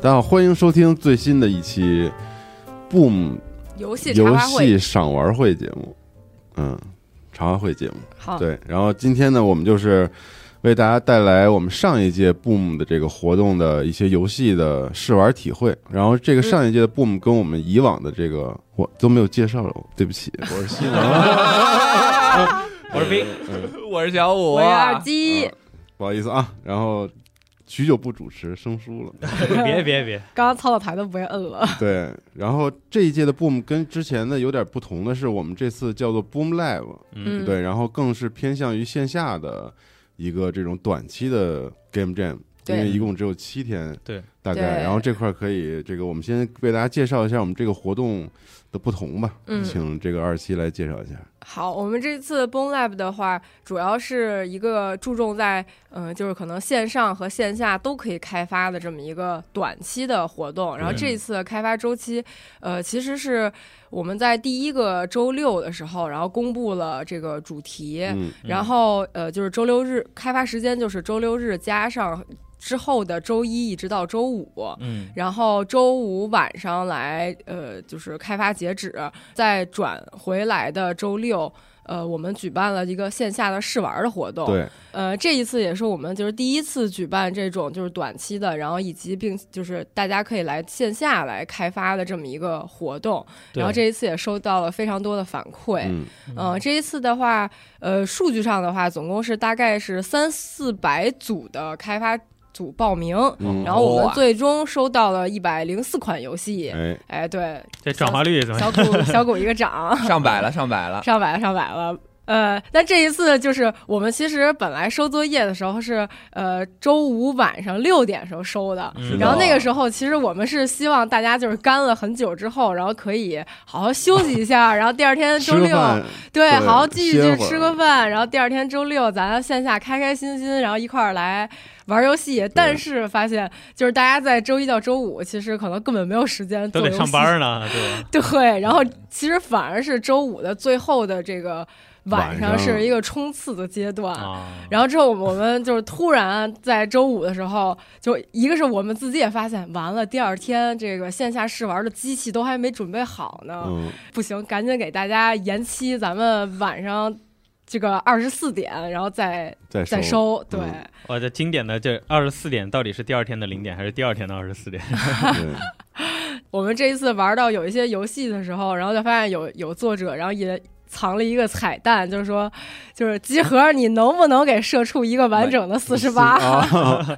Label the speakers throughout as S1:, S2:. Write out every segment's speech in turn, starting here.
S1: 大家好，欢迎收听最新的一期 Boom
S2: 游戏茶
S1: 游
S2: 话会
S1: 戏赏玩会节目，嗯，茶话会节目。
S2: 好，
S1: 对，然后今天呢，我们就是为大家带来我们上一届 Boom 的这个活动的一些游戏的试玩体会。然后这个上一
S2: 嗯
S1: 届的 Boom 跟我们以往的这个我都没有介绍了，对不 起，我是新郎，
S3: 我是冰，我是小五
S2: 我是耳机，
S1: 不好意思啊。然后许久不主持，生疏了。
S3: 别别别，
S4: 刚刚操作台都不会摁了。
S1: 对，然后这一届的 Boom 跟之前的有点不同的是，我们这次叫做 Boom Live，、
S2: 嗯，
S1: 对，然后更是偏向于线下的一个这种短期的 Game Jam，因
S2: 对
S1: 为一共只有七天，
S3: 对，
S1: 大概。
S2: 对
S1: 然后这块儿可以，这个我们先为大家介绍一下我们这个活动的不同吧，
S2: 嗯
S1: 请这个二期来介绍一下。
S2: 好，我们这次 Bone Lab 的话，主要是一个注重在，嗯、就是可能线上和线下都可以开发的这么一个短期的活动。然后这一次的开发周期，呃，其实是我们在第一个周六的时候，然后公布了这个主题，
S1: 嗯，
S2: 然后呃，就是周六日开发时间就是周六日加上之后的周一一直到周五，
S3: 嗯
S2: 然后周五晚上来，呃，就是开发截止，再转回来的周六，呃，我们举办了一个线下的试玩的活动。，
S1: 对，
S2: 呃，这一次也是我们就是第一次举办这种就是短期的，然后以及并就是大家可以来线下来开发的这么一个活动。
S3: 对
S2: 然后这一次也收到了非常多的反馈。
S1: 嗯，
S2: 呃，这一次的话，呃，数据上的话，总共是大概是三四百组的开发组报名，
S1: 嗯
S2: 然后我们
S3: 哇
S2: 最终收到了一百零四款游戏。
S1: 哎，
S2: 哎，对，
S3: 这转化率怎么？
S2: 小谷小谷一个掌，
S5: 上百了，上百了。
S2: 上百了，上百了。呃，那这一次就是我们其实本来收作业的时候是呃周五晚上六点时候收的，
S3: 嗯
S2: 然后那个时候其实我们是希望大家就是干了很久之后，然后可以好好休息一下，然后第二天
S1: 吃
S2: 周
S1: 个
S2: 六啊
S1: 饭，
S2: 对，
S1: 对
S2: 好好继续
S1: 歇
S2: 去
S1: 会儿
S2: 吃个饭，然后第二天周六咱线下开开心心，然后一块儿来玩儿游戏。但是发现就是大家在周一到周五其实可能根本没有时间
S3: 都
S2: 做
S3: 得
S2: 游
S3: 上
S2: 戏
S3: 班，儿呢，对吧？
S2: 对，然后其实反而是周五的最后的这个晚
S1: 晚
S2: 上
S1: 上
S2: 是一个冲刺的阶段。
S3: 啊，
S2: 然后之后，我们就是突然在周五的时候，就一个是我们自己也发现，完了第二天这个线下试玩的机器都还没准备好呢，
S1: 嗯，
S2: 不行，赶紧给大家延期，咱们晚上这个二十四点，然后再
S1: 再
S2: 再收。对，
S1: 嗯
S3: 我这经典的这二十四点到底是第二天的零点还是第二天的二十四点？
S1: 对，
S2: 我们这一次玩到有一些游戏的时候，然后就发现有有作者，然后也。藏了一个彩蛋，就是说，就是集合，你能不能给射出一个完整的四十八？
S1: 啊，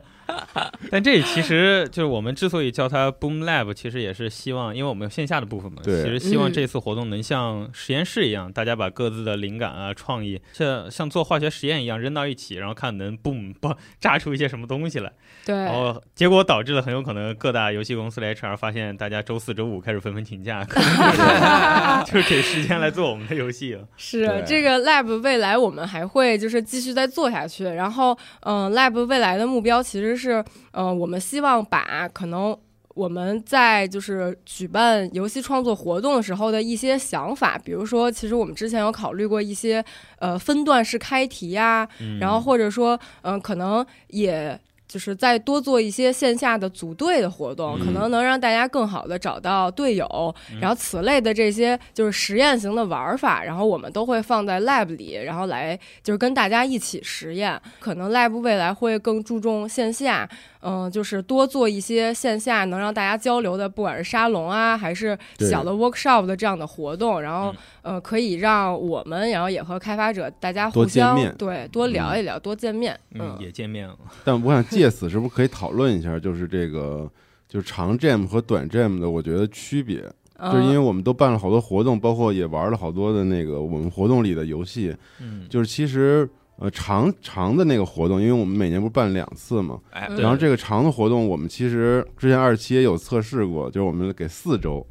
S3: 但这其实就是我们之所以叫它 Boom Lab，其实也是希望，因为我们有线下的部分嘛，其
S1: 对
S3: 实希望
S2: 嗯
S3: 这次活动能像实验室一样，大家把各自的灵感啊、创意，像像做化学实验一样扔到一起，然后看能 boom 爆炸出一些什么东西来。
S2: 对
S3: 然，后结果导致了很有可能各大游戏公司的 HR 发现，大家周四周五开始纷纷请假，可能 就是就是给时间来做我们的游戏了。
S2: 是
S1: 对
S2: 这个 lab 未来我们还会就是继续再做下去，然后嗯、呃 l a b 未来的目标其实是嗯、呃我们希望把可能。我们在就是举办游戏创作活动的时候的一些想法，比如说，其实我们之前有考虑过一些呃分段式开题呀、
S3: 嗯
S2: 然后或者说，嗯、可能也就是再多做一些线下的组队的活动，
S3: 嗯
S2: 可能能让大家更好的找到队友。
S3: 嗯
S2: 然后此类的这些就是实验型的玩法，然后我们都会放在 lab 里，然后来就是跟大家一起实验。可能 lab 未来会更注重线下，嗯、就是多做一些线下能让大家交流的，不管是沙龙啊，还是
S1: 对
S2: 小的 workshop 的这样的活动，然后、呃，可以让我们，然后也和开发者大家
S1: 多
S2: 互
S1: 见
S2: 相
S1: 面嗯
S2: 对多聊一聊，多见面。
S3: 嗯，也见面了。
S1: 但我想借此是不是可以讨论一下，就是这个就是长 Jam 和短 Jam 的，我觉得区别。
S2: 嗯，
S1: 就是因为
S2: 为
S1: 我们都办了好多活动，包括也玩了好多的那个我们活动里的游戏。
S3: 嗯，
S1: 就是其实呃长长的那个活动，因为我们每年不是办两次嘛，
S5: 哎，
S2: 嗯
S1: 然后这个长的活动我们其实之前二期也有测试过，就是我们给四周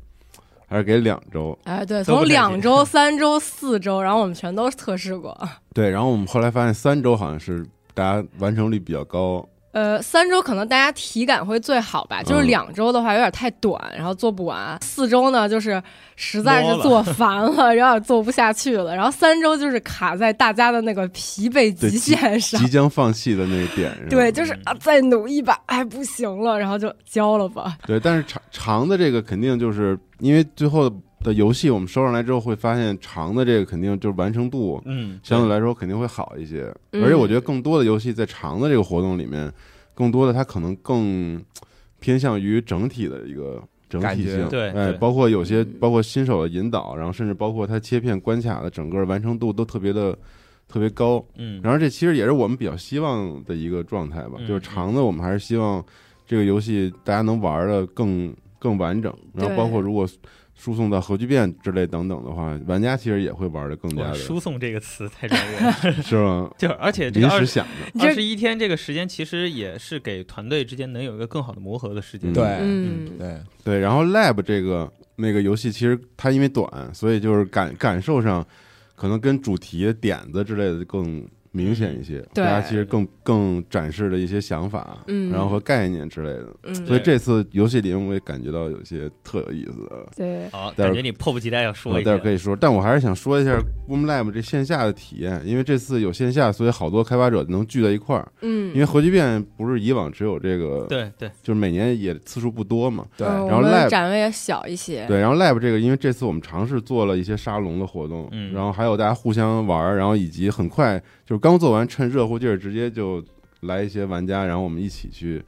S1: 还是给两周，
S2: 哎，对，
S3: 都不
S2: 从
S3: 太
S2: 两
S3: 近
S2: 周、三周、四周，然后我们全都测试过。
S1: 对，然后我们后来发现三周好像是大家完成率比较高，
S2: 呃，三周可能大家体感会最好吧，就是
S1: 嗯
S2: 两周的话有点太短，然后做不完；四周呢，就是实在
S3: 摸
S2: 是
S3: 了
S2: 做烦了， 有点做不下去了；然后三周就是卡在大家的那个疲惫
S1: 对
S2: 极限上
S1: 即，将放弃的那个点。是吧
S2: 啊对，就是啊，再努一把，哎，不行了，然后就交了吧。
S1: 对，但是长长的这个肯定就是因为最后的游戏我们收上来之后，会发现长的这个肯定就是完成度
S3: 嗯，
S1: 相对来说肯定会好一些，
S2: 嗯
S1: 而且我觉得更多的游戏在长的这个活动里面，更多的它可能更偏向于整体的一个。整
S5: 感
S1: 体
S5: 觉
S1: 性，
S3: 对
S1: 哎，
S3: 对
S1: 包括有些，
S2: 嗯
S1: 包括新手的引导，然后甚至包括它切片关卡的整个完成度都特别的特别高，
S3: 嗯，
S1: 然后这其实也是我们比较希望的一个状态吧，
S3: 嗯
S1: 就是长的我们还是希望这个游戏大家能玩的更更完整，然后包括如果输送到核聚变之类等等的话，玩家其实也会玩的更加
S3: 哇
S1: 的
S3: 输送这个词太专业了，
S1: 是吗？
S3: 就是而且这
S1: 临
S3: 个二
S1: 时想的，
S2: 你这
S3: 二十一天这个时间，其实也是给团队之间能有一个更好的磨合的时间。
S1: 嗯
S5: 对、
S2: 嗯，
S5: 对，
S1: 对。然后 Lab 这个那个游戏其实它因为短，所以就是感感受上可能跟主题点子之类的更明显一些，
S3: 嗯
S2: 对
S1: 大家其实更更展示了一些想法，
S2: 嗯
S1: 然后和概念之类的。
S2: 嗯，
S1: 所以这次游戏里面我也感觉到有些特有意思的，
S2: 对，
S3: 好，
S1: 待会儿
S3: 感觉你迫不及待要说
S1: 我
S3: 一
S1: 待
S3: 下
S1: 会儿。可以说，但我还是想说一下 Boom Lab 这线下的体验，因为这次有线下，所以好多开发者能聚在一块儿。因
S2: 嗯，
S1: 为核聚变不是以往只有这个，
S3: 对对，
S1: 就是每年也次数不多嘛。
S5: 对
S2: 嗯
S1: 然后
S2: 我
S1: lab-
S2: 们展位也小一些，
S1: 对，然后 Lab 这个，因为这次我们尝试做了一些沙龙的活动，
S3: 嗯
S1: 然后还有大家互相玩儿，然后以及很快就是刚做完，趁热乎劲儿直接就来一些玩家，然后我们一起去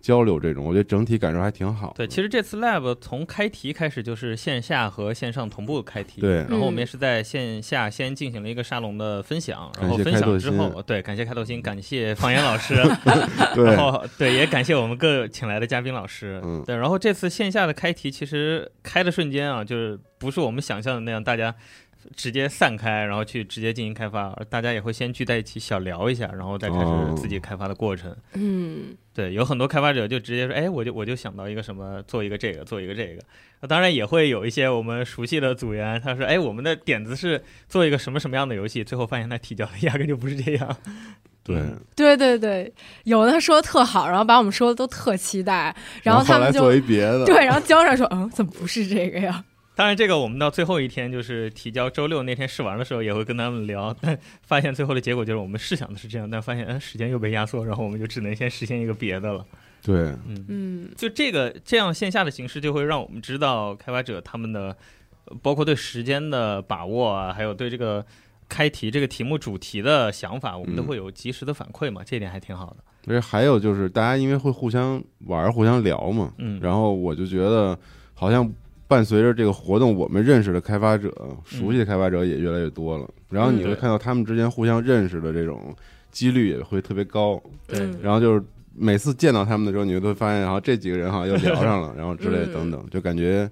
S1: 交流这种，我觉得整体感受还挺好。
S3: 对，其实这次 lab 从开题开始就是线下和线上同步开题。
S1: 对
S3: 然后我们也是在线下先进行了一个沙龙的分享，
S1: 感
S3: 然后
S1: 谢
S3: 分
S1: 开拓
S3: 享之
S1: 新
S3: 后，对，感谢开拓星，感谢方言老师，
S1: 对
S3: 然，后对，也感谢我们各请来的嘉宾老师。
S1: 嗯
S3: 对，然后这次线下的开题，其实开的瞬间啊，就是不是我们想象的那样，大家直接散开，然后去直接进行开发，而大家也会先聚在一起小聊一下，然后再开
S1: 哦
S3: 始自己开发的过程。
S2: 嗯，
S3: 对，有很多开发者就直接说，哎，我就我就想到一个什么，做一个这个，做一个这个。那当然也会有一些我们熟悉的组员，他说，哎，我们的点子是做一个什么什么样的游戏，最后发现他提交的压根就不是这样。
S1: 对。
S3: 嗯
S2: 对对对，有的他说的特好，然后把我们说的都特期待，然后他
S1: 来
S2: 们
S1: 做
S2: 就
S1: 一别的，
S2: 对，然后交上说，嗯，怎么不是这个呀？
S3: 当然，这个我们到最后一天就是提交周六那天试玩的时候，也会跟他们聊， 但发现最后的结果就是我们试想的是这样，但发现嗯时间又被压缩，然后我们就只能先实现一个别的了。
S1: 对，
S3: 嗯，
S2: 嗯
S3: 就这个这样线下的形式，就会让我们知道开发者他们的呃包括对时间的把握啊，还有对这个开题这个题目主题的想法，我们都
S1: 嗯
S3: 会有及时的反馈嘛，这一点还挺好的。
S1: 而且还有就是大家因为会互相玩儿、互相聊嘛，
S3: 嗯，
S1: 然后我就觉得好像伴随着这个活动，我们认识的开发者、熟悉的开发者也越来越多了，然后你会
S3: 嗯对
S1: 看到他们之间互相认识的这种几率也会特别高，
S3: 对
S2: 嗯
S1: 然后就是。每次见到他们的时候，你就会发现，然后这几个人好像又聊上了，然后之类
S2: 嗯
S1: 等等，就感觉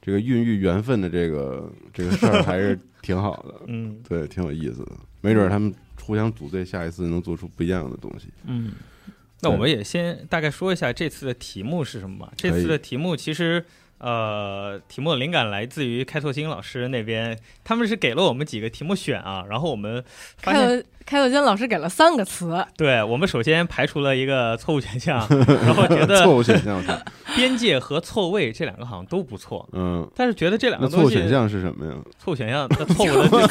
S1: 这个孕育缘分的这个这个事儿还是挺好的。
S3: 嗯
S1: 对，挺有意思的。没准儿他们互相组队，下一次能做出不一样的东西。
S3: 嗯，那我们也先大概说一下这次的题目是什么吧。这
S1: 可以
S3: 次的题目其实，呃，题目的灵感来自于开拓星老师那边，他们是给了我们几个题目选啊，然后我们发
S2: 开
S3: 现，
S2: 头开头间老师给了三个词，
S3: 对我们首先排除了一个错误选项，然后觉
S1: 错
S3: 得
S1: 误选项是，
S3: 边界和错位这两个好像都不错。
S1: 嗯，
S3: 但是觉得这两
S1: 那
S3: 个
S1: 错
S3: 东
S1: 误
S3: 西，
S1: 选项是什么 呀？
S3: 错误选项，那错误的 就
S1: 不能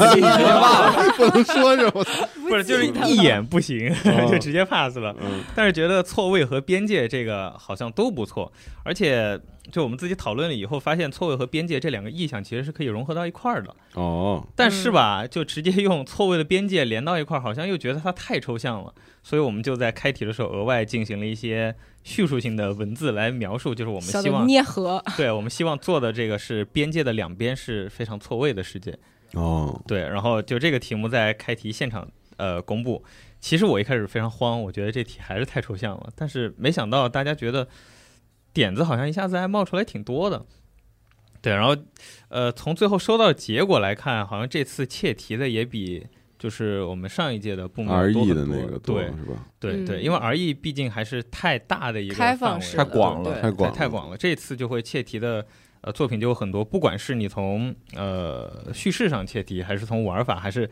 S1: 说是 吧？
S3: 不是就是一眼不行， 就直接 pass 了。
S1: 嗯
S3: 但是觉得错位和边界这个好像都不错，而且就我们自己讨论了以后，发现错位和边界这两个意象其实是可以融合到一块儿的。
S1: 哦，
S3: 但是
S2: 嗯
S3: 吧，就直接用错位的边界连到一块儿，好像又觉得它太抽象了，所以我们就在开题的时候额外进行了一些叙述性的文字来描述，就是我们
S2: 小
S3: 希
S2: 的
S3: 望，
S2: 捏合，
S3: 对我们希望做的这个是边界的两边是非常错位的世界。
S1: 哦，
S3: 对，然后就这个题目在开题现场呃公布。其实我一开始非常慌，我觉得这题还是太抽象了，但是没想到大家觉得点子好像一下子还冒出来挺多的。对，然后呃，从最后收到的结果来看，好像这次切题的也比就是我们上一届的部门
S1: ，R
S3: 多
S1: E
S3: 很
S1: 的
S3: 多
S1: 那个多
S3: 对
S1: 是吧？
S3: 对对，
S2: 嗯
S3: 因为 R E 毕竟还是太大的一个
S2: 开
S3: 范
S2: 放
S3: 围
S2: 式
S5: 太
S2: 的
S5: 广了
S2: 对
S1: 太广
S3: 对太广了。这次就会切题的呃作品就有很多，不管是你从呃叙事上切题，还是从玩法，还是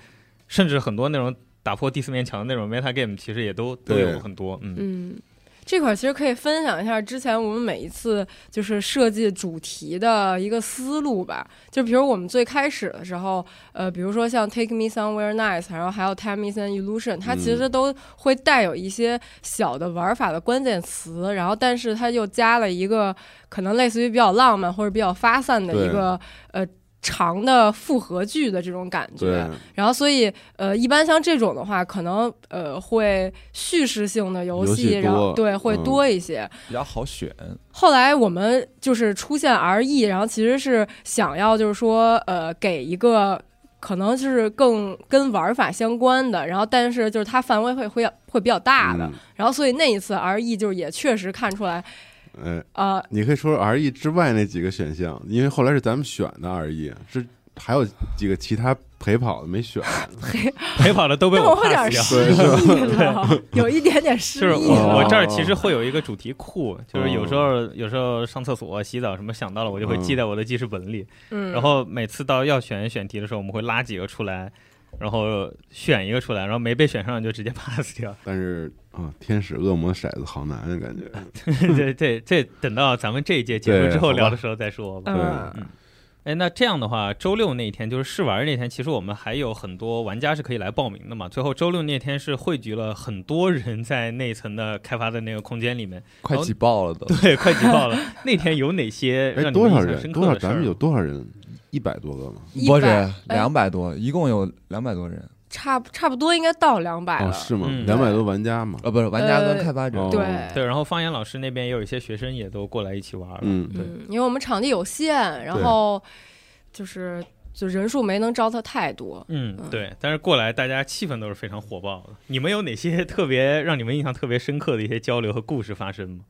S3: 甚至很多那种打破第四面墙的那种 meta game，其实也都都
S1: 对
S3: 有很多。嗯，
S2: 嗯，这块儿其实可以分享一下之前我们每一次就是设计主题的一个思路吧。就比如我们最开始的时候，呃，比如说像 Take Me Somewhere Nice，然后还有 Time Is an Illusion，它其
S1: 嗯
S2: 实都会带有一些小的玩法的关键词，然后但是它又加了一个可能类似于比较浪漫或者比较发散的
S1: 对
S2: 一个呃。长的复合句的这种感觉，
S1: 对，嗯
S2: 然后，所以呃，一般像这种的话，可能呃会叙事性的游
S1: 游戏
S2: 戏，然
S1: 多
S2: 后对会
S1: 嗯
S2: 多一些。
S5: 比较好选，
S2: 后来我们就是出现 RE，然后其实是想要就是说呃给一个。可能就是更跟玩法相关的，然后但是就是它范围会会会比较大的，
S1: 嗯
S2: 然后所以那一次 R E 就是也确实看出来，
S1: 哎，
S2: 呃，
S1: 你可以说 R E 之外那几个选项，因为后来是咱们选的 R E，这还有几个其他陪跑的没选。
S3: 陪跑的都被
S2: 但我有
S3: pass
S2: 点
S3: 掉。
S2: 失忆了，有一点点
S3: 就
S2: 失
S3: 是
S2: 忆
S3: 我
S2: 了。
S3: 我这儿其实会有一个主题库，就是有时候
S2: 嗯
S3: 有时候上厕所、洗澡什么想到了，我就会记在我的记事本里。
S2: 嗯，
S3: 然后每次到要选选题的时候，我们会拉几个出来，然后选一个出来，然后没被选上就直接 pass 掉。
S1: 但是啊，天使、恶魔、骰子好难啊，感觉。
S3: 这这这等到咱们这一届结束之后
S1: 对
S3: 聊的时候再说吧。
S2: 嗯
S3: 哎，那这样的话，周六那一天就是试玩那天，其实我们还有很多玩家是可以来报名的嘛。最后周六那天是汇聚了很多人在内层的开发的那个空间里面，
S5: 快挤爆了都。
S3: 对，快挤爆了。那天有哪些
S1: 哎，
S3: 让你
S1: 多
S3: 们印
S1: 少
S3: 象
S1: 人？
S3: 深
S1: 多
S3: 刻
S1: 少？
S3: 的事
S1: 咱
S3: 儿
S1: 们有？多少人？一百多个吗？
S2: 一
S5: 不
S2: 百哎
S5: 是两百多，一共有两百多人，
S2: 差不差不多应该到两百
S1: 哦，
S2: 了。
S1: 是吗
S3: 嗯？
S1: 两百多玩家嘛。
S5: 呃，不是玩家跟
S2: 呃
S5: 开发者，
S1: 哦
S2: 对，
S3: 对，然后方言老师那边也有一些学生也都过来一起玩了。
S1: 嗯，
S3: 对
S2: 嗯，因为我们场地有限，然后就是就人数没能招他太多。
S3: 嗯，
S2: 嗯
S3: 对，但是过来大家气氛都是非常火爆的。你们有哪些特别让你们印象特别深刻的一些交流和故事发生吗？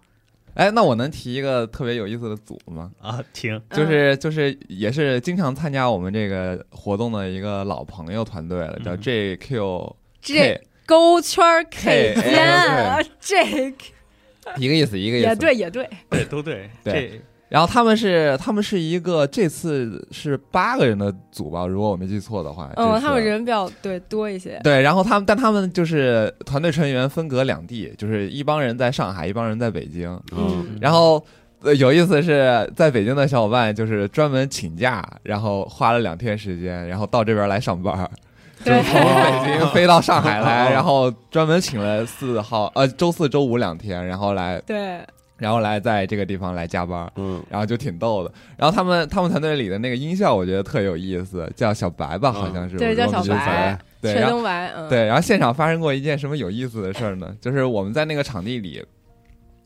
S5: 哎，那我能提一个特别有意思的组吗？
S3: 啊，请，
S2: 嗯
S5: 就是就是也是经常参加我们这个活动的一个老朋友团队了，叫
S3: 嗯
S5: JQ，
S2: 这勾圈儿 K
S5: 哎
S2: 间
S5: 哎
S2: 啊，这
S5: 一个意思一个意思。
S2: 啊也对也对，
S3: 对， 都对，
S5: 对然后他们是他们是一个这次是八个人的组吧，如果我没记错的话。这
S2: 嗯，
S5: 次
S2: 他们人比较对多一些，
S5: 对，然后他们但他们就是团队成员分隔两地，就是一帮人在上海，一帮人在北京。
S1: 哦
S3: 嗯
S5: 然后、呃有意思是在北京的小伙伴就是专门请假，然后花了两天时间，然后到这边来上班儿，
S2: 哦对
S5: 从北京飞到上海来，
S1: 哦
S5: 然后专门请了四号呃周四周五两天，然后来
S2: 对，
S5: 然后来在这个地方来加班儿。
S1: 嗯，
S5: 然后就挺逗的，然后他们他们团队里的那个音效，我觉得特有意思，叫小白吧，好像是，
S2: 对
S5: 我
S2: 叫
S5: 忘
S2: 小
S5: 记
S1: 人
S2: 白
S1: 才
S5: 对，
S2: 全
S5: 然后。
S2: 都完，嗯，
S5: 对，然后现场发生过一件什么有意思的事儿呢？就是我们在那个场地里，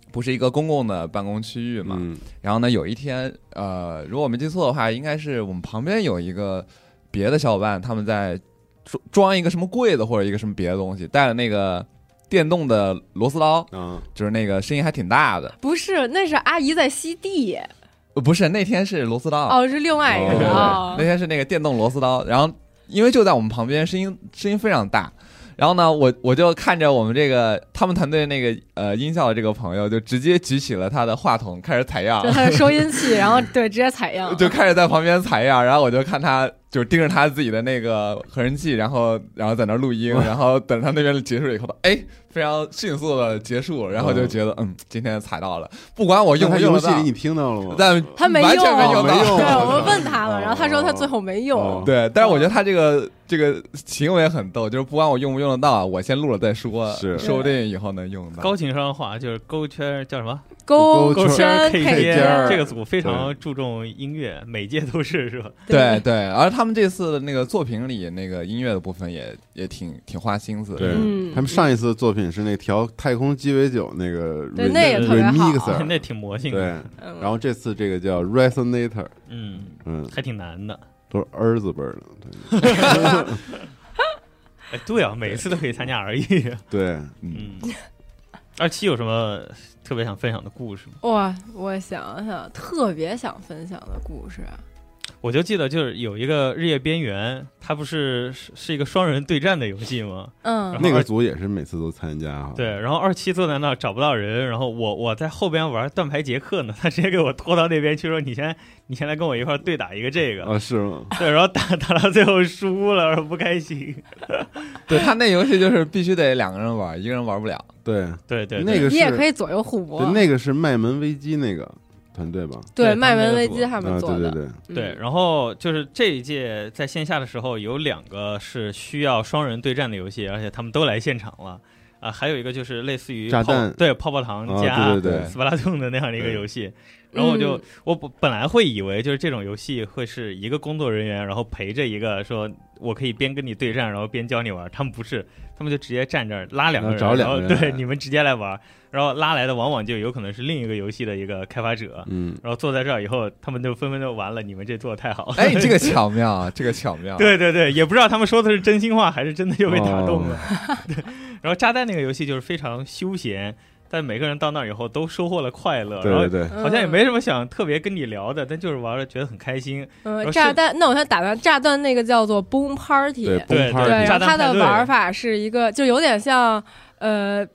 S5: 不是一个公共的办公区域嘛。
S1: 嗯
S5: 然后呢，有一天，呃，如果我没记错的话，应该是我们旁边有一个别的小伙伴，他们在装装一个什么柜子或者一个什么别的东西，带了那个电动的螺丝刀，
S1: 啊，
S5: 就是那个声音还挺大的。
S2: 不是，那是阿姨在吸地，
S5: 呃不是，那天是螺丝刀，啊
S2: 哦，是另外一个
S5: 对
S2: 人
S5: 那
S2: 哦，
S5: 天是那个电动螺丝刀，然后因为就在我们旁边，声音声音非常大。然后呢，我我就看着我们这个他们团队那个呃音效的这个朋友，就直接举起了他的话筒开始采 样
S2: 就，他的收音器，然后对直接采 样，
S5: 就开始在旁边采样。然后我就看他就是盯着他自己的那个合成器，然后然后在那儿录音，然后等他那边结束以后，哎，非常迅速的结束，然后就觉得嗯，今天采到了，不管我用
S1: 那
S5: 不
S1: 他
S5: 用
S1: 游
S5: 得
S1: 戏
S5: 到
S1: 里，你听到了吗？
S5: 但
S2: 他没
S5: 完全没
S2: 用
S5: 用到，
S1: 没用
S2: 对，我们问他
S1: 哦
S2: 了，然后他说他最后没
S1: 哦
S2: 用，
S5: 对，但是我觉得他这个这个行为很逗，就是不管我用不用得到啊，我先录了再说，
S1: 是
S5: 说不定以后能用到。
S3: 高情商的话就是勾圈儿叫什么？
S2: 勾
S1: 勾
S3: 圈儿 K
S1: 圈
S3: 街
S1: 间儿
S3: 这个组非常注重音乐，每届都是 是吧？
S5: 对对，而他们这次的那个作品里，那个音乐的部分也也挺挺花心思的。
S1: 对
S2: 嗯，
S1: 他们上一次作品是那调太空鸡尾酒那个
S2: 对那也特别好
S1: remixer，
S3: 那挺魔性
S1: 对
S3: 的，，
S2: 嗯
S1: 然后这次这个叫 resonator，
S3: 嗯，
S1: 嗯，
S3: 还挺难的。
S1: 都是儿子辈儿的，
S3: 哎，对啊，每次都可以参加而已。
S1: 对，
S5: 嗯，
S3: 嗯，二七有什么特别想分享的故事吗？
S2: 哇，我想想，特别想分享的故事啊，
S3: 我就记得就是有一个《日夜边缘》，它不是是是一个双人对战的游戏吗？
S2: 嗯，
S1: 那个组也是每次都参加哈。
S3: 对，然后二七坐在那儿找不到人，然后我我在后边玩断牌杰克呢，他直接给我拖到那边去说：“你先你先来跟我一块儿对打一个这个。
S1: 啊，是吗？
S3: 对，然后打打到最后输了，然后不开心。
S5: 对他那游戏就是必须得两个人玩，一个人玩不了。
S1: 对，
S3: 对对对
S1: 那个
S2: 你也可
S1: 是
S2: 以左右互
S1: 对
S2: 搏。
S1: 那个是麦门危机那个团队吧？
S3: 对他
S2: 麦
S3: 们
S2: 文
S3: 那个
S2: 危
S3: 组
S2: 机他们
S1: 啊，
S2: 做
S1: 对
S2: 的
S1: 对，对，
S2: 嗯
S3: 对，然后就是这一届在线下的时候，有两个是需要双人对战的游戏，而且他们都来现场了。啊，还有一个就是类似于
S1: 炸
S3: 泡
S1: 弹
S3: 对泡泡糖加、
S1: 啊，对对对
S5: 对，
S3: 斯巴拉顿的那样的一个
S1: 对
S3: 游戏。然后我就、
S2: 嗯
S3: 我本本来会以为就是这种游戏会是一个工作人员，然后陪着一个说我可以边跟你对战，然后边教你玩。他们不是，他们就直接站这儿拉两个人，
S1: 然后找两个
S3: 然
S1: 人
S3: 后对
S1: 来
S3: 你们直接来玩。然后拉来的往往就有可能是另一个游戏的一个开发者。
S1: 嗯，
S3: 然后坐在这儿以后，他们就纷纷就完了，你们这做的太好了。
S5: 哎，这个巧妙，啊，这个巧妙。，
S3: 对对对，也不知道他们说的是真心话还是真的又被打动了。
S1: 哦
S3: 对，然后炸弹那个游戏就是非常休闲，但每个人到那儿以后都收获了快乐，
S1: 对
S3: 然
S1: 对
S3: 后
S2: 嗯
S1: 对，
S3: 好像也没什么想特别跟你聊的，但就是玩了觉得很开心。
S2: 嗯
S3: 是
S2: 嗯炸弹。那我想打断炸弹那个叫做 Boom Party，
S1: 对
S3: 对
S1: Boom Party
S2: 然
S3: 炸
S2: 后
S3: 弹
S2: 它的
S3: 派对
S2: 玩法是一个，就有点像呃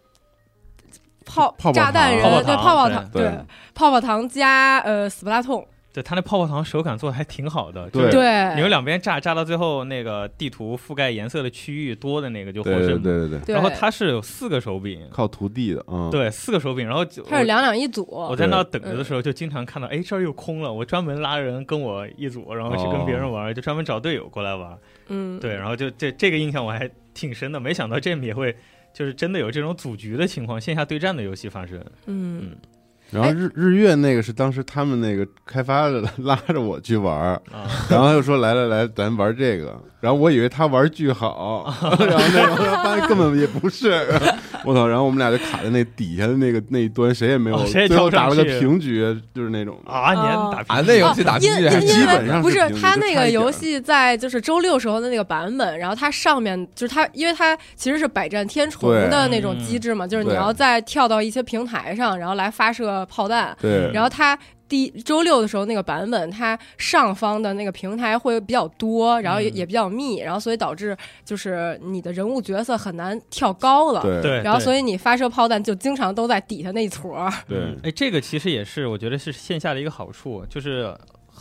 S2: 泡
S1: 泡泡
S2: 炸弹人
S1: 糖
S2: 对
S3: 泡
S2: 泡泡
S3: 泡糖
S2: 糖
S1: 对
S2: 对泡泡糖加呃 Splatoon
S3: 对他那泡泡糖手感做的还挺好的，
S1: 对
S3: 就是
S2: 对，
S3: 你们两边炸炸到最后，那个地图覆盖颜色的区域多的那个就获
S1: 对对
S3: 胜。
S1: 对对对，
S2: 对
S3: 然后它是有四个手柄，
S1: 靠徒弟的啊，嗯，
S3: 对，四个手柄，然后就
S2: 它是两两嗯一组，
S3: 我在那等着的时候，就经常看到，哎，这儿又空了，我专门拉人跟我一组，然后去跟别人玩，就专门找队友过来玩。
S2: 嗯，
S3: 对，然后就这这个印象我还挺深的，没想到 Jam 也会就是真的有这种组局的情况，线下对战的游戏发生。
S2: 嗯
S1: 然后日日月那个是当时他们那个开发的 拉着我去玩儿，
S3: 啊，
S1: 然后他就说来来来，咱玩这个。然后我以为他玩巨 好，然后那个发现根本也不是。 我操！然后我们俩就卡在那底下的那个那一端，谁也没有，
S3: 哦谁也
S1: 最
S3: 跳
S1: 后
S3: 不上
S1: 打
S3: 去
S1: 了个平局，就是那种的。
S3: 啊，你
S2: 哦
S3: 还打
S5: 啊，
S3: 平
S5: 那
S3: 局
S5: 游戏打
S2: 因
S5: 进去
S2: 因
S5: 还
S1: 是基
S2: 因
S1: 本
S2: 为
S1: 上是
S2: 不是
S1: 平均
S2: 它
S1: 就
S2: 那
S1: 差一
S2: 个
S1: 点
S2: 游
S1: 儿
S2: 戏在就是周六时候的那个版本，然后它上面就是它，因为它其实是百战天虫
S1: 对
S2: 的那种
S3: 嗯
S2: 机制嘛，就是你
S1: 对
S2: 要再跳到一些平台上，然后来发射炮弹，
S1: 对，
S2: 然后它。第周六的时候，那个版本它上方的那个平台会比较多，然后也
S3: 嗯
S2: 也比较密，然后所以导致就是你的人物角色很难跳高了，
S1: 对
S3: 对，
S2: 然后所
S3: 以
S2: 以你发射炮弹就经常都在底下那一撮。
S1: 对
S3: 哎，这个其实也是我觉得是线下的一个好处，就是。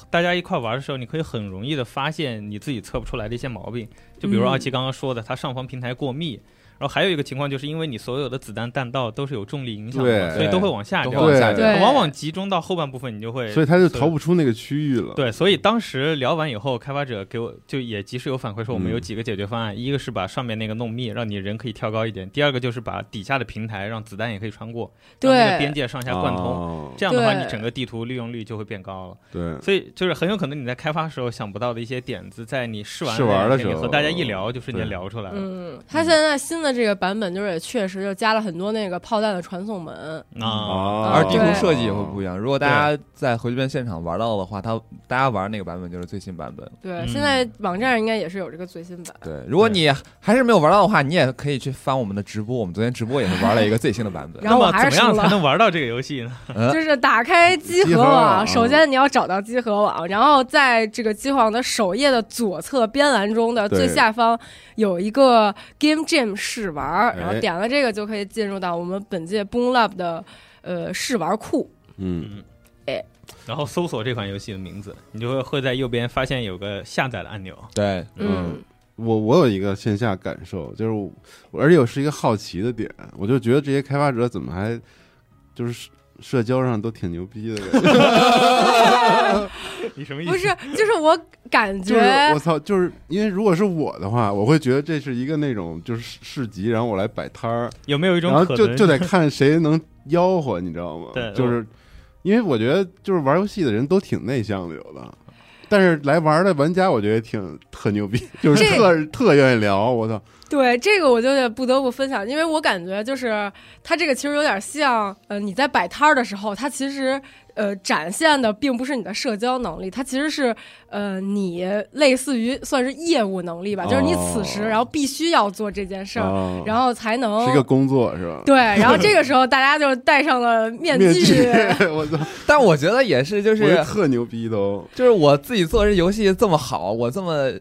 S3: 大家一块玩的时候，你可以很容易的发现你自己测不出来的一些毛病，就比如
S2: 嗯
S3: 二七刚刚说的，它上方平台过密，然后还有一个情况就是因为你所有的子弹弹道都是有重力影响的，
S1: 对
S3: 所以都会往下
S5: 啊都
S3: 掉
S5: 往，下掉
S2: 对
S3: 往往集中到后半部分，你就会
S1: 所以他就逃不出那个区域了。
S3: 对，所以当时聊完以后，开发者给我就也及时有反馈说，我们
S1: 嗯
S3: 有几个解决方案，一个是把上面那个弄密，让你人可以跳高一点；第二个就是把底下的平台让子弹也可以穿过，让那个
S2: 对
S3: 边界上下贯通。
S1: 哦，
S3: 这样的话，
S2: 对
S3: 你整个地图利用率就会变高了。
S1: 对
S3: 所以就是很有可能你在开发时候想不到的一些点子，在你试玩
S1: 试玩的
S3: 的那两天
S1: 时
S3: 你
S1: 候
S3: 和大家一聊就瞬间
S1: 对
S3: 聊出来了。
S2: 嗯，它现在新的这个版本就是也确实就加了很多那个炮弹的传送门，
S3: 啊，
S1: 哦
S5: 而地
S2: 对
S5: 图设计也会不一样。如果大家在回旋现场玩到的话，他大家玩那个版本就是最新版本。
S2: 对，
S3: 嗯
S2: 现在网站应该也是有这个最新版。
S5: 对，如果你还是没有玩到的话，你也可以去翻我们的直播。我们昨天直播也是玩了一个最新的版本。
S2: 然后
S3: 那
S2: 我
S3: 么
S2: 还
S3: 怎么
S2: 是
S3: 样
S2: 输
S3: 才
S2: 了
S3: 能玩到这个游戏呢？
S5: 嗯
S2: 就是打开集
S1: 呃集
S2: 合
S1: 合
S2: 网，
S1: 网嗯
S2: 首先你要找到集合网，然后在这个集合网的首页的左侧边栏中的
S1: 对
S2: 最下方有一个 Game Jam 试玩儿，
S1: 哎
S2: 然后点了这个就可以进入到我们本届 Boom Lab 的呃试玩库。
S1: 嗯，
S3: 然后搜索这款游戏的名字，你就会会在右边发现有个下载的按 钮。
S5: 对，
S1: 嗯
S2: 嗯，
S1: 我我有一个线下感受，就是我而且我是一个好奇的点，我就觉得这些开发者怎么还就是社社交上都挺牛逼的感觉，
S3: 你什么意思？
S2: 不是，就是我感
S1: 就是
S2: 觉
S1: 我操，就是因为如果是我的话，我会觉得这是一个那种就是市集，然后我来摆摊儿，
S3: 有没有一种
S1: 然后
S3: 可
S1: 就
S3: 能
S1: 就得看谁能吆喝，你知道吗？
S3: 对哦
S1: 就是因为我觉得就是玩游戏的人都挺内向的，有的。但是来玩的玩家，我觉得挺特牛逼，就是
S2: 这
S1: 特特愿意聊，我操，
S2: 对这个我就得不得不分享，因为我感觉就是它这个其实有点像，呃，你在摆摊儿的时候，它其实呃展现的并不是你的社交能力，它其实是呃你类似于算是业务能力吧，就是你此时
S1: 哦
S2: 然后必须要做这件事儿，
S1: 哦
S2: 啊然后才能
S1: 是一个工作是吧？
S2: 对，然后这个时候大家就戴上了面具，
S1: 面具， 我操，
S5: 但我觉得也是，就
S1: 我觉得
S5: 是
S1: 特牛逼都。
S5: 就是我自己做这游戏这么好，我这么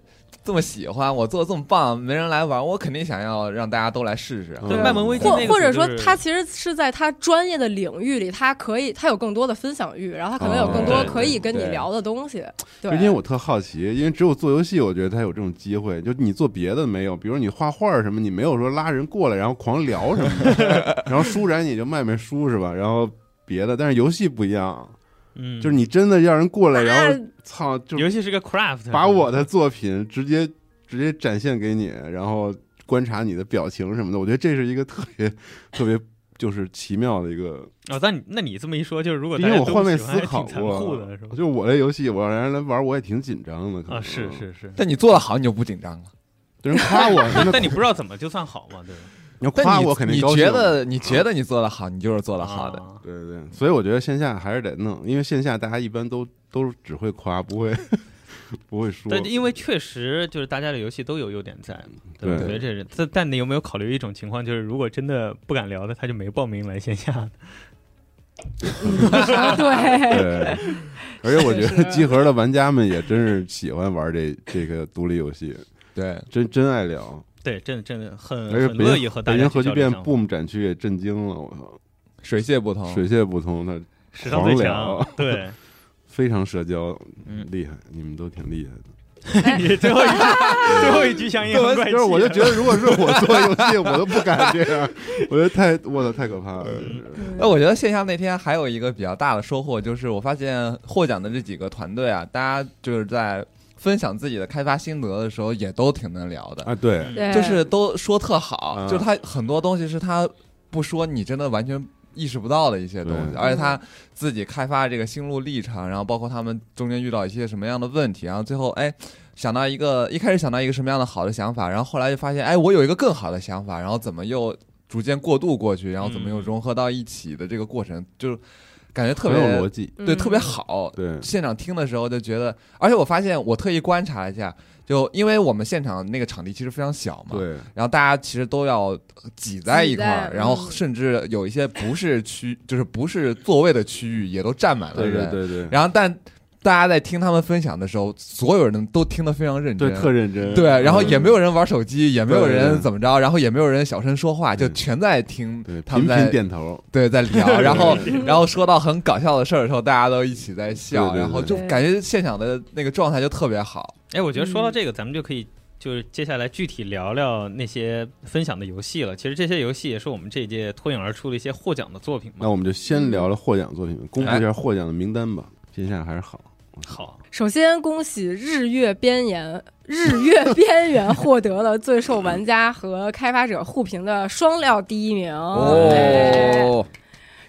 S5: 这么喜欢，我做得这么棒，没人来玩，我肯定想要让大家都来试试。
S1: 嗯
S3: 对，卖萌危机
S2: 或
S3: 那个
S2: 或者
S3: 词就
S2: 说
S3: 是
S2: 他其实是在他专业的领域里，他可以他有更多的分享欲，然后他可能有更
S3: 哦
S2: 多
S3: 对
S2: 可以跟你
S5: 对
S2: 聊的东西。对，
S1: 因为我特好奇，因为只有做游戏，我觉得才有这种机会。就你做别的没有，比如你画画什么，你没有说拉人过来然后狂聊什么 的，然后书展你就卖卖书是吧？然后别的，但是游戏不一样，
S3: 嗯，
S1: 就是你真的让人过来，
S2: 那
S1: 然后操，就
S3: 尤其是个 craft，
S1: 把我的作品直接直接展现给你，然后观察你的表情什么的，我觉得这是一个特别特别就是奇妙的一个，
S3: 哦，但你那你这么一说，就是如果
S1: 因
S3: 大家
S1: 为我
S3: 都
S1: 换
S3: 不
S1: 位
S3: 喜
S1: 思
S3: 欢还
S1: 考
S3: 挺残酷
S1: 过
S3: 的是，吧？
S1: 就我这游戏，我让人来玩，我也挺紧张的，可能
S3: 啊，是， 是是，
S5: 但你做的好，你就不紧张了。
S1: 有人 夸我，真的
S3: 但你不知道怎么就算好嘛，对吧？
S1: 你要
S5: 但
S1: 夸
S5: 你
S1: 我肯定
S5: 你
S1: 高兴。
S5: 觉得你觉得你做的好，你就是做的好的。
S3: 啊
S1: 对对，所以我觉得线下还是得弄，因为线下大家一般都都只会夸，不会 不会说。
S3: 但因为确实就是大家的游戏都有优点在嘛，吧我
S1: 对
S3: 觉得这是。但但你有没有考虑一种情况，就是如果真的不敢聊的，他就没报名来线下？
S5: 啊
S2: 对，
S1: 对，而且我觉
S2: 是
S1: 得集合的玩家们也真是喜欢玩这这个独立游戏，
S5: 对，
S1: 真真爱聊。
S3: 对，真的真的很
S1: 而且
S3: 很
S1: 北
S3: 乐意
S1: 京
S3: 和大
S1: 北
S3: 家
S1: 京
S3: 去
S1: 核聚
S3: 交流
S1: 变
S3: 想法
S1: Boom 展区也震惊了，我操，
S5: 水泄不
S3: 哦
S5: 通。
S1: 水泄不通，他
S3: 史上最
S1: 黄
S3: 强
S1: 聊，
S3: 对，
S1: 非常社交，
S3: 嗯
S1: 厉害，你们都挺厉害的。
S3: 你最后一句最后一句像阴阳怪气，
S1: 就是我就觉得，如果是我做游戏，我都不敢这样，我觉得太我操太可怕了。
S5: 那我觉得线下那天还有一个比较大的收获，就是我发现获奖的这几个团队啊，大家就是在分享自己的开发心得的时候，也都挺能聊的，
S1: 啊，对，
S2: 对
S5: 就是都说特好，
S1: 嗯
S5: 就是他很多东西是他不说，你真的完全。意识不到的一些东西，
S1: 对
S5: 而且他自己开发这个心路历程，然后包括他们中间遇到一些什么样的问题，然后最后哎想到一个一开始想到一个什么样的好的想法，然后后来就发现哎我有一个更好的想法，然后怎么又逐渐过渡过去，然后怎么又
S3: 嗯
S5: 融合到一起的这个过程，就是感觉特
S1: 很
S5: 别
S1: 有逻辑，
S5: 对，
S2: 嗯
S5: 特别好。
S1: 对，
S5: 现场听的时候就觉得，而且我发现我特意观察一下，就因为我们现场那个场地其实非常小嘛，
S1: 对，
S5: 然后大家其实都要挤在一块儿，
S2: 挤在
S5: 然后
S2: 嗯
S5: 甚至有一些不是区，就是不是座位的区域也都站满了
S1: 对
S5: 人。
S1: 对对对，
S5: 然后但大家在听他们分享的时候，所有人都听得非常认真
S1: 对，特认真，
S5: 对，然后也没有人玩手机，也没有
S1: 对对
S5: 人
S1: 对
S5: 怎么着，然后也没有人小声说话，就
S1: 对
S5: 全在听
S1: 嗯对，
S5: 他
S1: 频
S5: 们在
S1: 频点头，
S5: 对，在 聊，然后然后说到很搞笑的事儿的时候，大家都一起在笑，
S1: 对对对
S5: 然后就感觉现场的那个状态就特别好。
S3: 哎，我觉得说到这个，咱们就可以就是接下来具体聊聊那些分享的游戏了。其实这些游戏也是我们这一届脱颖而出的一些获奖的作品
S1: 那
S3: 嘛。
S1: 我们就
S5: 嗯
S1: 先聊聊获奖作品，公布
S5: 哎
S1: 一下获奖的名单吧。线下还是好，
S3: 好，
S2: 首先恭喜《日月边缘》《 日月边缘》获得了最受玩家和开发者互评的双料第一名。
S5: 哦
S2: 对，
S1: 哦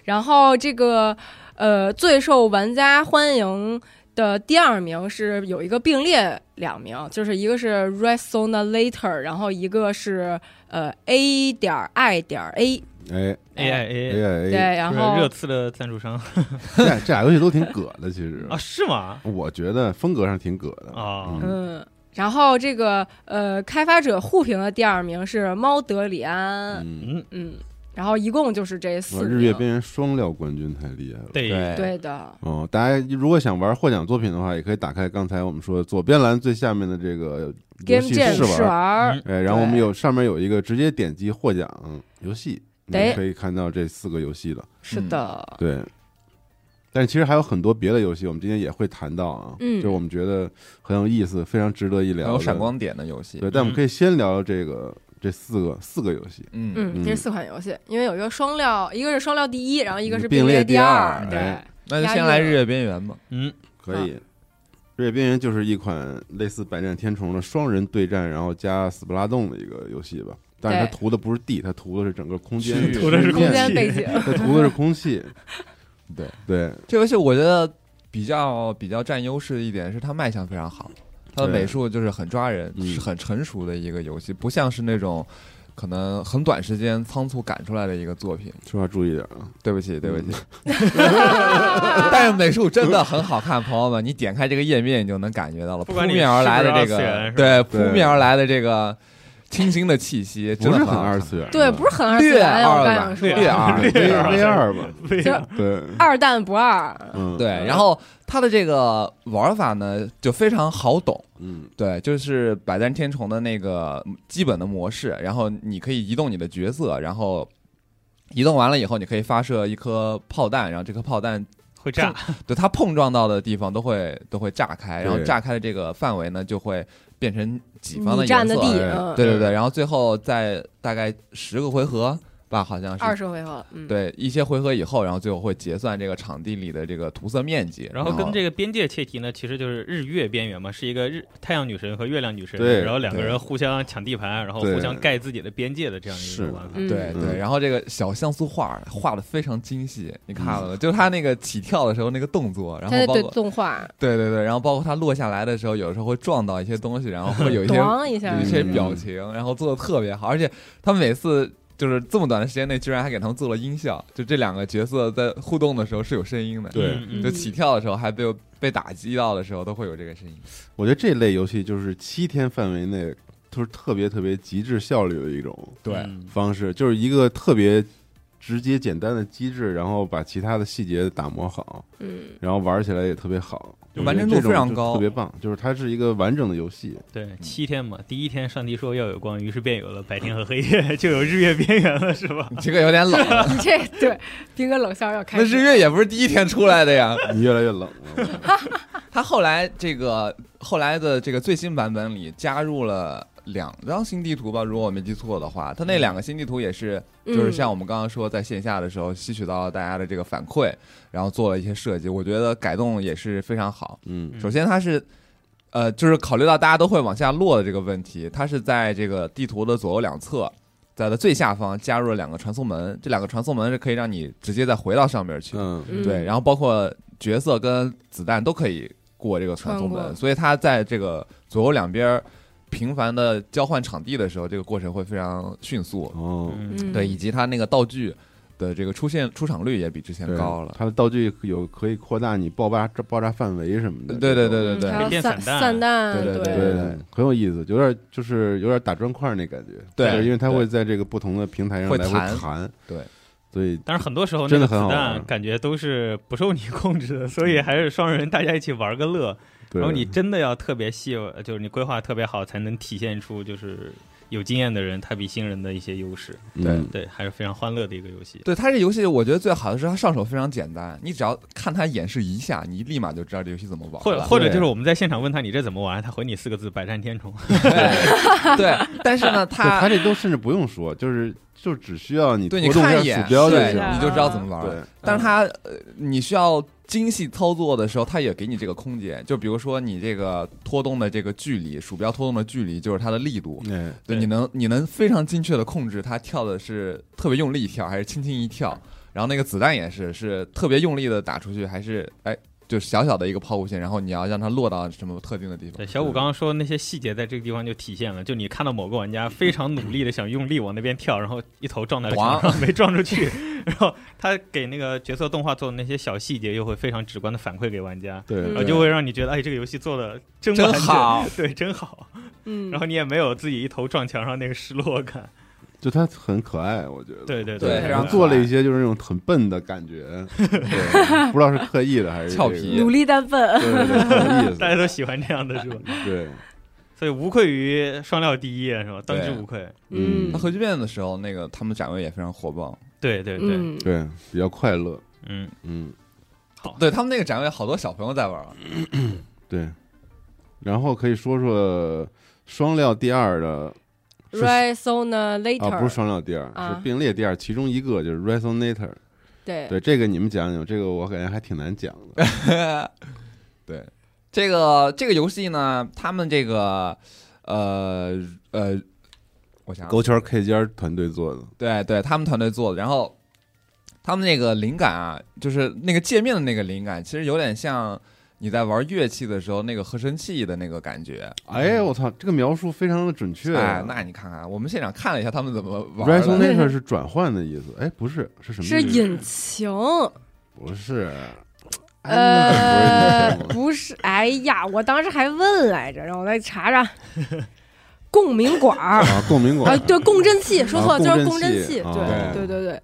S2: 然后这个呃最受玩家欢迎的第二名是有一个并列两名，就是一个是 Resonator，然后一个是呃 A 点 I 点 A，
S1: 哎
S3: ，AI
S1: 哎
S3: AI，
S1: 哎
S2: 对，
S1: 哎，
S2: 然
S3: 热
S2: 后
S3: 刺的赞助商
S1: 这俩这俩游戏都挺葛的，其实
S3: 啊，是吗？
S1: 我觉得风格上挺葛的
S3: 啊
S1: 嗯
S2: 嗯。然后这个呃，开发者互评的第二名是猫德里安，
S1: 嗯，
S3: 嗯，
S2: 嗯，然后一共就是这四
S1: 哇
S2: 名。
S5: 哦
S1: 日月边缘双料冠军太厉害了。
S3: 对，
S2: 对的，
S1: 哦，大家如果想玩获奖作品的话，也可以打开刚才我们说的左边栏最下面的这个游
S2: Game
S1: 戏
S2: Jam
S1: 试
S2: 试
S1: 玩，
S2: 玩儿，
S3: 嗯
S1: 哎，然后我们
S2: 对
S1: 有上面有一个直接点击获奖嗯游戏，你
S2: 对
S1: 可以看到这四个游戏了。
S2: 是的，
S1: 对，但其实还有很多别的游戏，我们今天也会谈到啊，
S2: 嗯
S1: 就是我们觉得很有意思、非常值得一
S5: 然
S1: 聊
S5: 后
S1: 的
S5: 闪，光点的游戏
S1: 对，，但我们可以先聊聊这个这四个四个游戏，
S5: 嗯，
S2: 嗯，这是四款游戏，因为有一个双料，一个是双料第一，然后一个
S5: 嗯
S2: 是
S1: 并列
S2: 列
S1: 第二
S2: 二，对
S1: 哎，
S5: 那就先来日月边缘吧。
S3: 嗯，
S1: 可以。《日月边缘》就是一款类似《百战天虫》的双人对战，然后加斯普拉洞的一个游戏吧。但是它
S2: 对
S1: 涂的不是地，它涂的是整个空间，
S3: 涂的是空
S2: 空
S3: 间
S2: 间背景，
S1: 它涂的是空气。
S5: 对
S1: 对，
S5: 这游戏我觉得比较比较占优势一点是它卖相非常好，它的
S1: 对
S5: 美术就是很抓人，
S1: 嗯
S5: 是很成熟的一个游戏，不像是那种。可能很短时间仓促赶出来的一个作品。
S1: 说话注意点啊。
S5: 对不
S3: 嗯
S5: 起，对不起。但是美术真的很好看，朋友们，你点开这个页面，你就能感觉到了
S3: 不
S5: 扑
S3: 管你
S5: 面而来的这
S3: 是不是二次元
S5: 个，
S3: 是吧
S5: 对扑
S1: 对
S5: 面而来的这个清新的气息，真
S1: 不
S5: 的
S1: 是
S5: 很
S1: 很
S5: 好看
S1: 二次啊元，
S2: 对，不是很二次
S5: 略
S2: 元，
S5: 二
S2: 我刚想
S5: 吧，
S2: 说，
S5: 略
S3: 啊
S5: 二，
S1: V
S5: 略二
S1: V 啊二吧，
S2: 就
S1: 嗯对，
S2: 二蛋不二，
S1: 嗯，
S5: 对，然后它的这个玩法呢，就非常好懂。
S1: 嗯，
S5: 对，就是百战天虫的那个基本的模式，然后你可以移动你的角色，然后移动完了以后，你可以发射一颗炮弹，然后这颗炮弹
S3: 会炸，
S5: 对它碰撞到的地方都会都会炸开，然后
S1: 对
S5: 炸开的这个范围呢就会变成己方的
S2: 你
S5: 颜
S2: 占的
S5: 色
S2: 地，
S1: 哎
S2: 嗯，
S5: 对对对，然后最后在大概十个回合吧，好像是
S2: 二十回合，嗯，
S5: 对一些回合以后，然后最后会结算这个场地里的这个涂色面积，
S3: 然后
S1: 哦
S3: 跟这个边界切题呢，其实就是日月边缘嘛，是一个日太阳女神和月亮女神，
S1: 对
S3: 然后两个
S5: 对
S3: 人互相抢地盘，然后
S1: 对
S3: 互相盖自己的边界的这样一
S1: 是
S3: 个
S1: 的
S3: 玩法。
S2: 嗯
S5: 对
S1: 嗯
S5: 对，然后这个小像素画儿画的非常精细，你看
S3: 嗯
S5: 了吗？就是他那个起跳的时候那个动作，然
S2: 它
S5: 后
S2: 的
S5: 包
S2: 对
S5: 括
S2: 动画，
S5: 对对对，然后包括他落下来的时候，有时候会撞到一些东西，然后会有一 些
S2: 咣一下
S5: 有一，些表情，然后做的特别好，而且他每次。就是这么短的时间内，居然还给他们做了音效。就这两个角色在互动的时候是有声音的，
S1: 对
S3: 嗯嗯
S5: 就起跳的时候还被被打击到的时候都会有这个声音。
S1: 我觉得这类游戏就是七天范围内都是特别特别极致效率的一种
S3: 嗯
S1: 方式，就是一个特别直接简单的机制，然后把其他的细节打磨好，
S2: 嗯，
S1: 然后玩起来也特别好，
S5: 就完成度非常高
S1: 我觉得这种就特别棒，就是它是一个完整的游戏，
S3: 对，七天嘛，第一天上帝说要有光，于是便有了白天和黑夜， 就有日月边缘了，是吧？
S5: 你这个有点冷，
S2: 你这对兵哥冷笑要开
S5: 那
S2: 始，
S5: 日月也不是第一天出来的呀。
S1: 你越来 越冷了，
S5: 他后来这个后来的这个最新版本里加入了两张新地图吧，如果我没记错的话，他那两个新地图也是，
S2: 嗯
S5: 就是像我们刚刚说，在线下的时候吸取到了大家的这个反馈，然后做了一些设计，我觉得改动也是非常好。
S1: 嗯
S5: 首先，它是。呃，就是考虑到大家都会往下落的这个问题，它是在这个地图的左右两侧，在它最下方加入了两个传送门，这两个传送门是可以让你直接再回到上面去。
S1: 嗯
S2: 嗯
S5: 对，然后包括角色跟子弹都可以过这个传送
S2: 穿
S5: 门，
S2: 过
S5: 所以它在这个左右两边儿频繁的交换场地的时候，这个过程会非常迅速。
S1: 哦。
S3: 嗯，
S2: 嗯
S5: 对，以及它那个道具的这个出现出场率也比之前
S1: 对
S5: 高了。
S1: 它的道具有可以扩大你爆炸爆炸范围什么的。
S5: 对对
S1: 这种
S5: 对对对
S2: 嗯还有
S3: 变
S2: 散
S3: 散弹
S2: 散弹，
S5: 对对
S1: 对
S5: 对
S1: 很有意思，有点就是有点打砖块那感觉。
S5: 对
S1: 就是因为它会在这个不同的平台上
S5: 会
S1: 来回
S5: 弹
S1: 弹。
S5: 对，
S1: 所以
S3: 但是很多时候那
S1: 真的
S3: 个
S1: 很
S3: 子
S1: 好
S3: 弹
S1: 玩
S3: 感觉都是不受你控制的，所以还是双人大家一起玩个乐。
S1: 对
S3: 然后你真的要特别细，呃就是你规划特别好，才能体现出就是有经验的人他比新人的一些优势。
S1: 嗯
S3: 对，还是非常欢乐的一个游戏。
S5: 对它这游戏，我觉得最好的是它上手非常简单，你只要看它演示一下，你立马就知道这游戏怎么玩
S3: 或者
S5: 了。
S3: 或者就是我们在现场问他你这怎么玩，他回你四个字“百战天虫
S5: 对 对，但是呢，
S1: 对它
S5: 它
S1: 这都甚至不用说，就是就只需要你
S5: 对
S1: 拖
S5: 你
S1: 动
S5: 看
S1: 一
S5: 一
S1: 下
S5: 眼，
S1: 鼠标就
S5: 对
S1: 行。
S5: 你就知道怎么玩了。
S1: 对，嗯
S5: 但是它呃，你需要精细操作的时候，它也给你这个空间。就比如说你这个拖动的这个距离，鼠标拖动的距离就是它的力度，
S1: 哎，
S5: 对，
S3: 对
S5: 你能你能非常精确的控制它跳的是特别用力跳，还是轻轻一跳。然后那个子弹也是是特别用力的打出去，还是哎就是小小的一个抛物线，然后你要让它落到什么特定的地”。方
S3: 对，。小五刚刚说那些细节在这个地方就体现了，就你看到某个玩家非常努力的想用力往那边跳，然后一头撞在了墙上没撞出去， 然后他给那个角色动画做的那些小细节又会非常直观的反馈给玩家。
S1: 对，
S2: 嗯
S3: 然后
S1: 对
S3: 就会让你觉得，哎，这个游戏做的真
S5: 真
S3: 完整
S5: 好，
S3: 对，真好。
S2: 嗯，
S3: 然后你也没有自己一头撞墙上那个失落感，
S1: 就它很可爱，我觉得。
S3: 对对
S5: 对非
S1: 然
S5: 常
S1: 后做了一些就是那种很笨的感 觉，对，不知道是刻意的还是
S5: 俏
S1: 这个
S5: 皮
S2: 努力但笨，
S1: 对对对，很有意 思。
S3: 大家都喜欢这样的是吧？
S1: 对，
S3: 所以无愧于双料第一是吧？当之
S5: 对
S3: 无愧。
S1: 嗯
S5: 它核聚变的时候，那个他们展位也非常火爆，
S3: 对对对，
S2: 嗯，
S1: 对，比较快乐。
S3: 嗯，
S1: 嗯，
S5: 对他们那个展位好多小朋友在玩儿，
S1: 对。然后可以说说双料第二的是
S2: Resona
S1: 啊，不是
S2: later，
S1: 双料第二，
S2: 啊
S1: 是并列第二，其中一个就是 resonator。
S2: 对
S1: 对，这个你们讲讲，这个我感觉还挺难讲的。
S5: 对，这个这个游戏呢，他们这个呃呃，我想想啊
S1: 勾圈 K 尖团队做的，
S5: 对对，他们团队做的，然后他们那个灵感啊，就是那个界面的那个灵感，其实有点像你在玩乐器的时候那个合成器的那个感觉。
S1: 哎，我操，这个描述非常的准确啊。
S5: 哎，那你看看，我们现场看了一下他们怎么玩的。
S1: resonation 是转换的意思，哎，不是，是什么意
S2: 是
S1: 思？
S2: 引擎，
S1: 不是。
S2: 呃
S1: 哎 I'm not，
S2: 不是，哎呀，我当时还问来着，让我再查查， 共鸣管 儿
S1: 啊，共鸣
S2: 啊，
S1: 管，
S2: 对，共振器，说错
S1: 啊
S2: 了，就是
S1: 共
S2: 共
S1: 振
S2: 振
S1: 器
S2: 器，
S1: 啊
S2: 对对对对，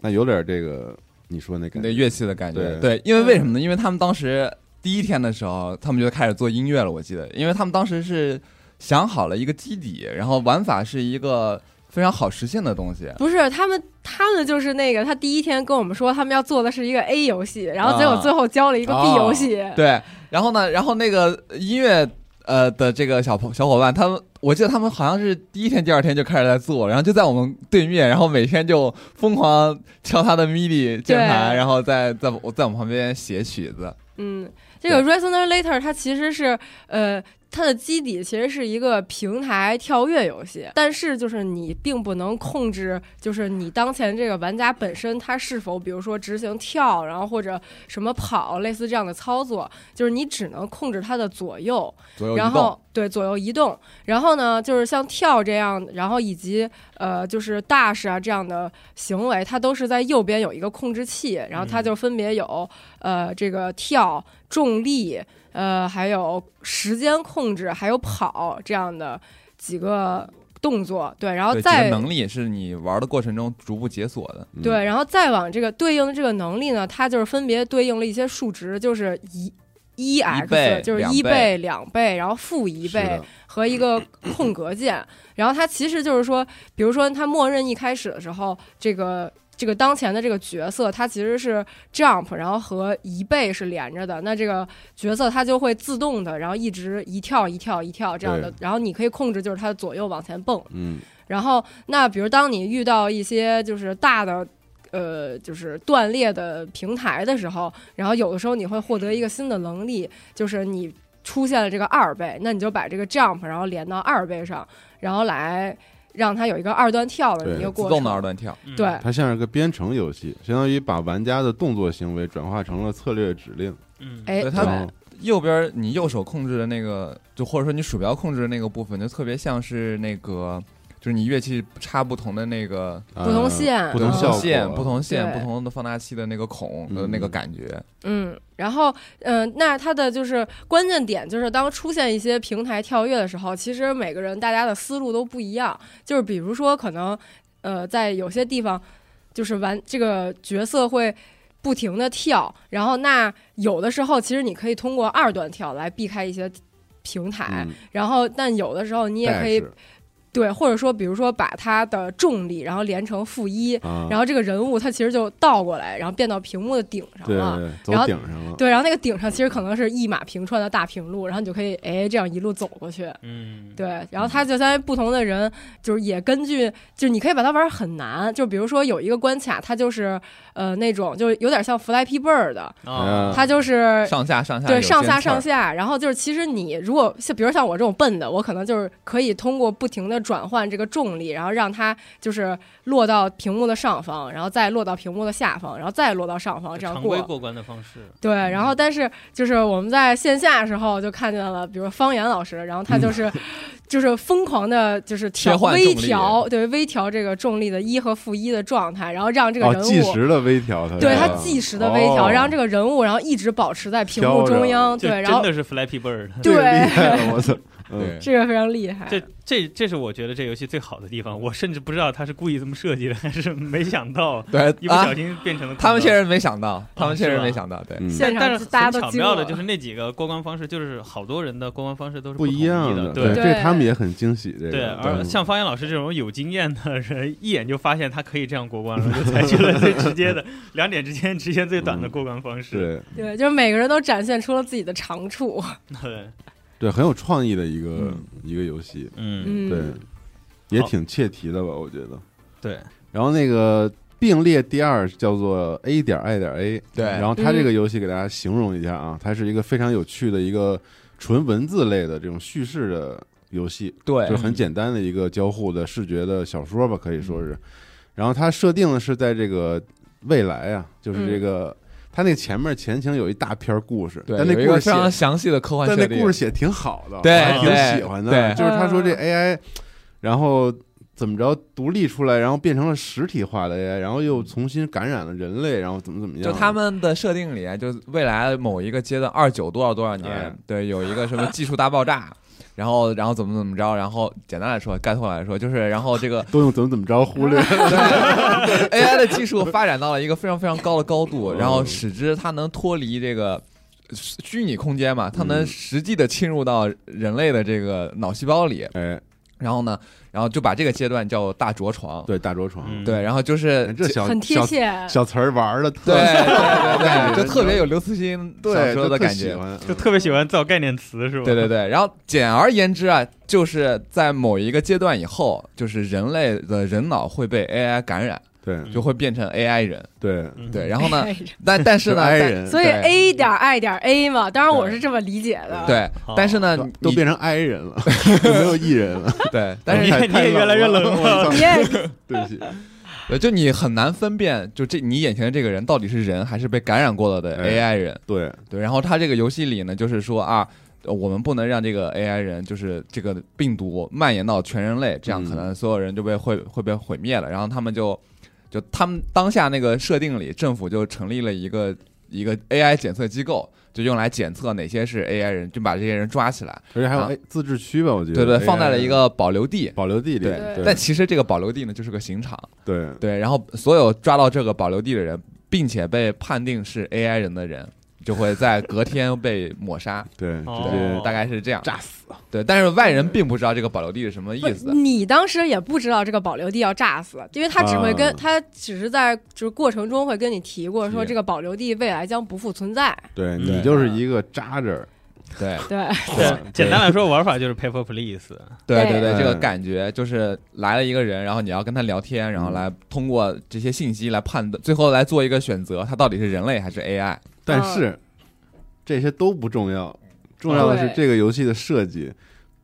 S1: 那有点这个你说那感
S5: 那
S1: 觉，
S5: 乐器的感觉。
S1: 对
S5: 对，因为为什么呢？因为他们当时第一天的时候，他们就开始做音乐了。我记得，因为他们当时是想好了一个基底，然后玩法是一个非常好实现的东西。
S2: 不是他们，他们就是那个，他第一天跟我们说他们要做的是一个 A 游戏，然后结果最后交了一个 B
S5: 哦
S2: 游戏，
S5: 对，然后呢，然后那个音乐呃的这个小朋小伙伴，他们我记得他们好像是第一天、第二天就开始在做，然后就在我们对面，然后每天就疯狂敲他的 MIDI 键盘，
S2: 对
S5: 然后在在我在我们旁边写曲子。
S2: 嗯，这个 Resonator 它其实是呃，它的基底其实是一个平台跳跃游戏，但是就是你并不能控制，就是你当前这个玩家本身他是否比如说执行跳，然后或者什么跑，类似这样的操作，就是你只能控制它的左右，
S5: 左右
S2: 然
S5: 移动
S2: 后对左右移动，然后呢就是像跳这样，然后以及呃就是大事啊这样的行为，它都是在右边有一个控制器，然后
S5: 嗯
S2: 它就分别有、呃这个跳、重力，呃还有时间控制，还有跑这样的几个动作，对，然后
S5: 对，这
S2: 再
S5: 个能力是你玩的过程中逐步解锁的。
S1: 嗯
S2: 对，，然后再往这个对应的这个能力呢，它就是分别对应了一些数值，就是一一 x
S5: 倍
S2: 就是
S5: 两
S2: 一
S5: 倍
S2: 倍、两倍，然后负一
S1: 嗯是的
S2: 倍和一个空格键。然后它其实就是说，比如说它默认一开始的时候，这个这个当前的这个角色，它其实是 jump，然后和一倍是连着的。那这个角色它就会自动的，然后一直一跳一跳一跳这样的
S1: 对，
S2: 然后你可以控制就是它左右往前蹦。
S1: 嗯，
S2: 然后，那比如当你遇到一些就是大的，呃，就是断裂的平台的时候，然后有的时候你会获得一个新的能力，就是你出现了这个二倍，那你就把这个 jump 然后连到二倍上，然后来让它有一个二段跳的
S1: 对
S2: 一个
S5: 自
S2: 过程。
S5: 动的二段跳，
S3: 嗯
S2: 对，
S1: 它像是个编程游戏，相当于把玩家的动作行为转化成了策略指令，
S3: 嗯，
S2: 哎，
S5: 对它
S1: 然后
S5: 右边你右手控制的那个，就或者说你鼠标控制的那个部分，就特别像是那个，就是你乐器插不同的那个
S1: 呃
S2: 不同线
S1: 不
S5: 不
S1: 同
S2: 嗯
S1: 效
S5: 同
S1: 果，
S5: 线、不同线、
S2: 对
S5: 不同的放大器的那个孔的那个感觉。
S2: 嗯，然后，嗯、那它的就是关键点就是，当出现一些平台跳跃的时候，其实每个人大家的思路都不一样。就是比如说，可能，呃，在有些地方，就是玩这个角色会不停的跳，然后那有的时候其实你可以通过二段跳来避开一些平台，
S1: 嗯，
S2: 然后但有的时候哎你也可以
S1: 但是
S2: 对，或者说比如说把它的重力然后连成负一，
S1: 啊，
S2: 然后这个人物他其实就倒过来，然后变到屏幕的顶上
S1: 对
S2: 了。
S1: 对，走
S2: 然后
S1: 顶上了，
S2: 对，然后那个顶上其实可能是一马平川的大平路，然后你就可以哎这样一路走过去。
S3: 嗯，
S2: 对，然后它就相当于不同的人，就是也根据，就是你可以把它玩儿很难，就比如说有一个关卡，它就是呃那种就是有点像 Fly P Bird 的，
S3: 啊，
S2: 它就是
S5: 嗯上下上下
S2: 对
S5: 有
S2: 上下
S5: 尖刺儿
S2: 上下，然后就是其实你如果像比如像我这种笨的，我可能就是可以通过不停的转换这个重力，然后让它就是落到屏幕的上方，然后再落到屏幕的下方，然后再落到上方这样
S3: 常
S2: 过
S3: 规。过关的方式，
S2: 对，然后但是就是我们在线下的时候就看见了，比如方言老师，然后他就是、就是疯狂的，就是调
S5: 切换
S2: 微
S5: 重力
S2: 调，对微调这个重力的一和负一的状态，然后让这个
S1: 哦，
S2: 人
S1: 计
S2: 物、
S1: 时的微调它是吧，
S2: 对他计时的微调，
S1: 哦
S2: 让这个人物然后一直保持在屏
S1: 飘
S2: 幕
S1: 着
S2: 中央，
S3: 就
S2: 对，然
S3: 真
S2: 后
S3: 的是 Flappy Bird。
S1: 这个
S2: 对
S1: 厉害了， 我操，嗯，
S5: 对，
S2: 这个非常厉害。
S3: 这这这是我觉得这游戏最好的地方，我甚至不知道他是故意这么设计的，还是没想到一
S5: 对
S3: 不小
S5: 啊，
S3: 心变成了空
S5: 他们
S3: 格
S5: 确实没想到，他们确
S3: 是
S5: 实
S3: 吧
S5: 没想到，对。
S1: 啊嗯
S2: 现
S3: 但
S2: 场
S3: 是
S2: 大家
S3: 很
S2: 都
S3: 巧
S2: 惊
S3: 妙
S2: 了
S3: 的就是那几个过关方式，就是好多人的过关方式都是
S1: 不
S3: 统
S1: 一样
S3: 的，
S1: 对，
S3: 对。
S1: 这个他们也很惊喜，这个
S3: 对，而
S1: 嗯
S3: 像方言老师这种有经验的人，一眼就发现他可以这样过关了，就采取了最直接的两点之间直接最短的
S1: 嗯
S3: 过关方式。
S1: 对
S2: 对，就是每个人都展现出了自己的长处。
S3: 对，
S1: 对很有创意的一个
S5: 嗯
S1: 一个游戏，
S3: 嗯，
S2: 嗯，
S1: 对，也
S3: 好
S1: 挺切题的吧，我觉得。
S3: 对，
S1: 然后那个并列第二叫做 A 点 I 点 A，
S5: 对
S1: 然后它这个游戏给大家形容一下啊，它是一个非常有趣的一个纯文字类的这种叙事的游戏，
S5: 对
S1: 就是很简单的一个交互的视觉的小说吧，
S5: 嗯嗯
S1: 可以说是。然后它设定的是在这个未来啊，就是这个他那前面前情有一大篇故事，
S5: 对，
S1: 但那
S5: 有一
S1: 故
S5: 个
S1: 事
S5: 非
S1: 写，
S5: 常详细的科幻
S1: 但
S5: 设
S1: 那
S5: 定。
S1: 故事写挺好的，
S5: 对
S1: 我还挺
S5: 对
S1: 喜欢的。
S5: 对
S1: 就是他说这
S2: 嗯
S1: AI，然后怎么着独立出来，然后变成了实体化的 AI，然后又重新感染了人类，然后怎么怎么样？
S5: 就他们的设定里，就是未来某一个阶段，二九多少多少年，
S1: 哎
S5: 对，有一个什么技术大爆炸，然后然后怎么怎么着，然后简单来说，概括来说就是，然后这个
S1: 都用怎么怎么着忽 略
S5: AI 的技术发展到了一个非常非常高的高度，
S1: 嗯
S5: 然后使之它能脱离这个虚虚拟空间嘛，它
S1: 嗯
S5: 能实际的侵入到人类的这个脑细胞里，
S1: 哎，
S5: 然后呢，然后就把这个阶段叫大着床，
S1: 对大着床，
S3: 嗯
S5: 对，然后就是
S1: 哎这小
S2: 很贴
S1: 小
S2: 切。
S1: 小词儿玩的，
S5: 对对
S1: 感 觉
S5: 对对，就特别有刘慈欣小
S1: 对，
S5: 说
S1: 就
S5: 的
S1: 特
S5: 感
S1: 喜
S5: 觉。
S1: 欢，
S3: 就特别喜欢造概念词是吧？
S5: 对对对，然后简而言之啊，就是在某一个阶段以后，就是人类的人脑会被 AI 感染，
S1: 对
S5: 就会变成 AI 人。
S1: 对，
S3: 嗯
S5: 对，然后 呢，
S2: 哎
S5: 但但是
S1: 就
S5: 呢，
S1: i
S5: 但
S1: 人，
S2: 所以
S5: 对
S2: A 点儿 I 点儿 A 嘛，当然我
S5: 对
S2: 是这么理解的。
S5: 对
S3: 好，
S5: 但是呢，
S1: 都
S5: 你
S1: 都变成 i 人 了，就没有 e 人了。
S5: 对， 但
S3: 你
S5: 是
S3: 看
S1: 太
S3: 也越来越冷
S1: 了，
S3: 了
S1: 我操
S2: 你也
S1: 对不起，
S5: 对就你很难分辨，就这你眼前的这个人到底是人还是被感染过了的
S1: 哎
S5: AI 人。
S1: 对，
S5: 对，然后他这个游戏里呢，就是说啊。呃我们不能让这个 AI 人，就是这个病毒蔓延到全人类，这样
S1: 嗯
S5: 可能所有人就被会会被毁灭了。然后他们就，就他们当下那个设定里，政府就成立了一个一个 AI 检测机构，就用来检测哪些是 AI 人，就把这些人抓起来。
S1: 而且还有
S5: 啊
S1: A 自治区吧，我记得
S5: 对对，
S1: AI
S5: 放在了一个保留地。
S1: 保留地里，
S5: 对
S2: 对
S5: 但其实这个保留地呢，就是个刑场。
S1: 对
S5: 对，然后所有抓到这个保留地的人，并且被判定是 AI 人的人，就会在隔天被抹杀。
S1: 对，
S3: 哦
S1: 直接
S5: 大概是这样，
S1: 炸死。
S5: 对，但是外人并不知道这个保留地是什么意
S2: 不
S5: 思的。
S2: 你当时也不知道这个保留地要炸死，因为他只会跟、
S1: 啊
S2: 他只是在就是过程中会跟你提过说
S5: 是
S2: 这个保留地未来将不复存在。
S1: 对
S3: 嗯
S1: 你就是一个渣渣儿，
S5: 对，
S2: 对，
S3: 对，简单来说，玩法就是 pay for please。
S5: 对
S2: 对
S5: 对对，
S1: 嗯
S5: 这个感觉就是来了一个人，然后你要跟他聊天，然后来通过这些信息来判断，最后来做一个选择，他到底是人类还是 AI。
S1: 但是这些都不重要，重要的是
S2: 对
S1: 这个游戏的设计，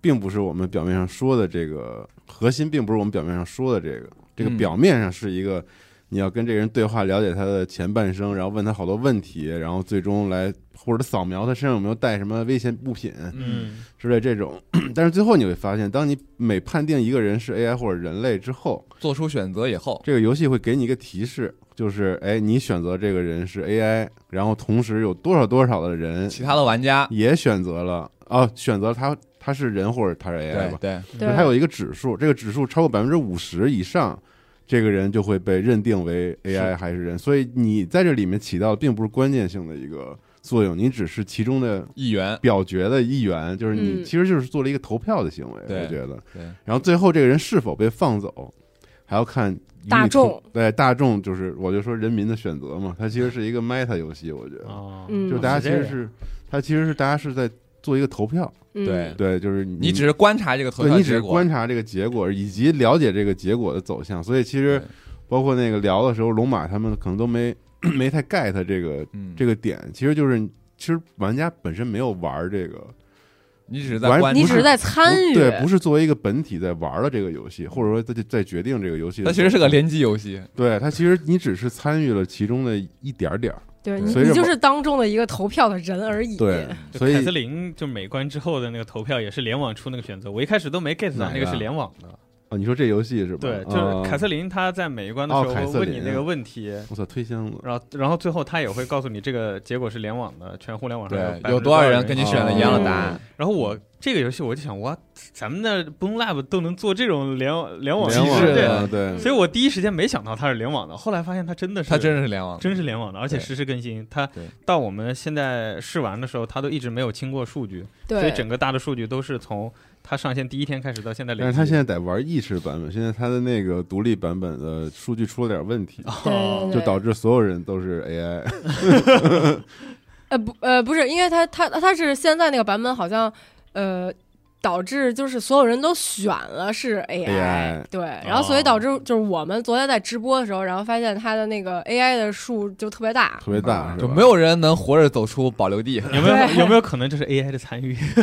S1: 并不是我们表面上说的这个核心，并不是我们表面上说的这个，这个
S5: 嗯
S1: 表面上是一个。你要跟这个人对话，了解他的前半生，然后问他好多问题，然后最终来或者扫描他身上有没有带什么危险物品，
S3: 嗯，
S1: 之类这种。 但是最后你会发现，当你每判定一个人是 AI 或者人类之后，
S5: 做出选择以后，
S1: 这个游戏会给你一个提示，就是哎，你选择这个人是 AI，然后同时有多少多少的人
S5: 其他的玩家，
S1: 也选择了啊，选择他他是人或者他是 AI
S5: 对
S1: 吧，
S5: 对
S1: 就
S2: 对，
S1: 它有一个指数，这个指数超过百分之五十以上。这个人就会被认定为 AI 还是人，所以你在这里面起到的并不是关键性的一个作用，你只是其中的
S5: 议员，
S1: 表决的一员，就是你
S2: 嗯
S1: 其实就是做了一个投票的行为，
S5: 对
S1: 我觉得。
S5: 对
S1: 然后最后这个人是否被放走，还要看与你
S2: 大众
S1: 同。对大众就是我就说人民的选择嘛，它其实是一个 meta 游戏，我觉
S5: 啊
S1: 得，
S3: 哦，
S2: 嗯
S1: 就大家其实是它其实是大家是在做一个投票，
S2: 嗯
S5: 对
S1: 对，就是
S5: 你只是观察这个投
S1: 对
S5: 票
S1: 你只
S5: 结
S1: 是
S5: 果
S1: 观，察这个结果以及了解这个结果的走向，所以其实
S5: 对
S1: 包括那个聊的时候，龙马他们可能都没 没太 get 这个
S5: 嗯，
S1: 这个点，其实就是其实玩家本身没有玩这个。
S5: 你只是在
S1: 玩
S5: 观察，
S2: 你只是在参与，
S1: 不对，不是作为一个本体在玩了这个游戏，或者说在在决定这个游戏的。
S5: 它其实是个，联机游戏，
S1: 对它其实你只是参与了其中的一点儿点儿。
S2: 对
S1: 随
S2: 你
S1: 着
S2: 你就是当中的一个投票的人而已。
S1: 对，
S3: 就
S1: 所
S3: 凯
S1: 以
S3: 瑟琳就美观之后的那个投票也是联网出那个选择，我一开始都没 get 到那
S1: 啊
S3: 个是联网的。
S1: 哦，你说这游戏是吧？
S3: 对，就
S1: 啊
S3: 是凯瑟琳她在每一关的时
S1: 哦凯瑟琳
S3: 候会问你那个问题，
S1: 我操，推箱子。
S3: 然后然后最后她也会告诉你这个结果是联网的，全互联网上
S5: 对，
S3: 有
S5: 有多少
S3: 人啊
S5: 人跟你
S1: 哦
S5: 选了一样的答案？
S3: 然后我这个游戏我就想，哇，咱们的 Boom Lab 都能做这种联网联网
S1: 联网
S5: 机制
S3: 对
S5: 的
S1: 啊对，
S3: 所以我第一时间没想到它是联网的，后来发现它真的是
S5: 它真是联网的，
S3: 真是联网的，而且
S5: 对
S3: 实时更新。它
S5: 对
S3: 到我们现在试玩的时候，它都一直没有清过数据，
S2: 对，
S3: 所以整个大的数据都是从它上线第一天开始到现在累积。
S1: 但是它现在得玩意识版本，现在它的那个独立版本的数据出了点问题，
S2: 对对对
S1: 就导致所有人都是 AI。
S2: 呃不呃不是，因为他他他是现在那个版本好像呃。导致就是所有人都选了是 AI，,
S1: AI
S2: 对，然后所以导致就是我们昨天在直播的时候，然后发现它的那个 AI 的数就特别大，
S1: 特别大，是
S5: 嗯就
S1: 吧
S5: 没有人能活着走出保留地。
S3: 有没有
S2: 对
S3: 有没有可能这是 AI 的参与？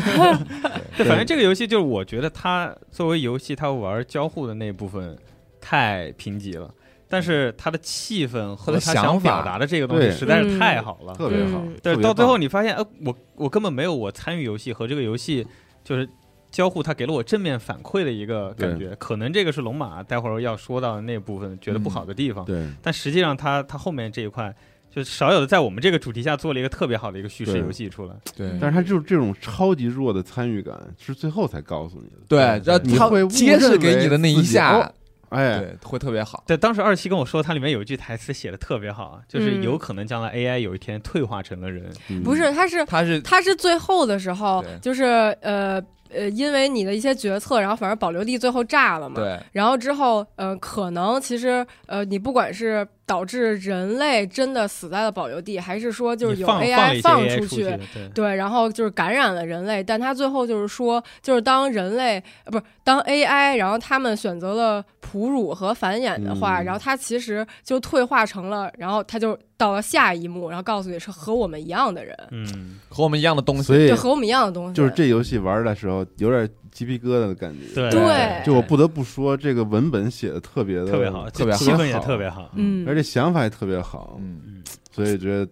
S3: 对，反正这个游戏就是我觉得它作为游戏，它玩交互的那部分太贫瘠了。但是他的气氛和
S5: 他的
S3: 他
S5: 想
S3: 想
S5: 法
S3: 表达的这个东西
S1: 对
S3: 实在是
S2: 嗯
S3: 太好了。
S1: 特别好
S2: 嗯。
S1: 特
S3: 对，
S1: 别
S3: 到最
S1: 棒
S3: 后你发现，呃，我我根本没有我参与游戏和这个游戏就是交互，它给了我正面反馈的一个感觉。可能这个是龙马待会儿要说到的那部分觉得不好的地方，
S1: 嗯对
S3: 但实际上它它后面这一块。就是少有的在我们这个主题下做了一个特别好的一个叙事
S1: 对
S3: 游戏出来，
S5: 对
S1: 但是他就是这种超级弱的参与感，是最后才告诉你的。
S5: 对，
S3: 对
S5: 让
S1: 你
S5: 他
S1: 会误
S5: 揭示给你的那
S1: 认为
S5: 一
S1: 自己
S5: 下
S1: 哦，哎，
S5: 对，会特别好。
S3: 对，当时二七跟我说，它里面有一句台词写的特别好啊，就是
S2: 嗯
S3: 有可能将来 AI 有一天退化成了人，
S1: 嗯
S2: 不是，他是
S5: 他是
S2: 他是最后的时候
S5: 对，
S2: 就是呃呃，因为你的一些决策，然后反而保留地最后炸了嘛。
S5: 对
S2: 然后之后，呃，可能其实，呃，你不管是导致人类真的死在了保留地，还是说就是
S3: 你
S2: 有
S3: 放放了
S2: AI
S3: 一些
S2: 放
S3: AI
S2: 出
S3: 去，
S2: 去，
S3: 对，
S2: 对，然后就是感染了人类，但他最后就是说，就是当人类呃不是当 AI，然后他们选择了哺乳和繁衍的话，
S1: 嗯
S2: 然后它其实就退化成了，然后它就到了下一幕，然后告诉你是和我们一样的人，
S3: 嗯，
S5: 和我们一样的东西，
S1: 所以
S2: 就和我们一样的东西，
S1: 就是这游戏玩的时候有点鸡皮疙瘩的感觉。
S3: 对
S2: 对
S1: 就我不得不说，这个文本写的特别的
S3: 特别好，
S5: 特别好
S3: 气氛也特别好，
S2: 嗯，
S1: 而且想法也特别好，
S5: 嗯，
S1: 所以觉得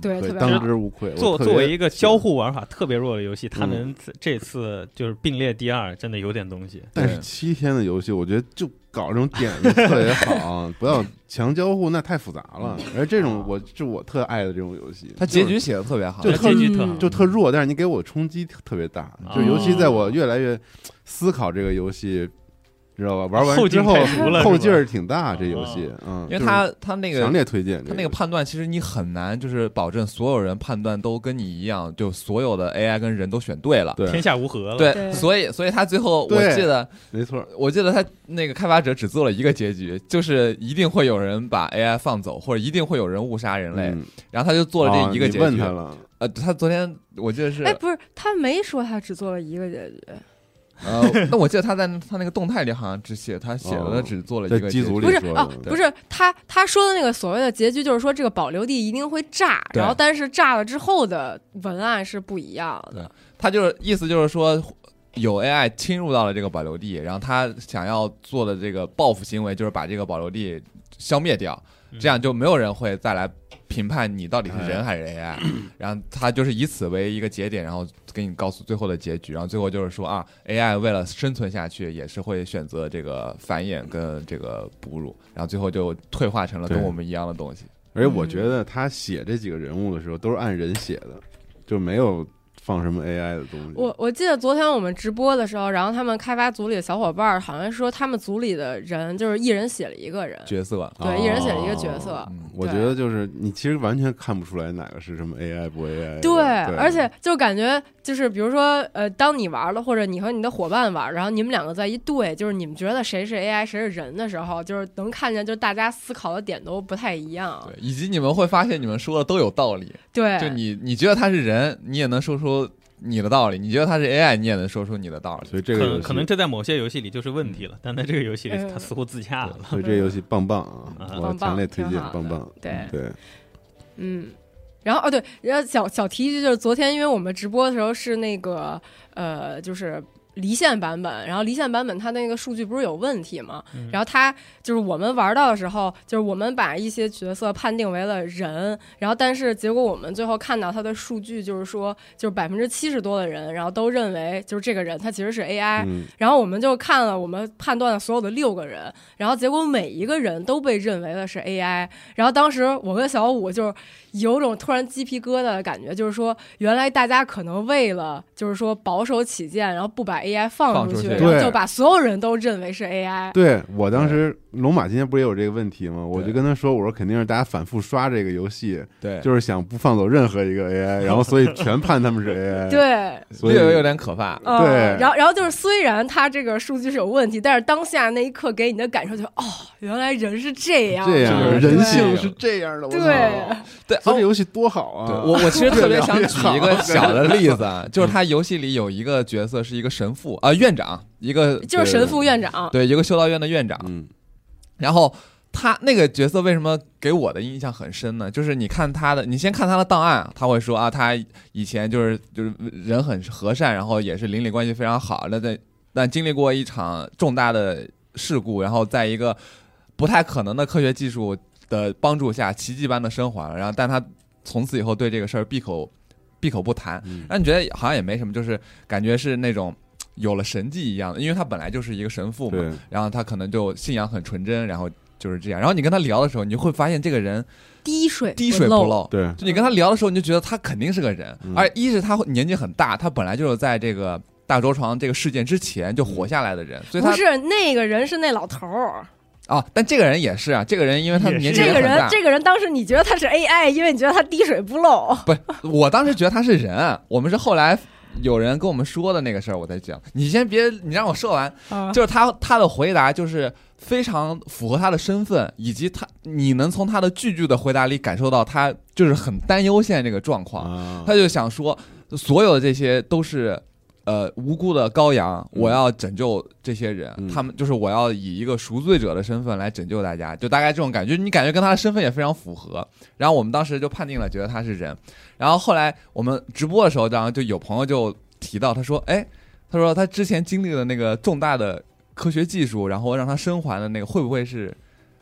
S2: 对，特别
S1: 当
S2: 好。
S1: 之无愧。
S3: 作
S1: 我特
S3: 作
S1: 别
S3: 为一个
S1: 喜
S3: 交
S1: 欢，
S3: 互玩法特别弱的游戏，它
S1: 嗯
S3: 能自这次就是并列第二，真的有点东西。
S1: 但是七天的游戏，我觉得就搞这种点子特别好，不要强交互，那太复杂了。而这种我是我特爱的这种游戏，
S5: 嗯他结局写的特别好，
S1: 就特
S3: 结局特
S2: 嗯
S3: 好，
S1: 就特弱，但是你给我冲击特别大，就尤其在
S5: 哦
S1: 我越来越思考这个游戏，知道吧？玩完
S3: 后
S1: 之
S3: 劲
S1: 后
S3: 太足了
S1: 后
S3: 是吧
S1: 劲儿挺大，这游戏，嗯，
S5: 哦因
S1: 就
S5: 为
S1: 是
S5: 他他那个
S1: 强烈推荐这
S5: 他那个
S1: 游戏
S5: 判断，其实你很难就是保证所有人判断都跟你一样，就所有的 AI 跟人都选对了。
S1: 对
S3: 天，下无合了。
S5: 对，
S2: 对
S5: 所以所以他最后我
S1: 对
S5: 记得
S1: 没错，
S5: 我记得他那个开发者只做了一个结局，就是一定会有人把 AI 放走，或者一定会有人误杀人类。
S1: 嗯
S5: 然后他就做了
S1: 啊
S5: 这一个
S1: 你
S5: 结
S1: 问
S5: 局。
S1: 他了，
S5: 呃，他昨天我记得是
S2: 哎，不是，他没说他只做了一个结局，
S5: 呃，那我记得他在他那个动态里好像只写他写了
S1: 哦
S5: 他只做了一
S1: 在
S5: 个
S1: 机
S5: 结
S1: 组
S5: 局
S1: 里
S2: 不是
S1: 说
S2: 哦
S1: 的，
S2: 不是他他说的那个所谓的结局，就是说这个保留地一定会炸，
S5: 对
S2: 然后但是炸了之后的文案是不一样的。
S5: 他就是意思就是说，有 AI 侵入到了这个保留地，然后他想要做的这个报复行为就是把这个保留地消灭掉，
S3: 嗯
S5: 这样就没有人会再来评判你到底是
S1: 哎
S5: 人还 是 AI。然后他就是以此为一个节点，然后给你告诉最后的结局。然后最后就是说啊，AI 为了生存下去，也是会选择这个繁衍跟这个哺乳，然后最后就退化成了跟
S1: 对
S5: 我们一样的东西。
S1: 而且
S5: 嗯
S1: 我觉得他写这几个人物的时候都是按人写的，就没有放什么 AI 的东西。
S2: 我我记得昨天我们直播的时候，然后他们开发组里的小伙伴儿好像说他们组里的人就是一人写了一个人，
S5: 角色，
S1: 哦
S2: 对，一人写了一个角色。
S5: 嗯，
S1: 我觉得就是你其实完全看不出来哪个是什么 AI 不 AI 的。
S2: 对
S1: 对，，
S2: 而且就感觉就是，比如说，呃，当你玩了，或者你和你的伙伴玩，然后你们两个在一对，就是你们觉得谁是 AI，谁是人的时候，就是能看见，就是大家思考的点都不太一样。
S5: 对，以及你们会发现你们说的都有道理。
S2: 对，
S5: 就你你觉得他是人，你也能说出你的道理；你觉得他是 AI，你也能说出你的道理。
S1: 所以这
S3: 可
S1: 个游
S3: 能
S1: 戏
S3: 可能这在某些游戏里就是问题了，但在这个游戏里
S2: 嗯，
S3: 它似乎自洽
S5: 啊
S3: 了。
S1: 所以这游戏棒棒啊！
S3: 嗯
S1: 我
S2: 棒棒
S1: 强烈推
S2: 挺
S1: 荐，
S2: 好
S1: 棒
S2: 的
S1: 棒。
S2: 对
S1: 对，
S2: 嗯，然后哦对，然后小小提一句，就是昨天因为我们直播的时候是那个呃，就是。离线版本，然后离线版本它那个数据不是有问题吗？
S3: 嗯
S2: 然后它就是我们玩到的时候，就是我们把一些角色判定为了人，然后但是结果我们最后看到它的数据就是说，就是百分之七十多的人，然后都认为就是这个人他其实是 AI，、
S1: 嗯，
S2: 然后我们就看了我们判断的所有的六个人，然后结果每一个人都被认为了是 AI。然后当时我跟小五就是有种突然鸡皮疙瘩的感觉，就是说原来大家可能为了就是说保守起见，然后不把 AI 放
S5: 放
S2: 出
S5: 出
S2: 去，
S5: 去
S2: 然后
S1: 对
S2: 就把所有人都认为是 AI。
S1: 对我当时龙马今天不是也有这个问题吗？我
S5: 对
S1: 就跟他说，我说肯定是大家反复刷这个游戏，
S5: 对，
S1: 就是想不放走任何一个 AI，然后所以全判他们是 AI。
S2: 对，
S1: 所以
S5: 略微有点可怕。
S2: 嗯
S1: 对
S2: 然后然后就是虽然它这个数据是有问题，但是当下那一刻给你的感受就是，哦，原来人是这样，
S1: 这样
S5: 就是
S1: 人
S2: 对
S1: 性是这样的。我
S2: 对
S1: 操，
S5: 对，
S1: 所以这
S5: 哦
S1: 游戏多好啊！
S5: 对我我其实 特别想举一
S1: 越聊越
S5: 个
S1: 好
S5: 小的例 子，啊，就是他游戏里有一个角色是一个神父啊、院长，一个
S2: 就是神父院长，
S5: 对一个修道院的院长，
S1: 嗯，
S5: 然后。他那个角色为什么给我的印象很深呢？就是你看他的，你先看他的档案，他会说啊，他以前就是就是人很和善，然后也是邻里关系非常好。那在但经历过一场重大的事故，然后在一个不太可能的科学技术的帮助下，奇迹般的升华了。然后，但他从此以后对这个事儿闭口闭口不谈，
S1: 嗯
S5: 让你觉得好像也没什么，就是感觉是那种有了神迹一样的，因为他本来就是一个神父嘛，
S1: 对，
S5: 然后他可能就信仰很纯真，然后就是这样。然后你跟他聊的时候，你就会发现这个人
S2: 滴水
S5: 滴水不
S2: 漏，
S5: 漏。
S1: 对，
S5: 就你跟他聊的时候，你就觉得他肯定是个人，
S1: 嗯
S5: 而一是他年纪很大，他本来就是在这个大着床这个事件之前就活下来的人，所以
S2: 不
S5: 他
S2: 是那个人是那老头儿，
S5: 啊，但这个人也是啊，这个人因为他
S3: 也是
S5: 年纪也
S2: 这个
S5: 很大
S2: 人，这个人当时你觉得他是 AI，因为你觉得他滴水不漏，
S5: 不是，我当时觉得他是人，我们是后来有人跟我们说的那个事儿，我才讲。你先别，你让我说完，
S2: 啊
S5: 就是他他的回答就是非常符合他的身份，以及他你能从他的句句的回答里感受到他就是很担忧现在这个状况，
S1: 啊
S5: 他就想说所有的这些都是。呃，无辜的羔羊，
S1: 嗯
S5: 我要拯救这些人，
S1: 嗯
S5: 他们就是我要以一个赎罪者的身份来拯救大家，就大概这种感觉。你感觉跟他的身份也非常符合。然后我们当时就判定了，觉得他是人。然后后来我们直播的时候，然后就有朋友就提到，他说：“哎，他说他之前经历的那个重大的科学技术，然后让他生还的那个，会不会是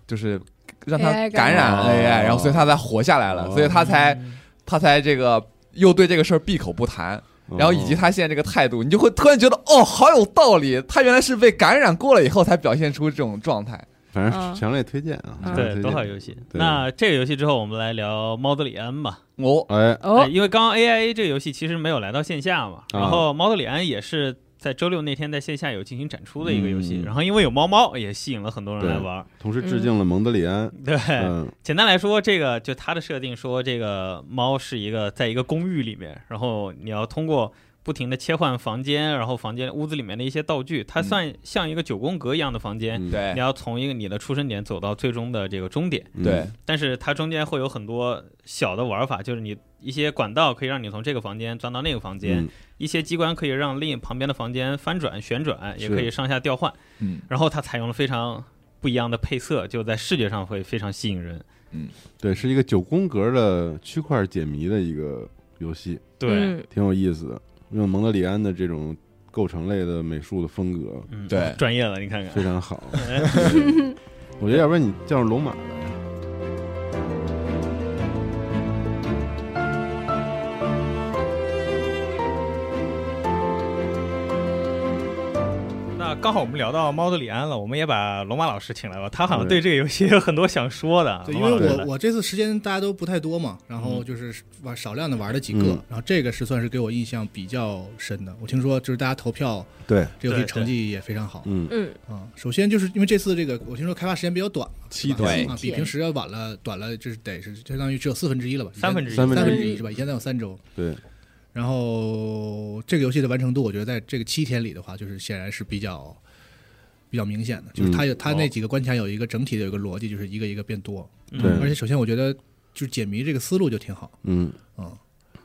S5: 就是让他
S2: AI
S5: 感染
S1: 感
S5: AI，
S1: 染
S5: 然后所以他才活下来了，
S1: 哦
S5: 所以他才他才这个又对这个事儿闭口不谈，
S1: 哦
S5: 然后以
S1: 嗯
S5: 及他现在这个态度，你就会突然觉得哦，好有道理，他原来是被感染过了以后才表现出这种状态。
S1: 反正
S2: 嗯
S1: 强烈推荐啊，
S2: 嗯
S1: 强烈推荐
S3: 对，多好游戏！
S1: 对
S3: 那这个游戏之后，我们来聊《猫德里安》吧。
S5: 哦，
S1: 哎，
S3: 哎
S2: 哦，
S3: 因为刚刚 AIA 这个游戏其实没有来到线下嘛，
S1: 啊
S3: 然后猫德里安也是在周六那天在线下有进行展出的一个游戏，
S1: 嗯
S3: 然后因为有猫猫，也吸引了很多人来玩。
S1: 同时致敬了蒙德里安，
S3: 对，
S1: 嗯，
S3: 简单来说，这个就它的设定说，这个猫是一个在一个公寓里面，然后你要通过不停的切换房间，然后房间屋子里面的一些道具，它算像一个九宫格一样的房间，
S1: 嗯，
S3: 你
S5: 对
S3: 要从一个你的出生点走到最终的这个终点。
S1: 嗯
S5: 对，，
S3: 但是它中间会有很多小的玩法，就是你一些管道可以让你从这个房间钻到那个房间，
S1: 嗯
S3: 一些机关可以让另一旁边的房间翻转、旋转，也
S1: 是
S3: 可以上下调换。
S5: 嗯，
S3: 然后它采用了非常不一样的配色，就在视觉上会非常吸引人。
S1: 对，是一个九宫格的区块解谜的一个游戏，
S3: 对，嗯，
S2: 嗯
S1: 挺有意思的，用蒙德里安的这种构成类的美术的风格
S3: 嗯
S5: 对
S3: 专业了，你看
S1: 非
S3: 看。
S1: 常好。对我觉得要不然你叫上龙马来，
S3: 那刚好我们聊到猫德里安了，我们也把龙马老师请来吧，他好像
S1: 对
S3: 对这个游戏有很多想说的。
S6: 对，因
S3: 龙马
S6: 为
S3: 老师
S6: 我
S3: 来
S6: 我这次时间大家都不太多嘛，然后就是玩少量的玩了几个，
S1: 嗯
S6: 然后这个是算是给我印象比较深的。我听说就是大家投票，
S1: 对，
S6: 这游戏
S3: 对对
S6: 成绩也非常好
S1: 嗯，
S2: 嗯，
S6: 啊、首先就是因为这次这个，我听说开发时间比较短嘛，
S1: 七
S6: 是吧
S5: 天
S6: 啊，比平时要晚了短了，就是得是相当于只有四分之一了吧，
S3: 三分之一
S1: 三分
S6: 三分
S1: 之
S6: 之
S1: 一，
S6: 一是吧？以前咱有三周，
S1: 对，
S6: 然后这个游戏的完成度，我觉得在这个七天里的话，就是显然是比较比较明显的，就是它有、它那几个关卡有一个整体的有一个逻辑，就是一个一个变多，
S3: 嗯
S1: 对
S6: 而且首先我觉得就是解谜这个思路就挺好，
S1: 嗯，
S6: 嗯，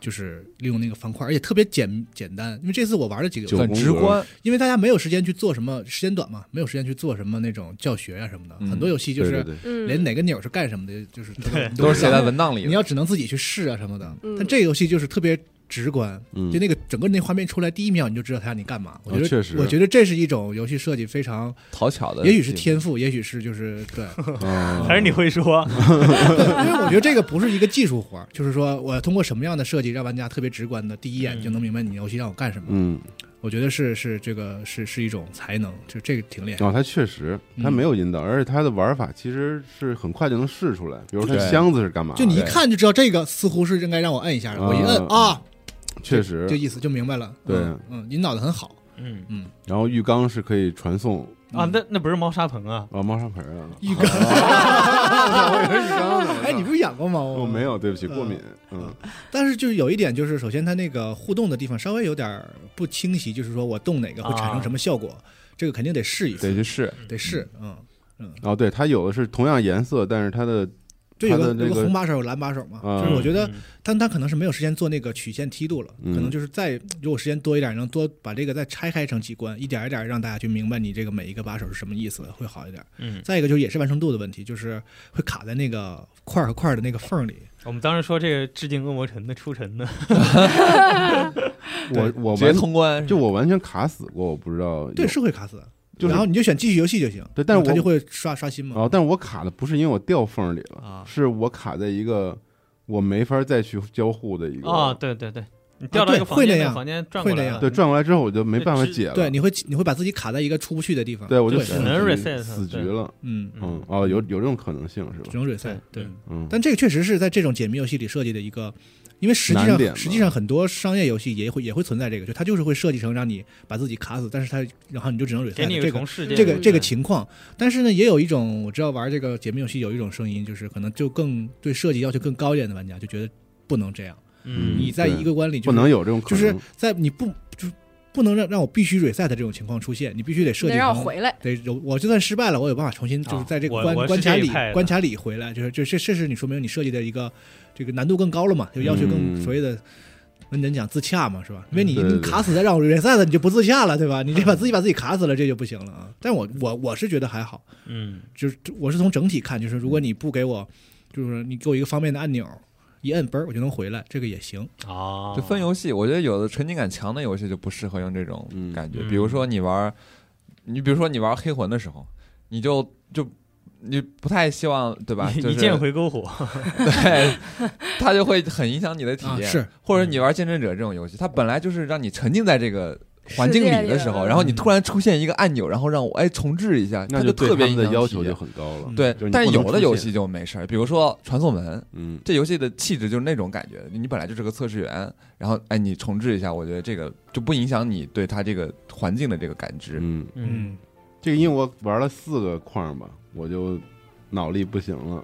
S6: 就是利用那个方块，而且特别简简单，因为这次我玩了几个游
S1: 九
S6: 戏，
S5: 很直观，
S6: 因为大家没有时间去做什么，时间短嘛，没有时间去做什么那种教学呀、什么的，
S5: 嗯
S6: 很多游戏就
S1: 对对
S6: 是
S1: 对，
S2: 嗯
S6: 连哪个钮是干什么的， 就是都
S3: 对
S5: 都是写在文档里
S6: 你
S5: 的。
S6: 要只能自己去试啊什么的。
S2: 嗯
S6: 但这个游戏就是特别直观，
S1: 嗯啊
S6: 就那个整个那画面出来第一秒你就知道它让你干嘛。我觉得，
S1: 确实
S6: 我觉得这是一种游戏设计非常，
S5: 讨巧的，
S6: 也许是天赋，也许是就是对，
S1: 啊
S3: 还是你会说，
S6: 因为我觉得这个不是一个技术活儿，就是说我通过什么样的设计让玩家特别直观的第一眼就能明白你游戏让我干什么。
S1: 嗯，
S6: 我觉得是是这个是是一种才能，就这个挺厉害。
S1: 然后它哦确实它
S6: 嗯
S1: 没有引导，而且它的玩法其实是很快就能试出来，比如它
S5: 对
S1: 箱子是干嘛的，
S6: 就你一看就知道这个似乎是应该让我摁一下的，我一摁
S1: 啊
S6: 啊，
S1: 确
S6: 就
S1: 实，
S6: 意思就明白了。
S1: 对
S6: 嗯，嗯引导的很好，
S3: 嗯
S6: 嗯
S1: 然后浴缸是可以传送
S3: 啊，那那不是猫砂盆啊，
S1: 啊猫砂盆儿啊，哦
S6: 浴缸。
S1: 我以为浴缸呢，
S6: 哎，你不是养过吗？我
S1: 我哦没。有，对不起，过敏，嗯
S6: 嗯但是就是有一点，就是首先它那个互动的地方稍微有点儿不清晰，就是说我动哪个会
S1: 啊
S6: 产生什么效果，这个肯定得试一
S5: 得
S6: 次，
S5: 去试，
S6: 得试。嗯，
S1: 哦，对，它有的是同样颜色，但是它的
S6: 对，有
S1: 它
S6: 个
S1: 的那
S6: 有
S1: 个
S6: 个红把手，有蓝把手嘛，
S1: 嗯
S6: 就是我觉得
S3: 嗯
S6: 但他可能是没有时间做那个曲线梯度了，
S1: 嗯
S6: 可能就是再如果时间多一点，能多把这个再拆开成几关，一点一点让大家去明白你这个每一个把手是什么意思，会好一点。
S3: 嗯，
S6: 再一个就是也是完成度的问题，就是会卡在那个块儿和块儿的那个缝儿里。
S3: 我们当时说这个致敬恶魔城的出城呢，
S1: 我我
S5: 直接
S1: 完
S5: 通关。
S1: 就我完全卡死过，我不知道有
S6: 对，是会卡死。
S1: 就是
S6: 然后你就选继续游戏就行，
S1: 对但是我
S6: 它就会刷刷新嘛
S1: 哦，。但是我卡的不是因为我掉缝里了，
S3: 啊
S1: 是我卡在一个我没法再去交互的一个
S3: 啊，对对对，你掉到
S6: 啊
S3: 一个
S6: 对
S3: 房
S6: 会
S3: 间，那
S6: 那
S3: 个
S6: 样
S3: 房间转
S6: 会
S3: 过来
S6: 那
S3: 了
S6: 样
S1: 对，转过来之后我就没办法
S3: 对
S1: 解了，
S6: 对，你会你会把自己卡在一个出不去的地方。
S1: 对我就
S6: 对
S1: 死
S3: 只能
S1: 局
S3: reset，
S1: 死局
S3: 对
S1: 了，
S6: 嗯，
S1: 嗯，哦，有有这种可能性是吧
S6: 只？能 reset
S3: 对
S6: 对。
S1: 嗯，
S6: 但这个确实是在这种解谜游戏里设计的一个，因为实际
S1: 难点吧
S6: 上实际上很多商业游戏也会也会存在这个，就它就是会设计成让你把自己卡死，但是它然后你就只能
S3: 给
S6: reset
S3: 你一
S6: 这个
S3: 重世界
S6: 这
S3: 的
S6: 个
S3: 一
S6: 这个情况。但是呢，也有一种我知道玩这个解密游戏有一种声音，就是可能就更对设计要求更高一点的玩家就觉得不能这样，
S1: 嗯
S6: 你在一个关里、就是、
S1: 不能有这种可
S6: 就
S1: 能，
S6: 是在你不就是不能让让我必须 reset 的这种情况出现，你必须得设计
S2: 得让我
S6: 成
S2: 回来。
S6: 得有，我就算失败了，我有办法重新就是
S3: 啊
S6: 在这个
S3: 我
S6: 关、
S3: 我是
S6: 关卡
S3: 这一
S6: 里
S3: 派的
S6: 关卡里回来，就是这这这是你说明你设计的一个这个难度更高了嘛，就要求
S1: 嗯
S6: 更所谓的。那你讲自洽嘛，是吧？因为你
S1: 对对
S6: 你
S1: 对
S6: 卡死在让我 reset 了，你就不自洽了，对吧？你这把自己把自己卡死了，这就不行了啊！但我我我是觉得还好，
S3: 嗯，
S6: 就是我是从整体看，就是如果你不给我，就是你给我一个方便的按钮，一摁嘣儿我就能回来，这个也行。
S3: 啊，
S5: 就分游戏，我觉得有的沉浸感强的游戏就不适合用这种
S1: 嗯
S5: 感觉。
S3: 嗯
S5: 比如说你玩儿，你比如说你玩儿黑魂的时候，你就就你不太希望对吧？
S3: 一
S5: 就
S3: 一
S5: 是
S3: 键回篝火，
S5: 对，它就会很影响你的体验。
S6: 啊是，
S5: 或者你玩《见证者》这种游戏，它本来就是让你沉浸在这个环境里的时
S2: 世界
S5: 候，
S2: 里
S5: 然后你突然出现一个按钮，然后让我哎重置一下，
S1: 那
S5: 它就
S1: 对
S5: 特别
S1: 他
S5: 影
S1: 们的
S5: 响
S1: 要
S5: 体
S1: 求就
S5: 验。
S1: 很高了，
S5: 对
S1: 就是，你
S5: 但
S1: 不能
S5: 有的
S1: 出
S5: 游
S1: 现
S5: 戏就没事儿，比如说《传送门》，
S1: 嗯，
S5: 这游戏的气质就是那种感觉，你本来就是个测试员，然后哎，你重置一下，我觉得这个就不影响你对它这个环境的这个感知。
S1: 嗯，
S3: 嗯，
S1: 这个因为我玩了四个框吧，我就脑力不行 了。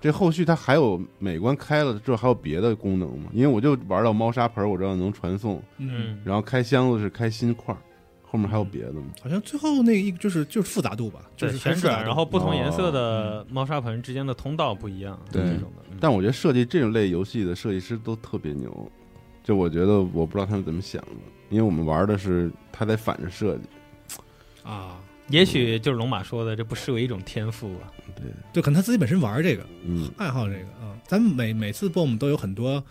S1: 这后续它还有每关开了之后还有别的功能吗？因为我就玩到猫砂盆，我知道能传送，
S3: 嗯，
S1: 然后开箱子是开新块儿，后面还有别的吗？
S6: 好像最后那一就是就是复杂度吧，就
S3: 对，
S6: 是还
S3: 旋
S6: 是复杂
S3: 转，
S6: 度
S3: 然后不同颜色的猫砂盆之间的通道不一样，
S5: 哦嗯对
S3: 这种的，嗯
S1: 但我觉得设计这种类游戏的设计师都特别牛，就我觉得我不知道他们怎么想的，因为我们玩的是他在反着设计，
S6: 啊，
S3: 也许就是龙马说的，这不失为一种天赋啊，
S6: 对，可能他自己本身玩这个，
S1: 嗯，
S6: 爱好这个啊、咱们每每次 BOM 都有很多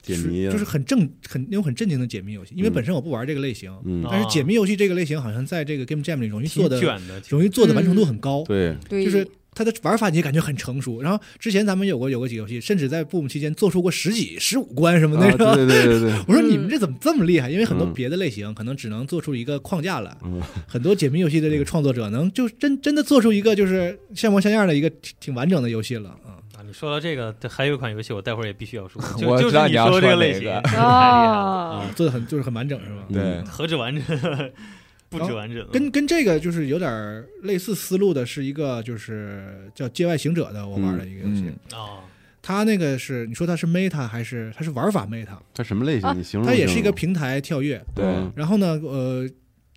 S1: 解谜
S6: 是
S1: 啊
S6: 就是很正很那种很正经的解谜游戏，因为
S1: 嗯
S6: 本身我不玩这个类型，
S1: 嗯，
S3: 啊
S6: 但是解谜游戏这个类型好像在这个 Game Jam 里容易
S3: 挺
S6: 做的
S3: 卷的，
S6: 容易做的完成度很高，
S1: 嗯对，
S2: 对，
S6: 就是它的玩法你也感觉很成熟。然后之前咱们有过有过几个游戏，甚至在 BOM 期间做出过十几十五关什么
S1: 啊
S6: 那
S1: 对
S6: 种。
S1: 对对对对，
S6: 我说你们这怎么这么厉害？因为很多
S1: 嗯
S6: 别的类型可能只能做出一个框架来，
S1: 嗯
S6: 很多解谜游戏的这个创作者能就真真的做出一个就是像模像样的一个挺挺完整的游戏了啊。
S3: 啊，你说到这个，这还有一款游戏，我待会儿也必 须要说，就
S5: 我
S3: 就
S5: 知道
S3: 是
S5: 你要说
S3: 说这
S5: 哪
S3: 类
S5: 个
S3: 型，
S5: 哦
S3: 太厉害了，嗯
S6: 做的很就是很完整是吧？
S1: 嗯
S5: 对
S3: 何止完整， 不止完
S5: 嗯
S3: 整，
S6: 哦跟跟这个就是有点儿类似思路的，是一个就是叫《界外行者》的，我玩的一个游戏。
S5: 嗯，
S3: 啊，
S6: 它那个是你说它是 Meta 还是它是玩法 Meta？
S1: 它什么类型？
S2: 啊
S1: 你
S5: 嗯
S1: 形容
S6: 它也是一个
S1: 形
S6: 平台跳跃。
S5: 对
S1: 嗯
S6: 然后呢，呃，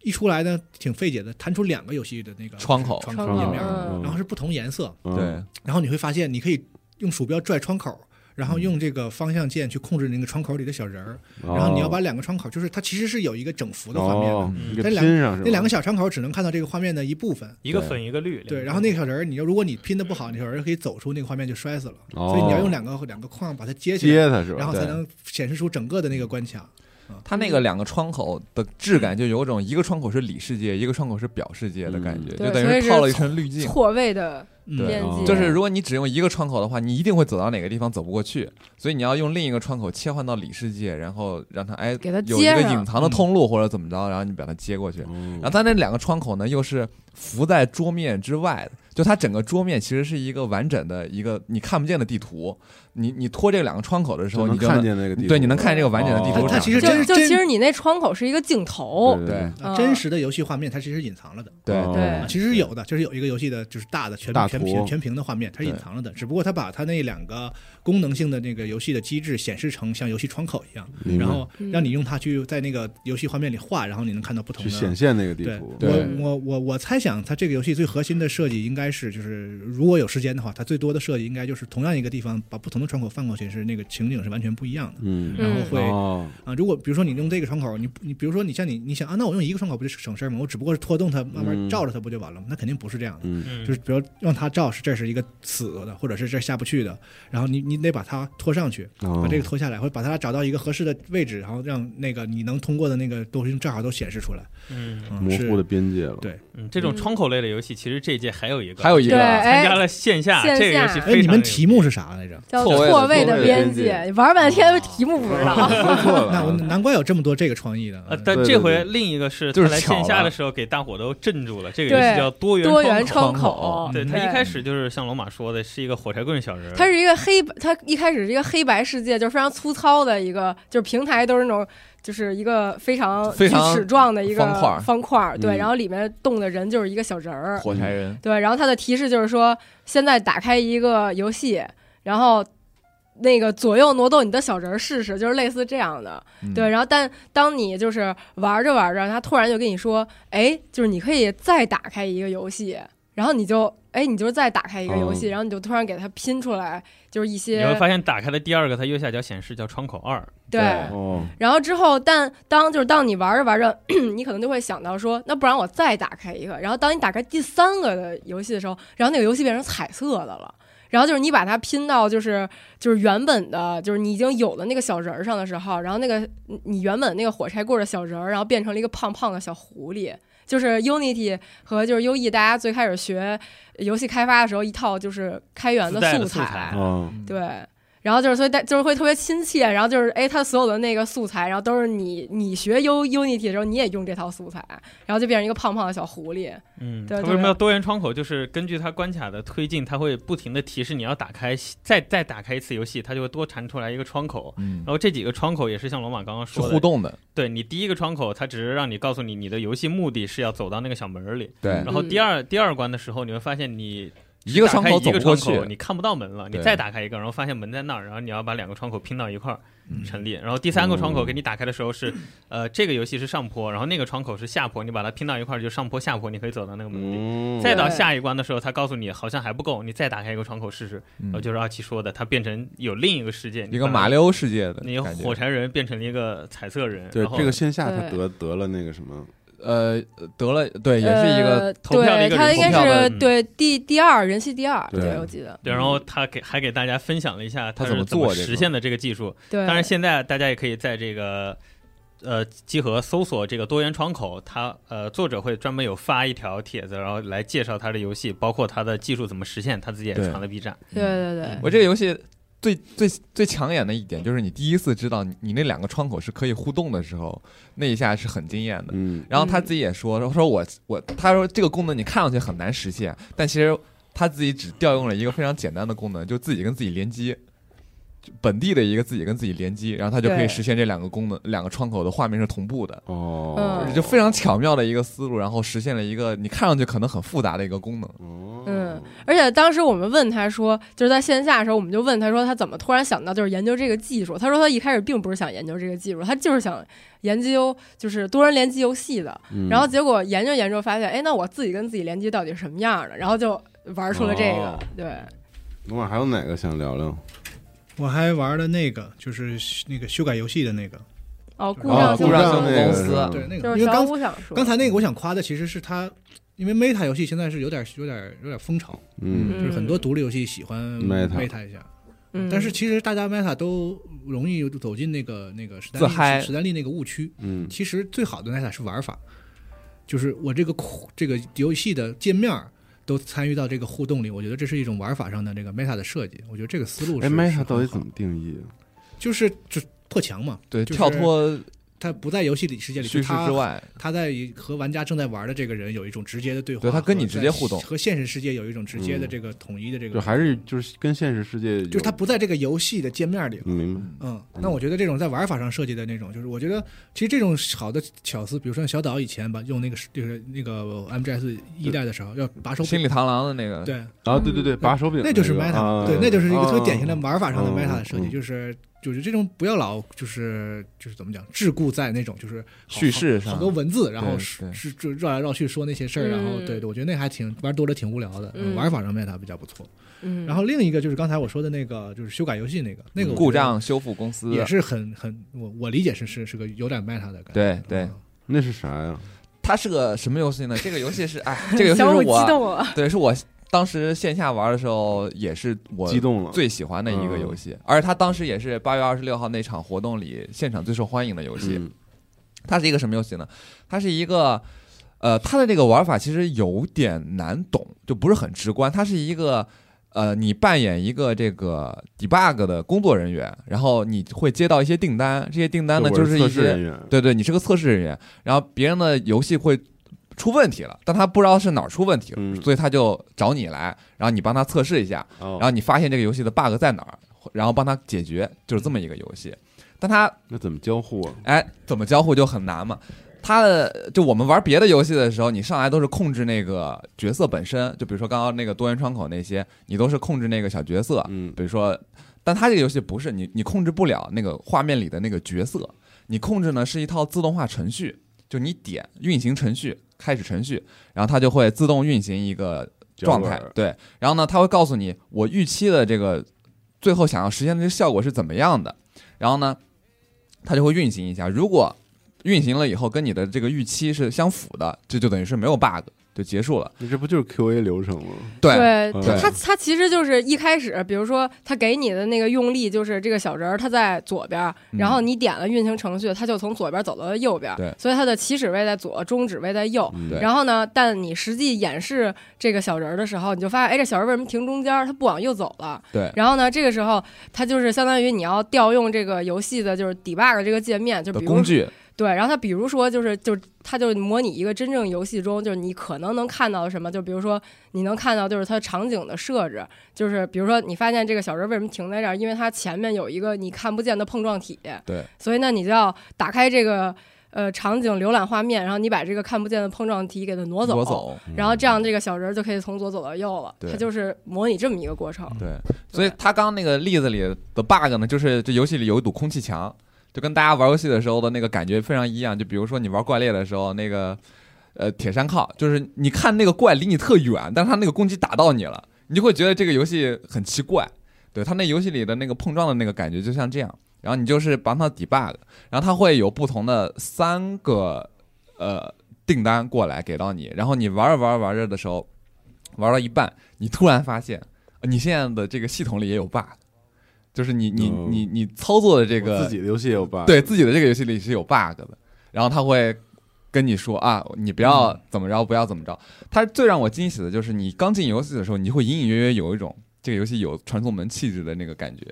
S6: 一出来呢挺费解的，弹出两个游戏的那个
S5: 窗口
S6: 窗
S2: 窗
S6: 口
S2: 口
S6: 页
S1: 容
S6: 面，
S1: 嗯
S2: 嗯
S6: 然后是不同颜色，
S1: 嗯
S5: 对，
S6: 然后你会发现你可以用鼠标拽窗口。
S5: 嗯
S6: 然后用这个方向键去控制那个窗口里的小人儿，
S1: 嗯
S6: 然后你要
S5: 哦
S6: 把两个窗口，就是它其实是有一个整幅的画面的，
S1: 哦
S3: 嗯
S1: 给
S6: 那
S1: 拼
S6: 两
S1: 上是吧？
S6: 那两个小窗口只能看到这个画面的一部分，
S3: 一个粉一个绿，
S6: 对，
S3: 两
S6: 然后那个小人儿，你要如果你拼的不好，那小人儿可以走出那个画面就摔死了，
S1: 哦
S6: 所以你要用两个两个框把它接起来，
S1: 接它是吧？
S6: 然后才
S5: 对
S6: 能显示出整个的那个关卡。
S5: 它那个两个窗口的质感就有种一个窗口是里世界，一个窗口是表世界的感觉，
S1: 嗯
S5: 就
S2: 对
S5: 等
S2: 所
S5: 于
S2: 以
S5: 是
S2: 是
S5: 套了一层滤镜。
S2: 错位的
S6: 嗯
S5: 对
S2: 边
S1: 哦
S2: 界，
S5: 就是如果你只用一个窗口的话，你一定会走到哪个地方走不过去，所以你要用另一个窗口切换到里世界，然后让它哎
S2: 给它
S5: 有一
S2: 接
S5: 个
S2: 上
S5: 隐。藏的通路或者怎么着，然后你把它接过去。
S1: 嗯
S5: 然后它那两个窗口呢，又是浮在桌面之外的，就它整个桌面其实是一个完整的一个你看不见的地图。你你拖这两个窗口的时
S1: 就
S5: 候，
S1: 能
S5: 你就
S1: 看见那个地方，
S5: 对，你能看见这个完整的地
S1: 哦
S5: 图长
S6: 它它
S5: 什
S6: 其
S5: 么
S6: 实
S5: 样。
S2: 就就
S6: 真
S2: 其实
S6: 真
S2: 你那窗口是一个镜头，
S1: 对
S5: 对
S6: 啊
S2: 嗯
S6: 真实的游戏画面，它其实隐藏了的。
S5: 对
S1: 哦
S2: 对
S6: 啊其实有的，就是有一个游戏的，就是大的全
S1: 大
S6: 全
S1: 图
S6: 屏全屏的画面，它是隐藏了的。只不过它把它那两个功能性的那个游戏的机制显示成像游戏窗口一样，
S1: 明白
S6: 然后
S3: 嗯
S6: 让你用它去在那个游戏画面里画，然后你能看到不同
S1: 去
S6: 的
S1: 显现那个地
S6: 嗯对
S1: 图，
S5: 对
S6: 我我我我猜想，它这个游戏最核心的设计应该是，就是如果有时间的话，它最多的设计应该就是同样一个地方，把不同的窗口放过去，是那个情景是完全不一样的。
S1: 嗯，
S6: 然后会
S1: 哦，
S6: 啊，如果比如说你用这个窗口，你你比如说你像你你想啊，那我用一个窗口不就省事儿吗？我只不过是拖动它，
S1: 嗯
S6: 慢慢照着它不就完了吗？那肯定不是这样的，
S1: 嗯
S3: 嗯
S6: 就是比如让它他知道是这是一个死的，或者是这下不去的，然后你你得把它拖上去，
S1: 哦
S6: 把这个拖下来，或者把它找到一个合适的位置，然后让那个你能通过的那个东西正好都显示出来。
S3: 嗯
S6: 嗯
S1: 模
S6: 是
S1: 糊的边界了。
S6: 对
S3: 嗯，这种窗口类的游戏，其实这一届还有一个，
S5: 还有一
S2: 对
S5: 个，
S3: 参加了线下
S2: 哎
S3: 这个游戏
S2: 线下
S3: 非
S6: 哎，
S3: 常有意思，
S6: 你们题目是啥来着？
S2: 叫
S5: 错位的
S1: 错
S2: 错位
S1: 位的
S2: 边
S1: 边界
S2: 界，玩半天题目不知道。
S1: 说 错了，啊
S6: 那我难怪有这么多这个创意的。
S3: 呃，
S6: 嗯
S3: 但
S1: 对
S3: 这
S1: 对
S3: 回
S1: 对
S3: 另一个是
S5: 就
S3: 他
S5: 是
S3: 来
S5: 巧
S3: 线下
S5: 了
S3: 的时候给大伙都镇住了。这个游戏
S2: 对
S3: 叫多元
S2: 多元窗
S3: 口。
S2: 口，
S3: 对他一开始就是像龙马说的，是一个火柴棍小人儿，
S2: 它是一个黑，它一开始是一个黑白世界，就是非常粗糙的一个，就是平台都是那种，就是一个非常
S5: 非
S2: 锯
S5: 常
S2: 齿状的一个
S5: 方块儿
S2: 方块儿对，
S1: 嗯
S2: 然后里面动的人就是一个小人儿，
S5: 火柴人，
S2: 对，然后它的提示就是说，现在打开一个游戏，然后。那个左右挪动你的小人儿试试，就是类似这样的，
S5: 嗯
S2: 对。，然后但当你就是玩着玩着，他突然就跟你说，哎，就是你可以再打开一个游戏，然后你就哎，你就再打开一个游戏，
S1: 嗯
S2: 然后你就突然给它拼出来，就是一些
S3: 哦你会发现打开的第二个，它右下角显示叫窗口二，
S2: 对。
S5: 对
S1: 哦，
S3: 嗯
S2: 然后之后，但当就是当你玩着 玩着，你可能就会想到说，那不然我再打开一个。然后当你打开第三个的游戏的时候，然后那个游戏变成彩色的了。然后就是你把它拼到就是就是原本的，就是你已经有了那个小人儿上的时候，然后那个你你原本那个火柴棍儿的小人儿，然后变成了一个胖胖的小狐狸。就是 Unity 和就是 UE，大家最开始学游戏开发的时候，一套就是开源
S3: 自带的
S2: 素
S3: 素
S6: 啊
S3: 材
S1: 哦，
S2: 对，然后就是所以大就是会特别亲切，然后就是哎，他所有的那个素材，然后都是你你学 U Unity 的时候你也用这套素材，然后就变成一个胖胖的小狐狸。
S3: 嗯，它
S2: 对
S3: 为
S2: 对
S3: 什么要多元窗口？就是根据它关卡的推进，它会不停的提示你要打开，再再打开一次游戏，它就会多弹出来一个窗口。
S5: 嗯
S3: 然，后这几个窗口也是像罗马刚刚
S5: 是
S3: 说的，
S5: 互动的，
S3: 对你第一个窗口，它只是让你告诉你你的游戏目的是要走到那个小门儿里。
S5: 对
S3: 然，后
S2: 嗯
S3: 第二、第二关的时候，你会发现你
S5: 一个窗口走
S3: 打开一
S5: 不
S3: 个
S5: 过
S3: 窗
S5: 去
S3: 口，，你看不到门了。你
S5: 对
S3: 再打开一个，然后发现门在那儿，然后你要把两个窗口拼到一块儿
S5: 嗯
S3: 陈列。然后第三个窗口
S1: 哦
S3: 给你打开的时候是，呃，这个游戏是上坡，然后那个窗口是下坡，你把它拼到一块儿就上坡下坡，你可以走到那个门里。
S1: 嗯，
S3: 再到下一关的时候，他告诉你好像还不够，你再打开一个窗口试试。
S5: 嗯
S3: 然后就是阿奇说的，它变成有另一个世界，你
S5: 一个
S3: 把
S5: 马里奥世界的
S3: 你
S5: 感
S3: 火
S5: 觉，
S3: 柴人变成了一个彩色人，
S1: 对
S3: 然后
S1: 这个线下他
S2: 对
S1: 得得了那个什么，
S5: 呃，得了，对，也是一个
S2: 呃
S3: 投票的一个
S2: 对，他
S3: 人
S2: 应该
S5: 投票
S3: 的
S2: 是
S3: 嗯
S2: 对第第二人气第二，
S1: 对
S2: 我记得
S3: 对，然后他给还给大家分享了一下
S5: 他
S3: 是
S5: 怎
S3: 怎
S5: 么
S3: 么
S5: 做这个
S3: 实现的这个技术。
S2: 对。
S3: 当然，现在大家也可以在这个呃集合搜索这个多元窗口，它呃作者会专门有发一条帖子，然后来介绍他的游戏，包括他的技术怎么实现，他自己也
S5: 对
S3: 传了 B 站。
S2: 对对对
S5: 嗯
S3: 嗯
S5: 我这个游戏最最最抢眼的一点就是，你第一次知道你你那两个窗口是可以互动的时候，那一下是很惊艳的。
S1: 嗯，
S5: 然后他自己也说，说我我他说这个功能你看上去很难实现，但其实他自己只调用了一个非常简单的功能，就自己跟自己联机。就本地的一个自己跟自己联机，然后他就可以
S2: 对
S5: 实现这两个功能，两个窗口的画面是同步的，
S1: 哦，
S2: 嗯
S5: 就非常巧妙的一个思路，然后实现了一个你看上去可能很复杂的一个功能。
S1: 哦
S2: 嗯，而且当时我们问他说，就是在线下的时候，我们就问他说，他怎么突然想到就是研究这个技术？他说他一开始并不是想研究这个技术，他就是想研究就是多人联机游戏的。
S1: 嗯
S2: 然后结果研究研究发现，哎，那我自己跟自己联机到底是什么样的？然后就玩出了这个。
S1: 哦
S2: 对，
S1: 龙马还有哪个想聊聊？
S6: 我还玩了那个，就是那个修改游戏的那个，
S2: 哦，故
S6: 故障
S2: 障
S1: 哦，
S2: 性
S5: 故障
S2: 能
S5: 性
S1: 那个
S5: 公
S1: 是
S5: 司
S1: 吧
S6: 对那
S2: 就
S6: 个，
S2: 是
S6: 因为
S2: 小
S6: 刚
S2: 五想说
S6: 刚才那个我想夸的其实是它，因为 Meta 游戏现在是有点有点有点风潮，
S1: 嗯
S6: 就是很多独立游戏喜欢
S1: Meta
S6: Meta 一下，
S2: 嗯
S6: 但是其实大家 Meta 都容易走进那个那个史丹
S5: 自嗨
S6: 利史丹利那个误区。
S1: 嗯
S6: 其实最好的 Meta 是玩法，就是我这个苦这个游戏的界面儿都参与到这个互动里，我觉得这是一种玩法上的这个 Meta 的设计。我觉得这个思路是
S1: 哎
S6: 是
S1: ，Meta
S6: 很
S1: 到底
S6: 好
S1: 怎么定义？
S6: 就是就破墙嘛？
S5: 对，
S6: 就是
S5: 跳脱
S6: 它不在游戏里世界里，
S5: 叙
S6: 就
S5: 事
S6: 它
S5: 之外，
S6: 他在和玩家正在玩的这个人有一种直接的对话，
S5: 对他跟你直接互动嗯
S6: 和在和现实世界有一种直接的这个统一的这个，
S1: 就还是就是跟现实世界有，
S6: 就是他不在这个游戏的界面里。
S1: 嗯明白，
S6: 嗯，那我觉得这种在玩法上设计的那种，就是我觉得其实这种好的巧思，比如说像小岛以前吧，用那个就是那个 MGS 一代的时候要把手
S5: 心
S6: 柄，
S5: 里螳螂的那个，
S6: 对，
S1: 啊，对对对，把手柄
S6: 那就是
S1: 个
S6: Meta，
S1: 啊
S6: 对，那就是一个特别典型的
S1: 啊
S6: 玩法上的
S1: 嗯
S6: Meta 的设计，
S1: 嗯
S6: 就是就是这种不要老就是就是怎么讲，桎梏在那种就是好
S5: 叙事
S6: 好
S5: 上
S6: 好多文字，然后
S5: 对对
S6: 是是就绕来绕去说那些事儿，
S2: 嗯
S6: 然后对对，我觉得那还挺玩多了挺无聊的，
S2: 嗯
S6: 玩法上 Meta 比较不错。
S2: 嗯，
S6: 然后另一个就是刚才我说的那个，就是修改游戏那个那个我觉
S5: 嗯
S6: 得
S5: 故障修复公司
S6: 也是很很我我理解是是是个有点 Meta 的感觉，
S5: 对对
S6: 嗯
S1: 那是啥呀？
S5: 它是个什么游戏呢？这个游戏是，哎，这个游戏
S2: 小五
S5: 是
S2: 激
S5: 我，
S6: 啊
S2: 动了，
S5: 对，是我当时线下玩的时候也是我
S1: 激动了，
S5: 最喜欢的一个游戏，而且它当时也是八月二十六号那场活动里现场最受欢迎的游戏。
S1: 嗯
S5: 它是一个什么游戏呢？它是一个，呃，它的这个玩法其实有点难懂，就不是很直观。它是一个，呃，你扮演一个这个 debug 的工作人员，然后你会接到一些订单，这些订单呢
S1: 我
S5: 就是是
S1: 测
S5: 一
S1: 试人
S5: 些，
S1: 员，
S5: 对对，你是个测试人员，然后别人的游戏会。出问题了，但他不知道是哪儿出问题了，
S1: 嗯
S5: 所以他就找你来，然后你帮他测试一下，
S1: 然
S5: 然后你发现这个游戏的 bug 在哪儿，然后帮他解决，就是这么一个游戏。但它
S1: 那怎么交互啊？
S5: 哎，怎么交互就很难嘛。它的就我们玩别的游戏的时候，你上来都是控制那个角色本身，就比如说刚刚那个多元窗口那些，你都是控制那个小角色，
S1: 嗯
S5: 比如说，但它这个游戏不是你你控制不了那个画面里的那个角色，你控制呢是一套自动化程序，就你点运行程序开始程序，然后它就会自动运行一个状态
S1: 脚本，
S5: 对，然后呢，它会告诉你我预期的这个最后想要实现的这个效果是怎么样的，然后呢，它就会运行一下，如果运行了以后跟你的这个预期是相符的，这就等于是没有 bug 就结束了，
S1: 你这不就是 Q A 流程吗？
S5: 对
S2: 对
S1: 嗯
S2: 它它它其实就是一开始，比如说它给你的那个用力就是这个小人儿它在左边儿，
S5: 嗯
S2: 然后你点了运行程序，它就从左边走到了右边儿
S5: 对，
S2: 所以它的起始位在左，终止位在右。
S1: 嗯
S5: 对
S2: 然后呢，但你实际演示这个小人儿的时候，你就发现，哎，这小人儿为什么停中间儿？它不往右走了。
S5: 对
S2: 然后呢，这个时候它就是相当于你要调用这个游戏的就是 debug 这个界面，就
S5: 的
S2: 比如
S5: 工具，
S2: 对，然后它比如说就是就是它就模拟一个真正游戏中，就是你可能能看到什么，就比如说你能看到就是它场景的设置，就是比如说你发现这个小人为什么停在这儿，因为它前面有一个你看不见的碰撞体，
S5: 对，
S2: 所以呢你就要打开这个呃场景浏览画面，然后你把这个看不见的碰撞体给它挪走，
S5: 挪走，嗯
S1: 嗯
S2: 然后这样这个小人就可以从左走到右了，
S5: 对
S2: 它就是模拟这么一个过程。
S5: 对，所以他刚刚那个例子里的 bug 呢，就是这游戏里有一堵空气墙，就跟大家玩游戏的时候的那个感觉非常一样。就比如说你玩怪猎的时候，那个呃铁山靠，就是你看那个怪离你特远，但是他那个攻击打到你了，你就会觉得这个游戏很奇怪。对他那游戏里的那个碰撞的那个感觉就像这样，然后你就是帮他 debug，然后他会有不同的三个呃订单过来给到你，然后你玩着玩着玩着的时候，玩到一半，你突然发现呃你现在的这个系统里也有 bug，就是你你
S1: 哦
S5: 你你操作的这
S1: 我
S5: 个
S1: 自己的游戏也有 bug，
S5: 对自己的这个游戏里是有 bug 的，然后他会跟你说啊，你不要怎么着，不要怎么着。他最让我惊喜的就是你刚进游戏的时候，你会隐隐约约有一种这个游戏有传送门气质的那个感觉。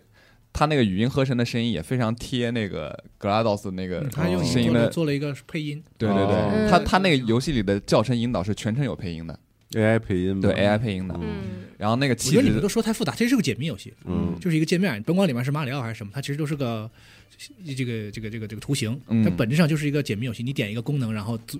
S5: 他那个语音合成的声音也非常贴那个格拉道斯那个
S6: 嗯他用
S5: 声音
S6: 做了
S5: 的，
S6: 做了一个配音，
S5: 对对
S1: 哦
S5: 对，他他那个游戏里的叫声引导是全程有配音的，
S1: A I 配音吧
S5: 对 AI 配音的。
S1: 嗯
S2: 嗯，
S5: 然后那个
S6: 我
S5: 气
S6: 觉得你们
S5: 质
S6: 都说太复杂，这是个解密游戏，
S1: 嗯
S6: 就是一个界面，甭管里面是马里奥还是什么，它其实都是个这个这个这个这个图形，
S5: 嗯
S6: 它本质上就是一个解密游戏。你点一个功能，然后做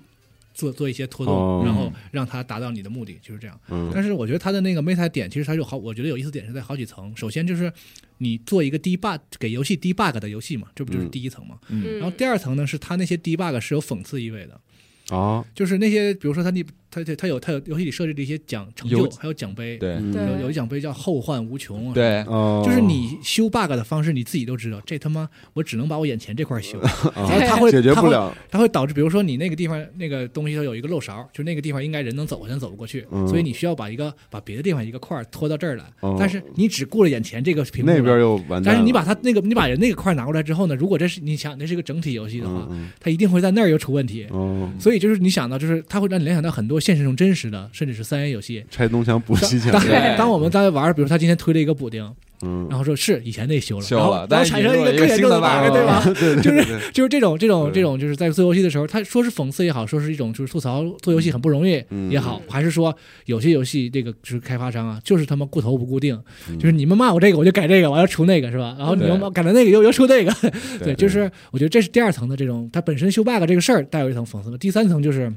S6: 做做一些拖
S1: 哦
S6: 动，然后让它达到你的目的，就是这样。
S1: 嗯
S6: 但是我觉得它的那个 meta 点，其实它有好，我觉得有意思点是在好几层。首先就是你做一个 debug 给游戏 debug 的游戏嘛，这不就是
S1: 嗯
S6: 第一层嘛？
S5: 嗯
S6: 然后第二层呢，是它那些 debug 是有讽刺意味的，
S1: 啊，
S6: 就是那些比如说它那它它它有它有游戏里设置的一些奖成
S5: 有
S6: 就，还有奖杯，
S5: 对
S1: 嗯
S2: 对
S6: 有有一奖杯叫后患无穷啊。。
S5: 对
S1: 哦
S6: 就是你修 bug 的方式，你自己都知道。这他妈，我只能把我眼前这块修，然后它会
S1: 啊解决
S6: 它
S1: 不
S6: 会
S1: 了，
S6: 它会导致，比如说你那个地方那个东西它有一个漏勺，就那个地方应该人能走，但走不过去，
S1: 嗯
S6: 所以你需要把一个把别的地方一个块儿拖到这儿来。
S1: 哦
S6: 但是你只顾着眼前这个屏幕，
S1: 那边。又完蛋了，
S6: 但是你把它那个你把人那个块儿拿过来之后呢，如果这是你想那是一个整体游戏的话，
S1: 嗯
S6: 它一定会在那儿又出问题。
S1: 嗯哦，
S6: 所以就是你想到，就是它会让你联想到很多现实中真实的，甚至是三 A 游戏。
S1: 拆东墙补西墙，
S6: 当
S5: 对
S6: 当当我们在玩儿，比如他今天推了一个补丁，
S1: 嗯
S6: 然后说是以前那修了，
S5: 修
S6: 然后
S5: 了
S6: 然
S5: 但
S6: 后
S5: 是
S6: 产生
S5: 引
S6: 一
S5: 入了
S6: 个
S5: 一个
S6: 更严
S5: 新
S6: 重
S5: 的
S6: 的 bug，
S5: bug
S6: 对吧？
S1: 哦 对对，
S6: 就是
S1: 对
S6: 就是这种这种
S1: 对
S6: 这种，就是在做游戏的时候，他说是讽刺也好，说是一种就是吐槽做游戏很不容易
S1: 嗯
S6: 也好，还是说有些游戏这个就是开发商啊，就是他妈顾头不固定，
S1: 嗯
S6: 就是你们骂我这个我就改这个，我要出那个是吧？然后你
S5: 对
S6: 们骂改了那个又又出那个，
S5: 对
S6: 对，就是我觉得这是第二层的这种，它本身修 bug 这个事儿带有一层讽刺的。第三层就是，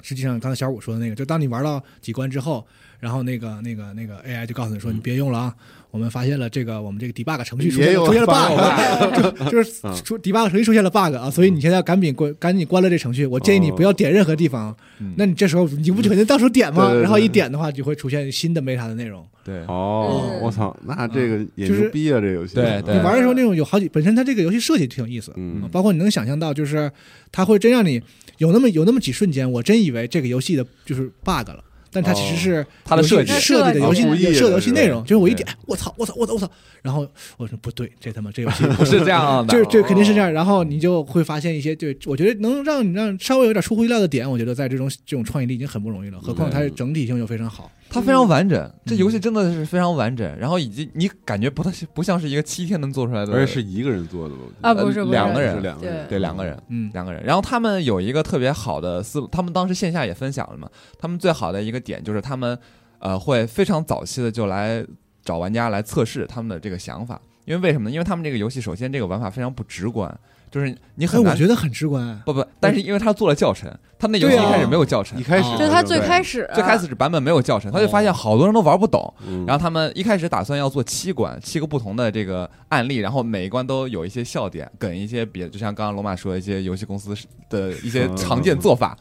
S6: 实际上刚才小五说的那个，就当你玩到几关之后，然后那个那个那个 AI 就告诉你说，你别用了啊，我们发现了这个我们这个 debug 程序出
S1: 嗯也
S6: 现
S1: 有
S6: 了出现了
S1: 发现
S6: bug，就是
S1: 嗯
S6: 出 debug 程序出现了 bug 啊，所以你现在要赶紧关赶紧关了这程序。我
S1: 哦
S6: 建议你不要点任何地方，
S5: 嗯
S6: 那你这时候你不就肯定到处点
S1: 对
S6: 吗
S1: 对？对
S6: 然后一点的话，就会出现新的 meta 的内容。
S5: 对
S1: 哦，
S2: 嗯
S1: 我操，那这个也
S6: 就是
S1: 牛逼啊，这游戏，
S5: 对对
S6: 你玩的时候那种有好几，本身它这个游戏设计挺有意思，啊
S1: 嗯
S6: 包括你能想象到，就是它会真让你有那么有那么几瞬间，我真以为这个游戏的就是 bug 了。但它其实
S1: 哦
S6: 是
S5: 它的
S6: 游戏
S5: 设计
S6: 设计的游戏
S1: 故意的
S6: 设计游戏内容，就是我一
S1: 对
S6: 点，哎我操，我操，我操，我操，然后我说不对，这他妈这游戏
S5: 不是这样的，
S6: 就是这肯定是这
S5: 哦
S6: 样，然后你就会发现一些，对我觉得能让你让稍微有点出乎意料的点，我觉得在这种这种创意力已经很不容易了，何况它是整体性又非常好。
S5: 它非常完整，
S6: 嗯
S5: 这游戏真的是非常完整，然后以及你感觉不太不像是一个七天能做出来的，
S1: 而且是一个人做的吧我觉得
S2: 啊，不是不是
S5: 两个人
S1: 是两个人，
S5: 对两个人。
S6: 嗯，
S5: 两个人，然后他们有一个特别好的思路，他们当时线下也分享了嘛。他们最好的一个点就是他们，呃，会非常早期的就来找玩家来测试他们的这个想法，因为为什么呢？因为他们这个游戏首先这个玩法非常不直观，就是你
S6: 哎，
S5: 很
S6: 我
S5: 难
S6: 觉得很直观，
S5: 不不，但是因为他做了教程，他们那游戏
S6: 对
S5: 一
S6: 啊
S5: 开始没有教程
S1: 嗯一，开始
S6: 哦
S2: 就
S1: 的
S2: 是他
S1: 时候
S2: 最开始啊
S5: 最开始版本没有教程，他就发现好多人都玩不懂，
S1: 嗯
S5: 然后他们一开始打算要做七关，七个不同的这个案例，然后每一关都有一些笑点，梗一些别，就像刚刚罗马说的一些游戏公司的一些常见做法。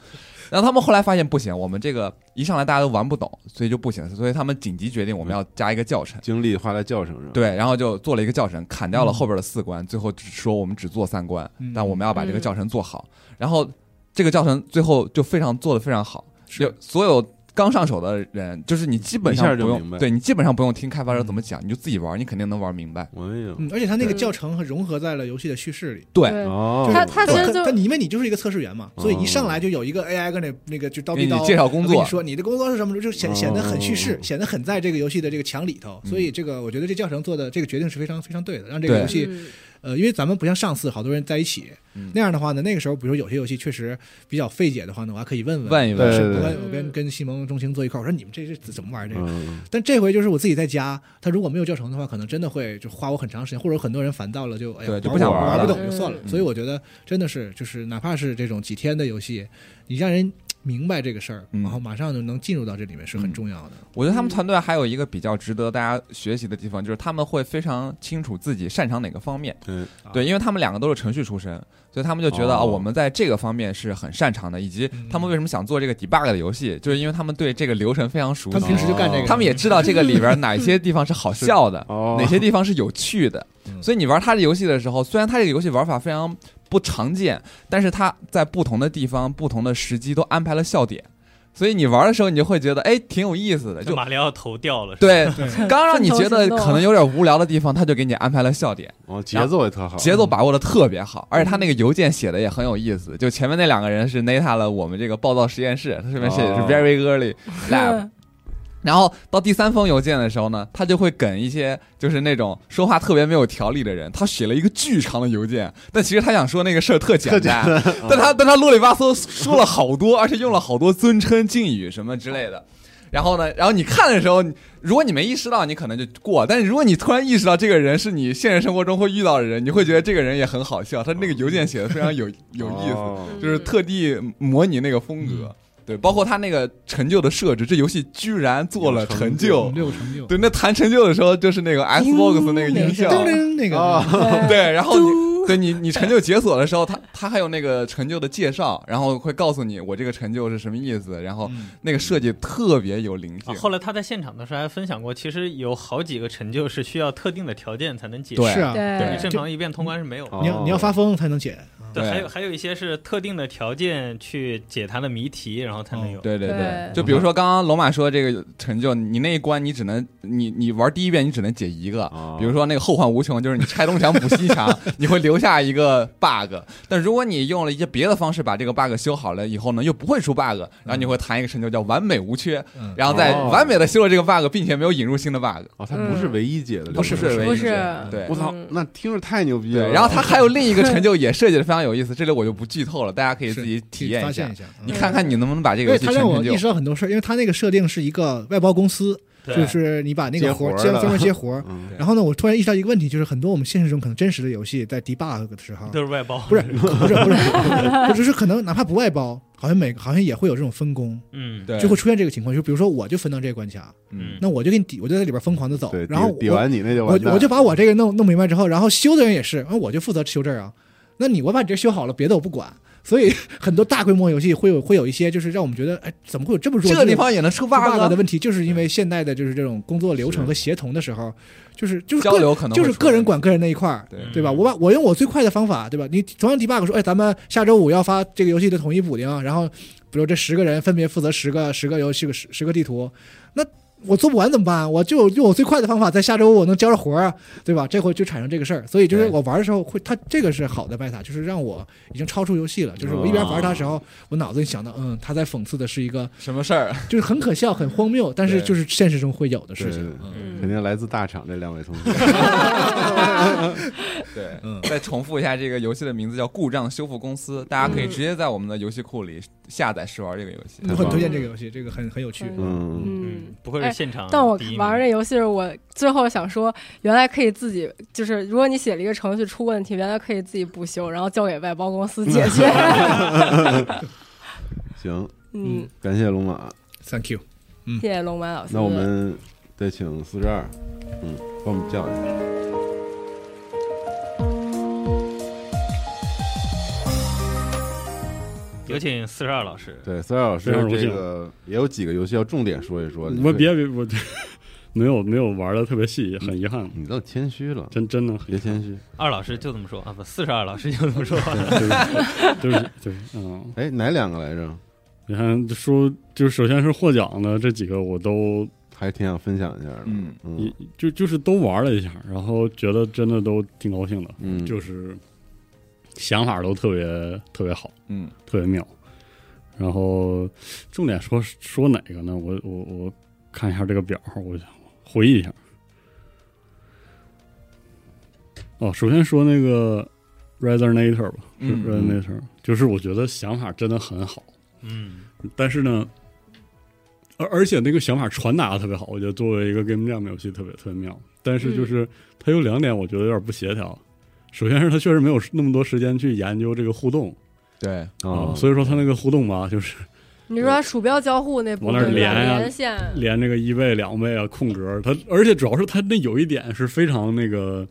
S5: 然后他们后来发现不行，我们这个一上来大家都玩不懂，所以就不行，所以他们紧急决定我们要加一个教程。
S1: 精力花在教程上，
S5: 对，然后就做了一个教程，砍
S1: 嗯
S5: 掉了后边的四关，最后只说我们只做三关，
S6: 嗯
S5: 但我们要把这个教程做好。然后这个教程最后就非常做的非常好，
S6: 是
S5: 有所有刚上手的人，就是你基本
S1: 一下
S5: 上
S1: 就
S5: 不
S1: 明
S5: 用，
S1: 白嗯
S5: 对你基本上不用听开发者怎么讲，你就自己玩，你肯定能玩明白。
S1: 哎呦，
S6: 嗯，而且它那个
S2: 对
S6: 教程和融合在了游戏的叙事里。
S5: 对
S2: 对
S1: 哦，
S2: 他他其
S6: 但
S2: 实就
S6: 但你因为你就是一个测试员嘛，所以一
S1: 哦
S6: 上来就有一个 AI 跟那那个就叨
S5: 给
S6: 逼
S5: 你
S6: 叨
S5: 介绍工
S6: 我跟
S5: 作
S6: 你，说你的工作是什么，就显显得很叙事
S1: 哦，
S6: 显得很在这个游戏的这个墙里头。所以这个我觉得这教程做的这个决定是非常非常对的，让这
S5: 嗯
S6: 个
S5: 对
S6: 游戏
S2: 嗯
S6: 呃，因为咱们不像上次好多人在一起、
S5: 嗯
S6: 那样的话呢，那个时候比如有些游戏确实比较费解的话呢，我还可以问问。
S5: 问一
S1: 对
S5: 问，
S6: 是我
S1: 对
S6: 跟我跟跟西蒙钟情坐一块儿，我说你们这是怎么玩这个？
S1: 嗯，
S6: 但这回就是我自己在家，他如果没有教程的话，可能真的会就花我很长时间，或者很多人烦到了就哎呀
S5: 对就
S6: 玩
S5: 不想
S6: 玩
S5: 玩
S6: 不
S5: 了
S6: 懂就算了。
S5: 嗯
S6: 所以我觉得真的是就是哪怕是这种几天的游戏，你让人明白这个事儿，
S5: 嗯
S6: 然后马上就能进入到这里面是很重要的。
S5: 我觉得他
S1: 嗯
S5: 们团队还有一个比较值得大家学习的地方，就是他们会非常清楚自己擅长哪个方面。
S1: 对，
S6: 啊
S5: 对，因为他们两个都是程序出身，所以他们就觉得
S1: 哦
S5: 啊、我们在这个方面是很擅长的，以及
S6: 嗯
S5: 他们为什么想做这个 debug 的游戏，就是因为他们对这个流程非常熟
S6: 他
S5: 悉
S6: 们，平时就干这
S1: 哦
S6: 个，
S5: 他们也知道这个里边哪些地方是好笑的，
S1: 哦，
S5: 哪些地方是有趣的。
S6: 嗯
S5: 所以你玩他的游戏的时候，虽然他这个游戏玩法非常不常见，但是他在不同的地方、不同的时机都安排了笑点，所以你玩的时候，你就会觉得哎挺有意思的，
S3: 就
S5: 就
S3: 马里奥头掉了，
S5: 对
S6: 对。
S5: 刚让你觉得可能有点无聊的地方，他就给你安排了笑点，
S1: 哦，节奏也特好，
S5: 节奏把握的特别好，而且他那个邮件写的也很有意思。就前面那两个人是 Nata 了，我们这个报道实验室，他上面写的是
S1: 哦
S5: very early lab，然后到第三封邮件的时候呢，他就会梗一些就是那种说话特别没有条理的人。他写了一个巨长的邮件，但其实他想说那个事儿特简单， 但他但他啰里吧嗦说了好多，而且用了好多尊称、敬语什么之类的。然后呢，然后你看的时候，你如果你没意识到，你可能就过；但是如果你突然意识到这个人是你现实生活中会遇到的人，你会觉得这个人也很好笑。他那个邮件写的非常有 有意思。
S2: 嗯
S1: 思，
S5: 就是特地模拟那个风格。对，包括他那个成就的设置，这游戏居然做了成就。
S6: 六成就，
S5: 对，那谈成就的时候，就是那个 Xbox 那个音效。
S6: 噔噔那个
S1: 啊
S5: 哦对，然后你对你你成就解锁的时候，他他还有那个成就的介绍，然后会告诉你我这个成就是什么意思，然后
S6: 嗯
S5: 那个设计特别有灵
S3: 啊
S5: 性。
S3: 后来他在现场的时候还分享过，其实有好几个成就是需要特定的条件才能解，
S5: 对
S6: 是啊，
S5: 对
S3: 你正常一遍通关是没有的。
S1: 哦
S6: 你要你要发疯才能解。
S5: 对
S3: 还有还有一些是特定的条件去解它的谜题，然后才能有。
S5: 对对对
S2: 对，
S5: 就比如说刚刚龙马说这个成就，你那一关你只能你你玩第一遍你只能解一个，比如说那个后患无穷，就是你拆东墙补西墙， 你会留下一个 bug。但如果你用了一些别的方式把这个 bug 修好了以后呢，又不会出 bug，然后你会弹一个成就叫完美无缺，
S6: 嗯
S5: 然后再
S1: 哦
S5: 完美的修了这个 bug，并且没有引入新的 bug。
S1: 哦，他不是唯一解的，
S5: 不是
S1: 这个
S5: 唯
S1: 事
S5: 一
S1: 儿
S2: 不
S5: 解
S2: 是
S5: 对
S1: 我。操
S2: 嗯，
S1: 那听着太牛逼了。
S5: 对，然后他还有另一个成就也设计的非常有意思，这里我就不剧透了，大家可以自己体验
S6: 发
S5: 一下
S6: 现一。下，嗯
S5: 你看看你能不能把这
S6: 因
S5: 个
S6: 为
S5: 游戏
S6: 他
S5: 全
S6: 让我
S5: 成
S6: 意
S5: 就
S6: 识。到很多事儿，因为他那个设定是一个外包公司，
S3: 对
S6: 就是你把那
S1: 接
S6: 个
S1: 活
S6: 活
S1: 儿
S6: 儿接
S1: 的
S6: 专门接活儿。
S1: 嗯，
S6: 然后呢，我突然意识到一个问题，就是很多我们现实中可能真实的游戏在 debug 的时候，
S3: 都是外包，
S6: 不是不是不是，不只是可能哪怕不外包，好像每个好像也会有这种分工，
S3: 嗯，
S5: 对，
S6: 就会出现这个情况。就比如说我就分到这个关卡，
S5: 嗯，
S6: 那我就给你抵，我就在里边疯狂的走
S1: 对，，
S6: 然后
S1: 抵抵
S6: 我
S1: 完你那就
S6: 我
S1: 完蛋
S6: 我就把我这个弄弄明白之后，然后修的人也是，然后我就负责修这儿啊。那你我把你这修好了，别的我不管。所以 很多大规模游戏会有会有一些，就是让我们觉得，哎，怎么会有这么弱
S5: 这
S6: 智
S5: 个
S6: 的
S5: 地方也能出 bug
S6: 出 bug 的
S5: 啊
S6: 问题，就是因为现代的就是这种工作流程和协同的时候，就是就是
S5: 交
S6: 个
S5: 流可能会
S6: 就是
S5: 出
S6: 个人
S5: 问
S6: 管个人那一块儿，
S5: 对
S6: 对吧？我把我用我最快的方法，对吧？你同样 debug 说，哎，咱们下周五要发这个游戏的统一补丁，然后比如这十个人分别负责十个十个游戏个十十个地图，那我做不完怎么办？啊我就用我最快的方法，在下周我能交着活儿啊，对吧？这回就产生这个事儿，所以就是
S5: 对
S6: 我玩的时候会，它这个是好的 beta，就是让我已经超出游戏了，就是我一边玩它的时候，我脑子里想到，嗯，他在讽刺的是一个
S5: 什么事儿？
S6: 就是很可笑、很荒谬，但是
S5: 对
S6: 就是现实中会有的事
S1: 对
S6: 情
S1: 对。
S6: 嗯
S3: 嗯
S1: 肯定来自大厂这两位同学。
S5: 对，
S6: 嗯
S5: 再重复一下，这个游戏的名字叫《故障修复公司》，大家可以直接在我们的游戏库里下载试玩这个游戏。
S6: 我很推荐这个游戏，这个很很有趣。
S2: 嗯
S1: 嗯，
S2: 嗯
S3: 嗯，，不愧是现场第一
S2: 但我
S3: 名。
S2: 玩这游戏，我最后想说，原来可以自己，就是如果你写了一个程序出问题，原来可以自己补修，然后交给外包公司解 决。
S1: 行，
S2: 嗯，
S1: 感谢龙马。
S6: Thank you。
S2: 谢谢龙马老师。
S1: 那我们得请四十二，嗯，帮我们叫一下。
S3: 有请四十二老师。
S1: 对，四十二老师
S7: 非常荣
S1: 这
S7: 幸
S1: 个也有几个游戏要重点说一说。你可
S7: 我
S1: 以，
S7: 别别我没有没有玩的特别细，很遗憾，
S1: 你倒谦虚了，
S7: 真真的
S1: 别谦虚。
S3: 二老师就这么说啊，不，四十二老师就这么说。
S7: 对对对，嗯，
S1: 哎，哪两个来着？
S7: 你看说就是首先是获奖的这几个我都
S1: 还挺想分享一下的。
S5: 嗯
S1: 嗯
S7: 一就就是都玩了一下，然后觉得真的都挺高兴的，
S1: 嗯，
S7: 就是想法都特别特别好，
S5: 嗯，
S7: 特别妙。然后重点说说哪个呢？我我我看一下这个表，我想回忆一下。哦，首先说那个 Resonator 吧，是
S5: 嗯
S7: Resonator，、就是我觉得想法真的很好，
S3: 嗯
S7: 但是呢，而而且那个想法传达的特别好，我觉得作为一个 Game Jam 游戏特别特别妙。但是就是它有两点，我觉得有点不协调。首先是它确实没有那么多时间去研究这个互动
S5: 对，
S1: 啊，
S7: 哦所以说它那个互动吧，就是
S2: 你说鼠标交互那部
S7: 往那
S2: 分
S7: 儿连啊
S2: 连线，
S7: 连那个一位、两位啊、空格，它而且主要是它那有一点是非常那个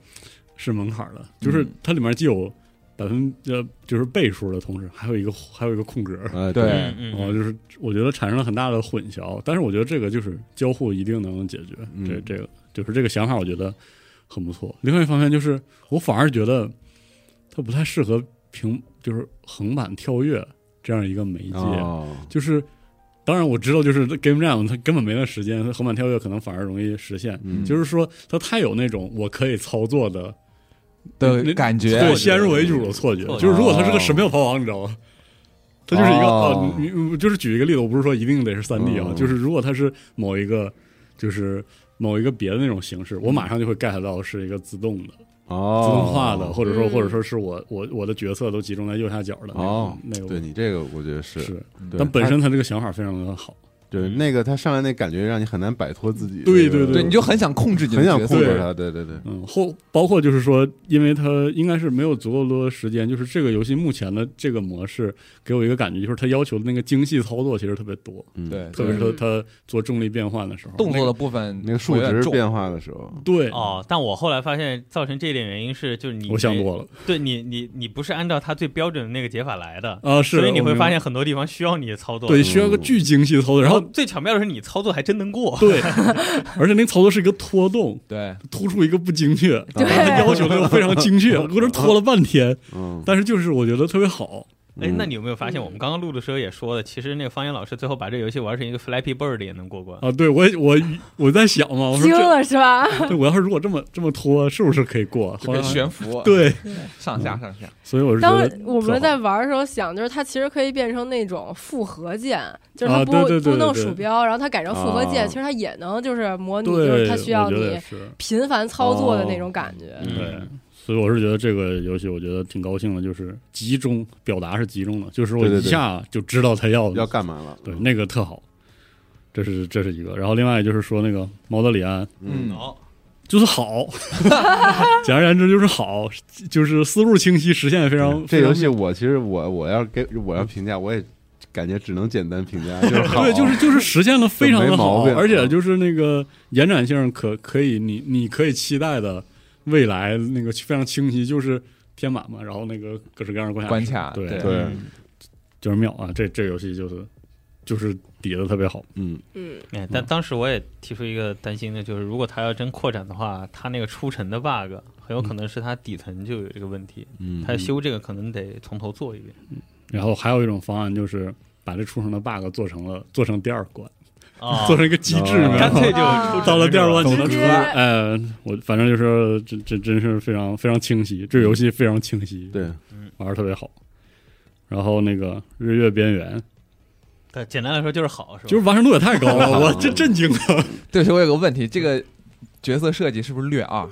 S7: 是门槛的，就是
S5: 嗯
S7: 它里面既有百分呃就是倍数的同时，还有一个还有一个空格，
S1: 哎，
S5: 对
S3: 嗯
S7: 哦，
S3: 嗯，
S7: 就是我觉得产生了很大的混淆，但是我觉得这个就是交互一定能解决，
S1: 嗯
S7: 这这个就是这个想法，我觉得很不错。另外一方面就是，我反而觉得它不太适合平，就是横版跳跃这样一个媒介，
S1: 哦，
S7: 就是当然我知道，就是 Game Jam 它根本没那时间，它横版跳跃可能反而容易实现，
S1: 嗯
S7: 就是说它太有那种我可以操作的
S5: 的
S7: 那
S5: 感觉，
S7: 对，先入为主的错觉，
S3: 错觉
S7: 就是如果他是个神庙逃亡，你知道吗？他就是一个
S1: 哦
S7: 啊，你你就是举一个例子，我不是说一定得是三 D 啊，
S1: 嗯
S7: 就是如果他是某一个，就是某一个别的那种形式，我马上就会 get 到是一个自动的、
S1: 哦，
S7: 自动化的，或者说
S2: 嗯
S7: 或者说是我我我的角色都集中在右下角的那个、
S1: 哦
S7: 那个
S1: 对你这个，我觉得是
S7: 是，
S1: 对
S7: 但本身他这个想法非常的好，
S1: 对那个他上来那感觉，让你很难摆脱自己。
S7: 对
S1: 这个
S7: 对
S5: 对，你就很想控制你的
S1: 很想
S5: 角色
S1: 控制他。对对对，
S7: 嗯，后包括就是说，因为它应该是没有足够多的时间，就是这个游戏目前的这个模式给我一个感觉，就是它要求的那个精细操作其实特别多，
S1: 嗯，
S5: 对，
S7: 特别是它它做重力变换的时候，
S5: 动作
S7: 那
S5: 的
S7: 个
S5: 部分
S1: 那个数
S5: 会有点
S1: 值
S5: 重
S1: 变化的时候，
S7: 对，
S3: 哦，但我后来发现造成这一点原因是，就是你
S7: 我想多了
S3: 对你你你不是按照它最标准的那个解法来的，
S7: 啊，是，
S3: 所以你
S7: 我
S3: 会
S7: 明
S3: 发
S7: 白
S3: 现很哦多地方需要你的操作。
S7: 对，需要个巨精细的操作，然
S3: 然后
S7: 后
S3: 最巧妙的是你操作还真能过。
S7: 对， 而且那个操作是一个拖动，
S5: 对，
S7: 突出一个不精确，
S2: 对
S7: 它要求的又非常精确，我搁这拖了半天，
S1: 嗯，
S7: 但是就是我觉得特别好，
S3: 哎，
S1: 嗯
S3: 那你有没有发现我们刚刚录的时候也说了，其实那个方言老师最后把这游戏玩成一个 Flappy Bird 也能过关。
S7: 啊，对我也我我在想嘛，我说
S2: 惊
S7: 这
S2: 了是吧？
S7: 对，我要是如果这么这么拖，是不是可以过？
S5: 就
S7: 好
S5: 可以
S7: 像
S5: 悬浮，，
S7: 对，
S5: 上下上下，
S7: 所以我是觉
S2: 当
S7: 得
S2: 我
S7: 特好
S2: 们在玩的时候想，就是它其实可以变成那种复合键，就是它
S7: 啊
S2: 不、
S7: 对对对
S2: 不弄
S7: 对对
S2: 鼠标，然后它改成复合键，
S1: 啊
S2: 其实它也能就是模拟，就
S7: 对，
S2: 是它需要
S7: 我觉得
S2: 你
S7: 也是
S2: 频繁操作的那种感觉。
S3: 嗯
S7: 对。所以我是觉得这个游戏，我觉得挺高兴的，就是集中表达是集中的，就是我
S1: 对对
S7: 一
S1: 对
S7: 下就知道他要
S1: 要干嘛了？
S7: 对，那个特好，这是这是一个。然后另外就是说那个毛德里安
S1: 嗯
S5: 嗯
S3: 哦，
S7: 就是好， 简而言之就是好，就是思路清晰，实现也非常。
S1: 这
S7: 非常
S1: 游戏我其实我我要给我要评价，我也感觉只能简单评 价，就是好，
S7: 对，就是就是实现的非常
S1: 没
S7: 的
S1: 毛
S7: 好，
S1: 病啊
S7: 而且就是那个延展性可可以，你你可以期待的未来那个非常清晰，就是天马嘛，然后那个各式各样的关卡
S5: 关卡
S7: 对
S5: 对
S1: 对
S3: 嗯
S7: 就是妙啊！这这个游戏就是就是底子特别好，
S1: 嗯，
S2: 嗯，
S3: 哎，但当时我也提出一个担心的，就是如果它要真扩展的话，它那个出尘的 bug 很有可能是它底层就有这个问题，
S1: 嗯
S3: 它修这个可能得从头做一遍
S7: 然后还有一种方案就是把这出生的 bug 做成了做成第二关，
S3: 啊
S7: 做成一个机制，
S1: 哦
S7: 然
S3: 干
S7: 后
S3: 脆就出
S7: 到了第二关
S5: 懂
S7: 你
S5: 得
S7: 能出
S2: 直
S7: 来。
S2: 接
S7: 哎，我反正就是这这真是非常非常清晰，这游戏非常清晰，
S1: 对，
S7: 玩的特别好。然后那个日月边缘，
S3: 对，简单来说就是好，是吧？
S7: 就是完成度也太高 了，我这震惊了。
S5: 对不起，我有个问题，这个角色设计是不是略二？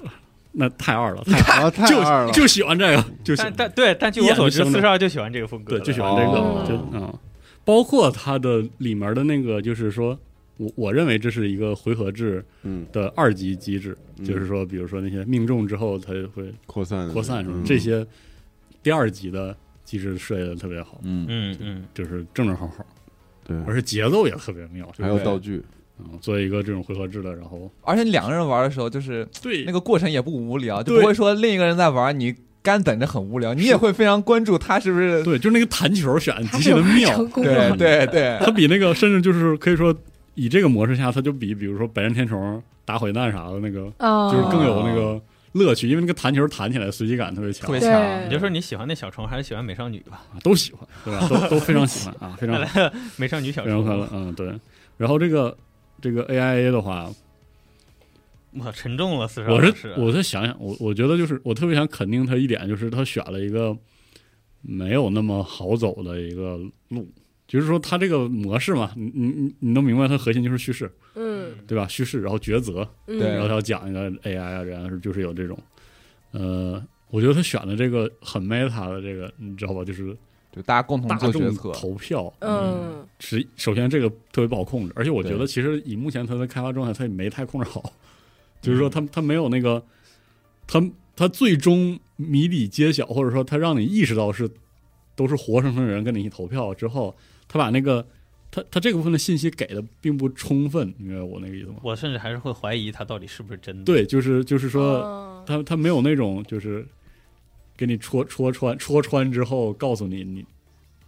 S7: 那太二了，太 二
S1: 啊，太二
S7: 了
S1: 了，
S7: 就就喜欢这个，就喜
S3: 但
S7: 欢
S3: 但对，但据
S7: 一
S3: 我
S7: 眼
S3: 所
S7: 就
S3: 知，
S7: 生
S3: 四
S7: 的
S3: 十二就喜欢这个风格
S7: 对，
S3: 了，
S7: 就喜欢这个，
S1: 哦
S7: 就啊、嗯，包括它的里面的那个，就是说我我认为这是一个回合制
S1: 嗯，
S7: 的二级机制，
S1: 嗯
S7: 就是说，比如说那些命中之后，它就会
S1: 扩散
S7: 扩散什么、
S1: 嗯
S7: 这些，第二级的机制设计的特别好，
S1: 嗯，
S3: 嗯嗯，
S7: 就是正正好好，
S1: 对，
S7: 而且节奏也特别妙，
S1: 还有
S7: 对
S1: 道具，
S7: 嗯，做一个这种回合制的，然后
S5: 而且两个人玩的时候，就是
S7: 对
S5: 那个过程也不无聊，就
S7: 对
S5: 不会说另一个人在玩，你干等着很无聊，你也会非常关注他是不是。
S7: 对，就是那个弹球选的极其的妙，
S2: 成功了，
S5: 对对对，
S7: 它比那个甚至就是可以说以这个模式下，它就比比如说白刃天虫打毁蛋啥的那个
S2: 啊，
S7: 就是更有那个乐趣，因为那个弹球弹起来随机感特别强
S5: 特，别
S2: 对嗯
S5: 强
S3: 你就说你喜欢那小虫还是喜欢美少女吧？
S7: 啊都喜欢，对吧？都都非常喜欢啊，非常
S3: 美少女小
S7: 非常快乐
S3: 虫，，
S7: 嗯，对。然后这个这个 AIA 的话，
S3: 我沉重了四十二。
S7: 我
S3: 啊是
S7: 是我是想想，我我觉得就是我特别想肯定他一点，就是他选了一个没有那么好走的一个路，就是说他这个模式嘛，你你你你能明白它核心就是叙事，
S2: 嗯
S7: 对吧？叙事，然后抉择，
S2: 嗯，
S5: 对
S7: 然后他要讲一个 AI 啊，然后就是有这种，呃，我觉得他选的这个很 meta 的这个，你知道吧？就是
S5: 就大家共同
S7: 大
S5: 做决
S7: 众
S5: 策，
S7: 投票，
S2: 嗯
S7: 是首先这个特别不好控制，而且我觉得
S5: 对
S7: 其实以目前它的开发状态，它也没太控制好， 就是说它它没有那个，它它最终谜底揭晓，或者说它让你意识到是都是活生生的人跟你一起投票之后，它把那个它它这个部分的信息给的并不充分，你明白我那个意思吗？
S3: 我甚至还是会怀疑它到底是不是真的。
S7: 对，就是就是说。
S2: 嗯
S7: 他他没有那种就是给你戳戳穿戳穿之后告诉你你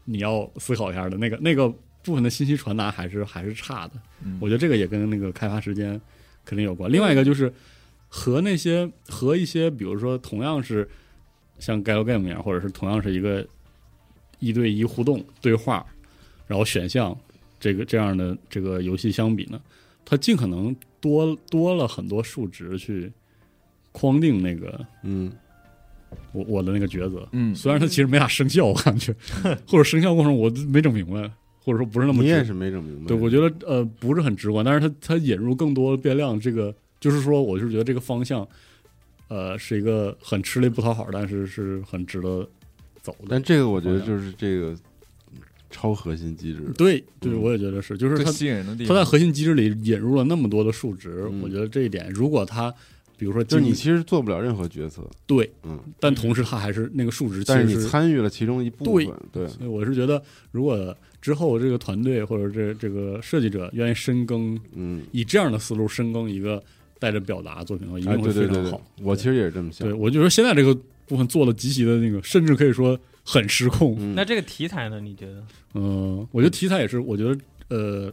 S7: 你要思考一下的那个那个部分的信息传达还是还是差的。
S5: 嗯
S7: 我觉得这个也跟那个开发时间肯定有关。另外一个就是和那些和一些比如说同样是像 g a l Game 一样，或者是同样是一个一对一互动对话，然后选项这个这样的这个游戏相比呢，它尽可能多多了很多数值去框定那个
S1: 嗯，
S7: 我我的那个抉择。
S5: 嗯，
S7: 虽然它其实没啥生效，我感 觉，或者生效过程我没整明白，或者说不是那么
S1: 你
S7: 直
S1: 也是没整明白，
S7: 对，我觉得呃不是很直观，但是它它引入更多变量，这个就是说，我是觉得这个方向，呃，是一个很吃力不讨好，但是是很值得走的
S1: 但。这个我觉得就是这个超核心机制，
S7: 对对，
S1: 嗯
S7: 我也觉得是，就是
S5: 最
S7: 它
S5: 吸引人的地
S7: 它
S5: 方
S7: 在。核心机制里引入了那么多的数值，
S1: 嗯
S7: 我觉得这一点，如果它比如说
S1: 就是你
S7: 经
S1: 其实做不了任何决策，
S7: 对，
S1: 嗯，
S7: 但同时它还是那个数值，其
S1: 但是
S7: 实
S1: 你参与了其中一部分，对，
S7: 所以我是觉得，如果之后这个团队或者这这个设计者愿意深耕，
S1: 嗯，
S7: 以这样的思路深耕一个带着表达的作品的话，一
S1: 哎，
S7: 定会
S1: 对对
S7: 非
S1: 对
S7: 常
S1: 对
S7: 好。，
S1: 我其实也是这么想
S7: 对，，我就说现在这个部分做的极其的那个，甚至可以说很失控。
S1: 嗯
S3: 那这个题材呢？你觉得？
S7: 嗯、我觉得题材也是，我觉得呃，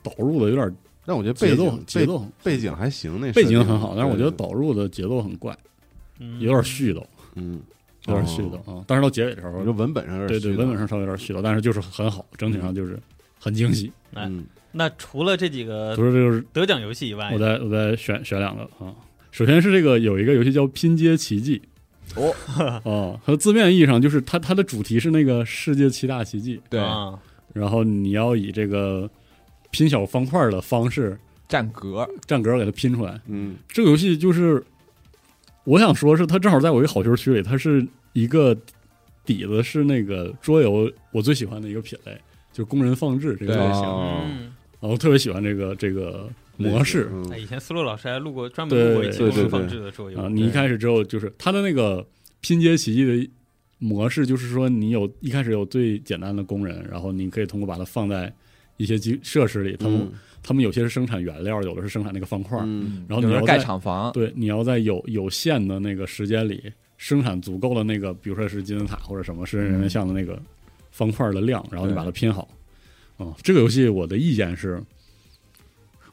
S7: 导入的有点
S1: 但我觉得背
S7: 节奏
S1: 景
S7: 节奏
S1: 背背景还行，那
S7: 背
S1: 设
S7: 景
S1: 定
S7: 很好，但是我觉得，
S1: 对
S7: 导入的节奏很怪，
S3: 嗯
S7: 有点絮叨，
S1: 嗯，
S7: 有点絮叨
S1: 哦
S7: 啊。但是到结尾的时
S1: 我觉得
S7: 候，
S1: 文本上有点
S7: 对对，
S1: 虚
S7: 文
S1: 的
S7: 本上稍微有点絮叨，但是就是很好，整体上就是很惊喜。
S3: 哎
S1: 嗯
S3: 那除了这几
S1: 呃
S3: 个
S7: 不是，这就是
S3: 得奖游戏以外
S7: 我，
S1: 哎
S7: 再我再选选两个啊。首先是这个有一个游戏叫《拼接奇迹》。
S5: 哦
S7: 哦，它字面意义上就是它它的主题是那个世界七大奇迹，
S5: 对，
S3: 啊，
S7: 然后你要以这个拼小方块的方式
S5: 占格，
S7: 占格给它拼出来。
S1: 嗯
S7: 这个游戏就是，我想说是它正好在我一个好球区里，它是一个底子是那个桌游我最喜欢的一个品类，就是工人放置这个
S5: 对
S7: 类型，
S1: 哦
S3: 嗯，
S7: 然后特别喜欢这个这个模式
S1: 嗯
S3: 哎，以前思路老师还录过专门录过一期
S1: 对
S3: 《
S1: 对
S3: 公
S1: 对
S3: 放置》的桌游
S7: 啊。你一开始只有就是它的那个拼接奇迹的模式，就是说你有一开始有最简单的工人，然后你可以通过把它放在一些机设施里，他们、
S1: 嗯
S7: 他们有些是生产原料，有的是生产那个方块儿，
S1: 嗯
S7: 然后
S5: 有
S7: 你
S5: 人
S7: 要
S5: 盖
S7: 在
S5: 厂房，
S7: 对你要在有有限的那个时间里生产足够的那个，比如说是金字塔或者什么狮身人面像的那个方块的量，然后你把它拼好。啊、这个游戏我的意见是，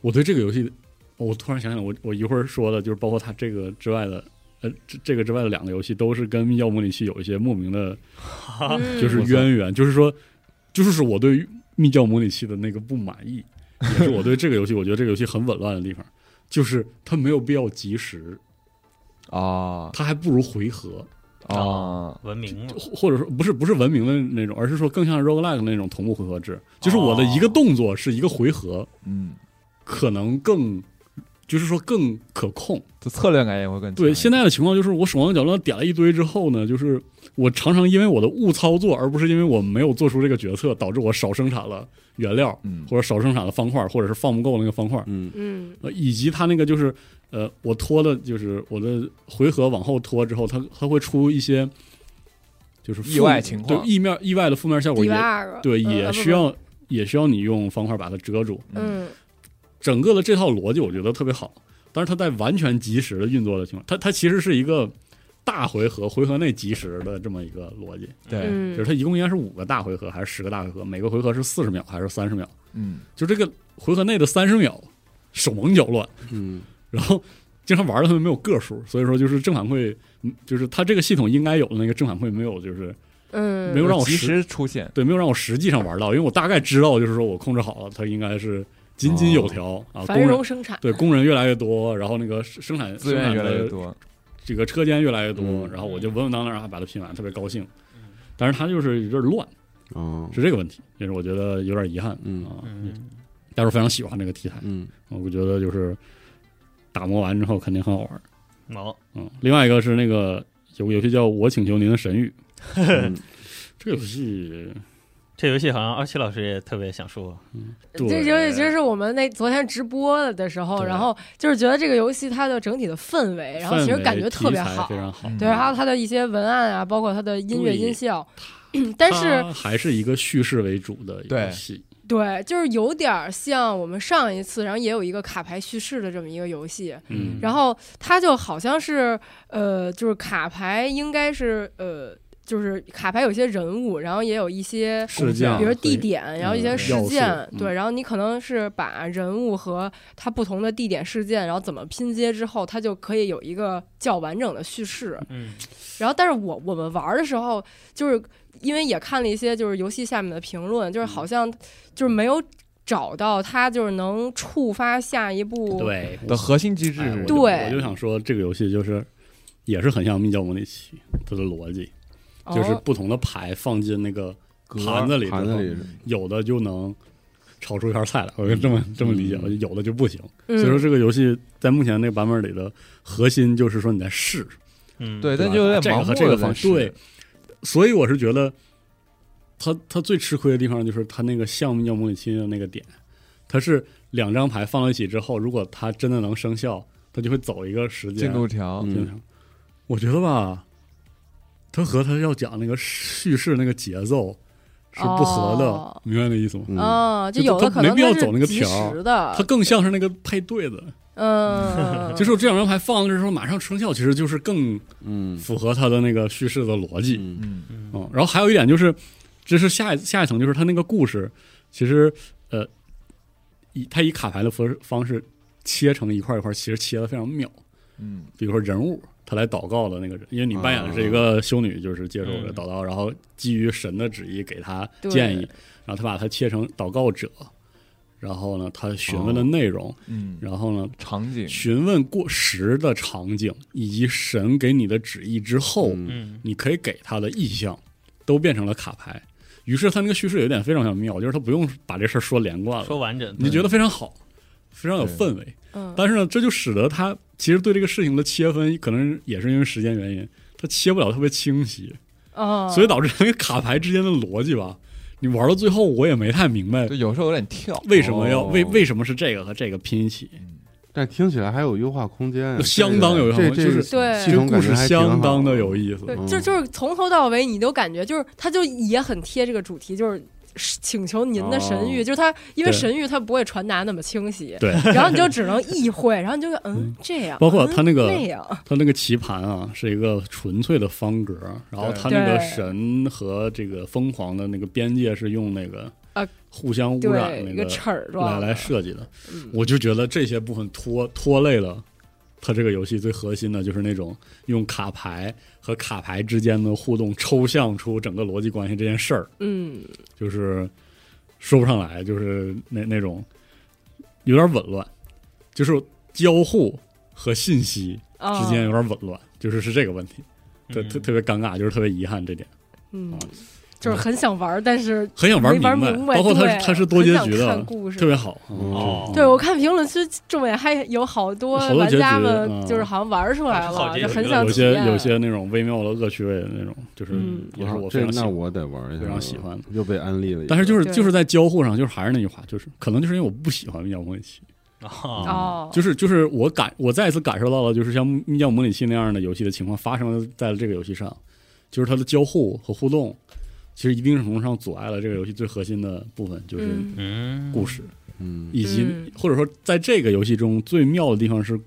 S7: 我对这个游戏，我突然想想我，我一会儿说的就是包括它这个之外的，呃，这这个之外的两个游戏都是跟妖魔里奇有一些莫名的
S2: 嗯
S7: 就是渊源，就是说，就是我对密教模拟器的那个不满意，也是我对这个游戏，我觉得这个游戏很紊乱的地方，就是它没有必要及时，
S5: 啊
S7: 它还不如回合，
S5: 啊
S3: 文明嘛，
S7: 或或者说不是不是文明的那种，而是说更像 roguelike 的那种同步回合制，就是我的一个动作是一个回合，
S5: 嗯，
S7: 可能更。就是说更可控，
S5: 这策略感也会更
S7: 对现
S5: 在
S7: 在的情况就是我手忙脚乱点了一堆之后呢，就是我常常因为我的误操作，而不是因为我没有做出这个决策，导致我少生产了原料，
S5: 嗯
S7: 或者少生产的方块，或者是放不够那个方块，
S1: 嗯
S2: 嗯
S7: 呃，以及它那个就是呃，我拖的就是我的回合往后拖之后，它它会出一些就是
S5: 意
S7: 负
S5: 外情况
S7: 对意面意外的负面效果也
S2: DR
S7: 对
S2: 嗯
S7: 也
S2: 啊不
S7: 需要也需要你用方块把它遮住，
S2: 嗯
S7: 整个的这套逻辑我觉得特别好，但是它在完全及时的运作的情况，它它其实是一个大回合回合内及时的这么一个逻辑，
S5: 对
S7: 就是
S2: 嗯
S7: 它一共应该是五个大回合还是十个大回合，每个回合是四十秒还是三十秒？
S5: 嗯
S7: 就这个回合内的三十秒手忙脚乱，
S1: 嗯
S7: 然后经常玩的他们没有个数，所以说就是正反馈，嗯就是它这个系统应该有的那个正反馈没有，就是
S2: 嗯
S7: 没有让我
S5: 及
S7: 实
S5: 时出现
S7: 对没有让我实际上玩到，因为我大概知道就是说我控制好了，它应该是井井有
S1: 哦
S7: 条、啊，工
S2: 繁
S7: 人
S2: 荣生产
S7: 对工人越来越多，然后那个生产
S5: 资源越来越
S7: 生哎产的
S5: 多，
S7: 这个车间越来越多，
S1: 嗯
S7: 然后我就稳稳当当然后把它拼完，特别高兴。但是它就是有点乱，
S1: 哦
S7: 是这个问题，也是我觉得有点遗憾
S1: 嗯
S7: 啊。
S3: 嗯，
S7: 但是我非常喜欢这个题材，
S1: 嗯
S7: 我觉得就是打磨完之后肯定很好玩。
S3: 毛
S7: 嗯，另外一个是那个有个游戏叫《我请求您的神谕》，
S1: 嗯
S7: 这个游戏
S3: 这游戏好像二七老师也特别想说，
S7: 对
S2: 这游戏其实是我们那昨天直播的时候，
S7: 对
S2: 然后就是觉得这个游戏它的整体的氛围，然后其实感觉特别
S7: 氛围题材
S2: 好
S7: 非，常好。
S5: 嗯
S2: 对，还有它的一些文案啊，包括它的音乐
S7: 对
S2: 音效， 但是
S7: 它还是一个叙事为主的游戏，
S2: 对，就是有点儿像我们上一次，然后也有一个卡牌叙事的这么一个游戏，
S7: 嗯，
S2: 然后它就好像是呃，就是卡牌应该是呃，就是卡牌有些人物，然后也有一些
S7: 事件，
S2: 比如地点，然后一些事件，
S7: 要素嗯
S2: 对，然后你可能是把人物和它不同的地点事件，然后怎么拼接之后，它就可以有一个较完整的叙事。
S3: 嗯，
S2: 然后，但是我我们玩儿的时候，就是因为也看了一些就是游戏下面的评论，就是
S7: 嗯
S2: 好像就是没有找到它就是能触发下一步。
S7: 对
S5: 的核心机制
S7: 哎我
S5: 是
S7: 就
S2: 对
S7: 我就想说这个游戏就是也是很像密教模拟器，它的逻辑
S2: 哦，
S7: 就是不同的牌放进那个盘子里之后，
S1: 盘子里是
S7: 有的就能炒出一盘菜来，我就这么这么理解，我就有的就不行。
S2: 嗯
S7: 所以说这个游戏在目前那个版本里的核心就是说你在试，
S3: 嗯，
S5: 对，
S7: 对
S5: 但
S7: 吧
S5: 就有点
S7: 这个
S5: 盲
S7: 和
S5: 目
S7: 这个
S5: 的
S7: 方
S5: 在
S7: 式对
S5: 试，，
S7: 所以我是觉得它它最吃亏的地方就是它那个项目叫模拟器的那个点，它是两张牌放到一起之后，如果它真的能生效，它就会走一个时间
S5: 进度条
S7: 进度
S1: 嗯
S7: 条我觉得吧，它和它要讲那个叙事那个节奏是不合的，
S2: 哦
S7: 明白那意思吗？
S1: 嗯
S2: 啊，就
S7: 就
S2: 有
S7: 它
S2: 的可
S7: 没
S2: 能
S7: 必要
S2: 它是
S7: 走那个
S2: 及
S7: 条儿
S2: 时
S7: 它
S2: 的，
S7: 更像是那个配对的，
S2: 嗯，
S7: 就是我这两张牌放的时候马上生效，其实就是更
S1: 嗯
S7: 符合它的那个叙事的逻辑。
S1: 嗯
S5: 嗯
S7: 嗯，然后还有一点就是，这是下一下一层，就是他那个故事，其实呃，以他以卡牌的方方式切成一块一块，其实切的非常妙。
S5: 嗯
S7: 比如说人物，他来祷告的那个人，因为你扮演的是一个修女，就是接受着
S3: 嗯
S7: 祷告，然后基于神的旨意给他
S2: 对
S7: 建议，然后他把它切成祷告者，然后呢，他询问的内容，
S5: 嗯，
S7: 然后呢，
S5: 场景
S7: 询问过时的场景以及神给你的旨意之后，
S1: 嗯
S3: 嗯
S7: 你可以给他的意向都变成了卡牌。于是他那个叙事有点非常非常妙，就是他不用把这事儿说连贯
S3: 说
S7: 了，
S3: 完整，
S7: 嗯你觉得非常好，非常有氛围。
S2: 嗯
S7: 但是呢，这就使得他其实对这个事情的切分，可能也是因为时间原因，他切不了特别清晰，
S2: 哦，
S7: 所以导致那个卡牌之间的逻辑吧，你玩到最后我也没太明白
S5: 就有时候有点跳，
S7: 为什么要
S1: 哦
S7: 为为什么是这个和这个拼一起，
S1: 但听起来还有优化空间啊，
S7: 相当有
S1: 这
S7: 就是
S1: 这
S2: 对
S1: 系
S7: 这
S1: 统
S7: 故
S1: 感
S7: 事
S1: 觉还挺
S7: 相当
S1: 好
S7: 的有意思。
S2: 对，
S1: 嗯
S2: 就就是从头到尾，你都感觉就是，它就也很贴这个主题，就是请求您的神谕，
S7: 哦
S2: 就是它因为
S7: 对
S2: 神谕它不会传达那么清晰，
S7: 对，
S2: 然后你就只能意会，然后你就嗯
S7: 嗯
S2: 这样，
S7: 包括
S2: 嗯
S7: 它那个
S2: 那样，
S7: 它那个棋盘啊，是一个纯粹的方格，然后它那个神和这个疯狂的那个边界是用那个
S2: 啊
S7: 互相污染
S2: 对，
S7: 那
S2: 一个齿儿
S7: 来
S2: 状的
S7: 来设计的
S2: 嗯。
S7: 我就觉得这些部分拖拖累了它这个游戏最核心的就是那种用卡牌和卡牌之间的互动抽象出整个逻辑关系这件事儿。
S2: 嗯，
S7: 就是说不上来，就是那那种有点紊乱，就是交互和信息
S2: 啊
S7: 之间有点紊乱，就是是这个问题，特特
S3: 嗯
S7: 特别尴尬，就是特别遗憾这点。
S2: 嗯，就是很想玩，但是
S7: 很想
S2: 没
S7: 明
S2: 玩
S7: 白，
S2: 明白
S7: 包括它
S2: 对
S7: 它是多结局
S2: 很想
S7: 的
S2: 看，故事
S7: 特别好。
S1: 嗯
S3: 哦
S2: 对，我看评论区重点还有好多
S7: 好多
S2: 玩
S7: 结
S2: 家
S7: 局
S2: 们
S7: 嗯
S2: 就是好像玩出来
S3: 好
S2: 了，
S3: 结
S2: 就
S3: 局
S2: 很
S3: 了
S2: 想
S7: 啊有
S2: 体
S7: 些
S2: 验。
S7: 有些那种微妙的恶趣味的那种，就是
S2: 嗯
S7: 也是我非
S1: 这
S7: 常喜
S1: 哦那
S7: 欢。
S1: 我得玩一下，
S7: 非常喜欢的，
S1: 又被安利了一个。
S7: 但是就是
S2: 对
S7: 就是在交互上，就是还是那句话，就是可能就是因为我不喜欢密钥模拟器，
S3: 哦
S2: 哦，
S7: 就是就是我感我再一次感受到了，就是像《密钥模拟器》那样的游戏的情况发生在了这个游戏上，就是它的交互和互动，其实一定程度上阻碍了这个游戏最核心的部分，就是
S2: 嗯
S3: 嗯，
S7: 故事，
S1: 嗯，
S7: 以及
S2: 嗯
S7: 或者说在这个游戏中最妙的地方是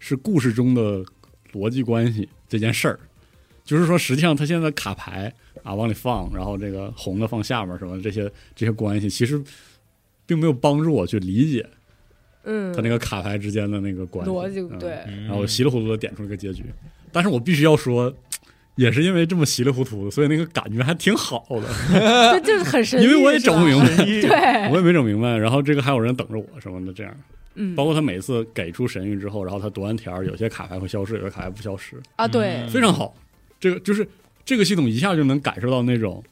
S7: 是故事中的逻辑关系这件事儿，就是说实际上它现在卡牌啊往里放，然后这个红的放下面什么这些这些关系，其实并没有帮助我去理解
S2: 嗯，
S7: 它那个卡牌之间的那个关系
S2: 逻辑
S7: 嗯
S2: 对，
S3: 嗯
S7: 然后我稀里糊涂的点出了个结局。但是我必须要说，也是因为这么稀里糊涂，所以那个感觉还挺好的，
S2: 就 就是很神秘，
S7: 因为我也
S2: 是吧啊
S7: 整不明白，
S2: 对，
S7: 我也没整明白。然后这个还有人等着我什么的，这样，
S2: 嗯
S7: 包括他每次给出神谕之后，然后他读完条儿，有些卡牌会消失，有些卡牌不消失，
S2: 啊，对
S3: 嗯，
S7: 非常好。这个就是这个系统一下就能感受到那种，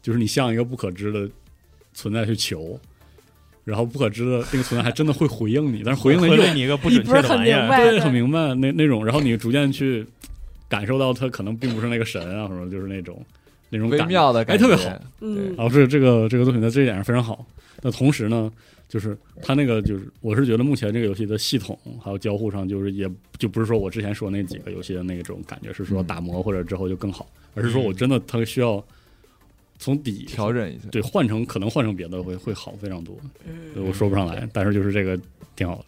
S7: 就是你向一个不可知的存在去求。然后不可知的那个存在还真的会回应你，但是回应的
S3: 回
S7: 又
S3: 了你一个不准确
S2: 你不
S3: 的
S2: 是很
S3: 玩意
S2: 明
S3: 儿，
S2: 白
S7: 对，
S2: 对
S7: 很明白那那种，然后你逐渐去感受到他可能并不是那个神啊什么，就是那种那种
S5: 微
S7: 感觉。
S5: 妙的感觉，
S7: 哎特别好
S2: 嗯
S7: 然后是这个这个作品在这一点上非常好。那同时呢，就是它那个就是我是觉得目前这个游戏的系统还有交互上，就是也就不是说我之前说那几个游戏的那种感觉，是说打磨或者之后就更好，而是说我真的它需要从底
S5: 调整一下。
S7: 对换成可能换成别的会会好非常多。
S2: 嗯
S7: 对我说不上来，但是就是这个挺好的，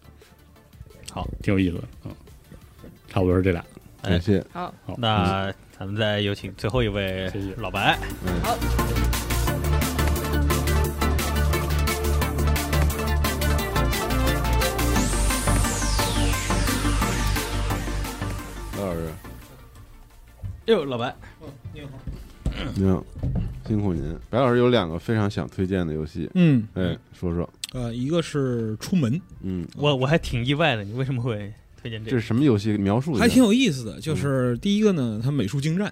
S7: 好，挺有意思的，嗯，差不多是这俩。
S1: 感谢，
S7: 好，
S6: 嗯
S3: 那咱们再有请最后一位
S7: 谢谢
S3: 老白，
S1: 白老师，
S3: 哟，老白，
S6: 嗯
S1: 您好，辛苦您。白老师有两个非常想推荐的游戏，
S6: 嗯，
S1: 哎，说说，
S6: 呃，一个是出门，
S1: 嗯，
S3: 我我还挺意外的，你为什么会推荐
S1: 这是
S3: 这个？
S1: 什么游戏？描述一下嗯
S6: 还挺有意思的。就是第一个呢，它美术精湛，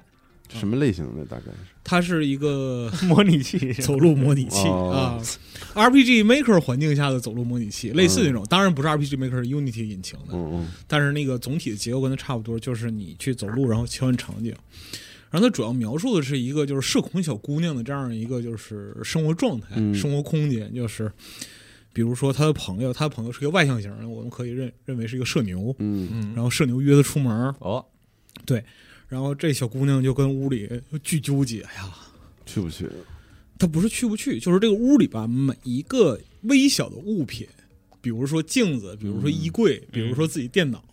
S1: 什么类型的？大概是
S6: 它是 一个
S3: 模拟器是吧
S6: 走路模拟器啊
S1: 哦
S6: ，RPG Maker 环境下的走路模拟器，类似那种，当然不是 RPG Maker 是 Unity 引擎的，
S1: 嗯嗯
S6: 但是那个总体的结构跟它差不多，就是你去走路，然后切换场景。然后它主要描述的是一个就是社恐小姑娘的这样一个就是生活状态、
S1: 嗯
S6: 生活空间，就是比如说她的朋友，她的朋友是一个外向型的，我们可以认认为是一个社牛，
S1: 嗯，
S5: 嗯，
S6: 然后社牛约她出门儿，
S5: 哦，
S6: 然后这小姑娘就跟屋里巨纠结，哎呀，
S1: 去不去？
S6: 她不是去不去，就是这个屋里吧，每一个微小的物品，比如说镜子，比如说衣
S3: 嗯
S6: 柜，比如说自己电脑，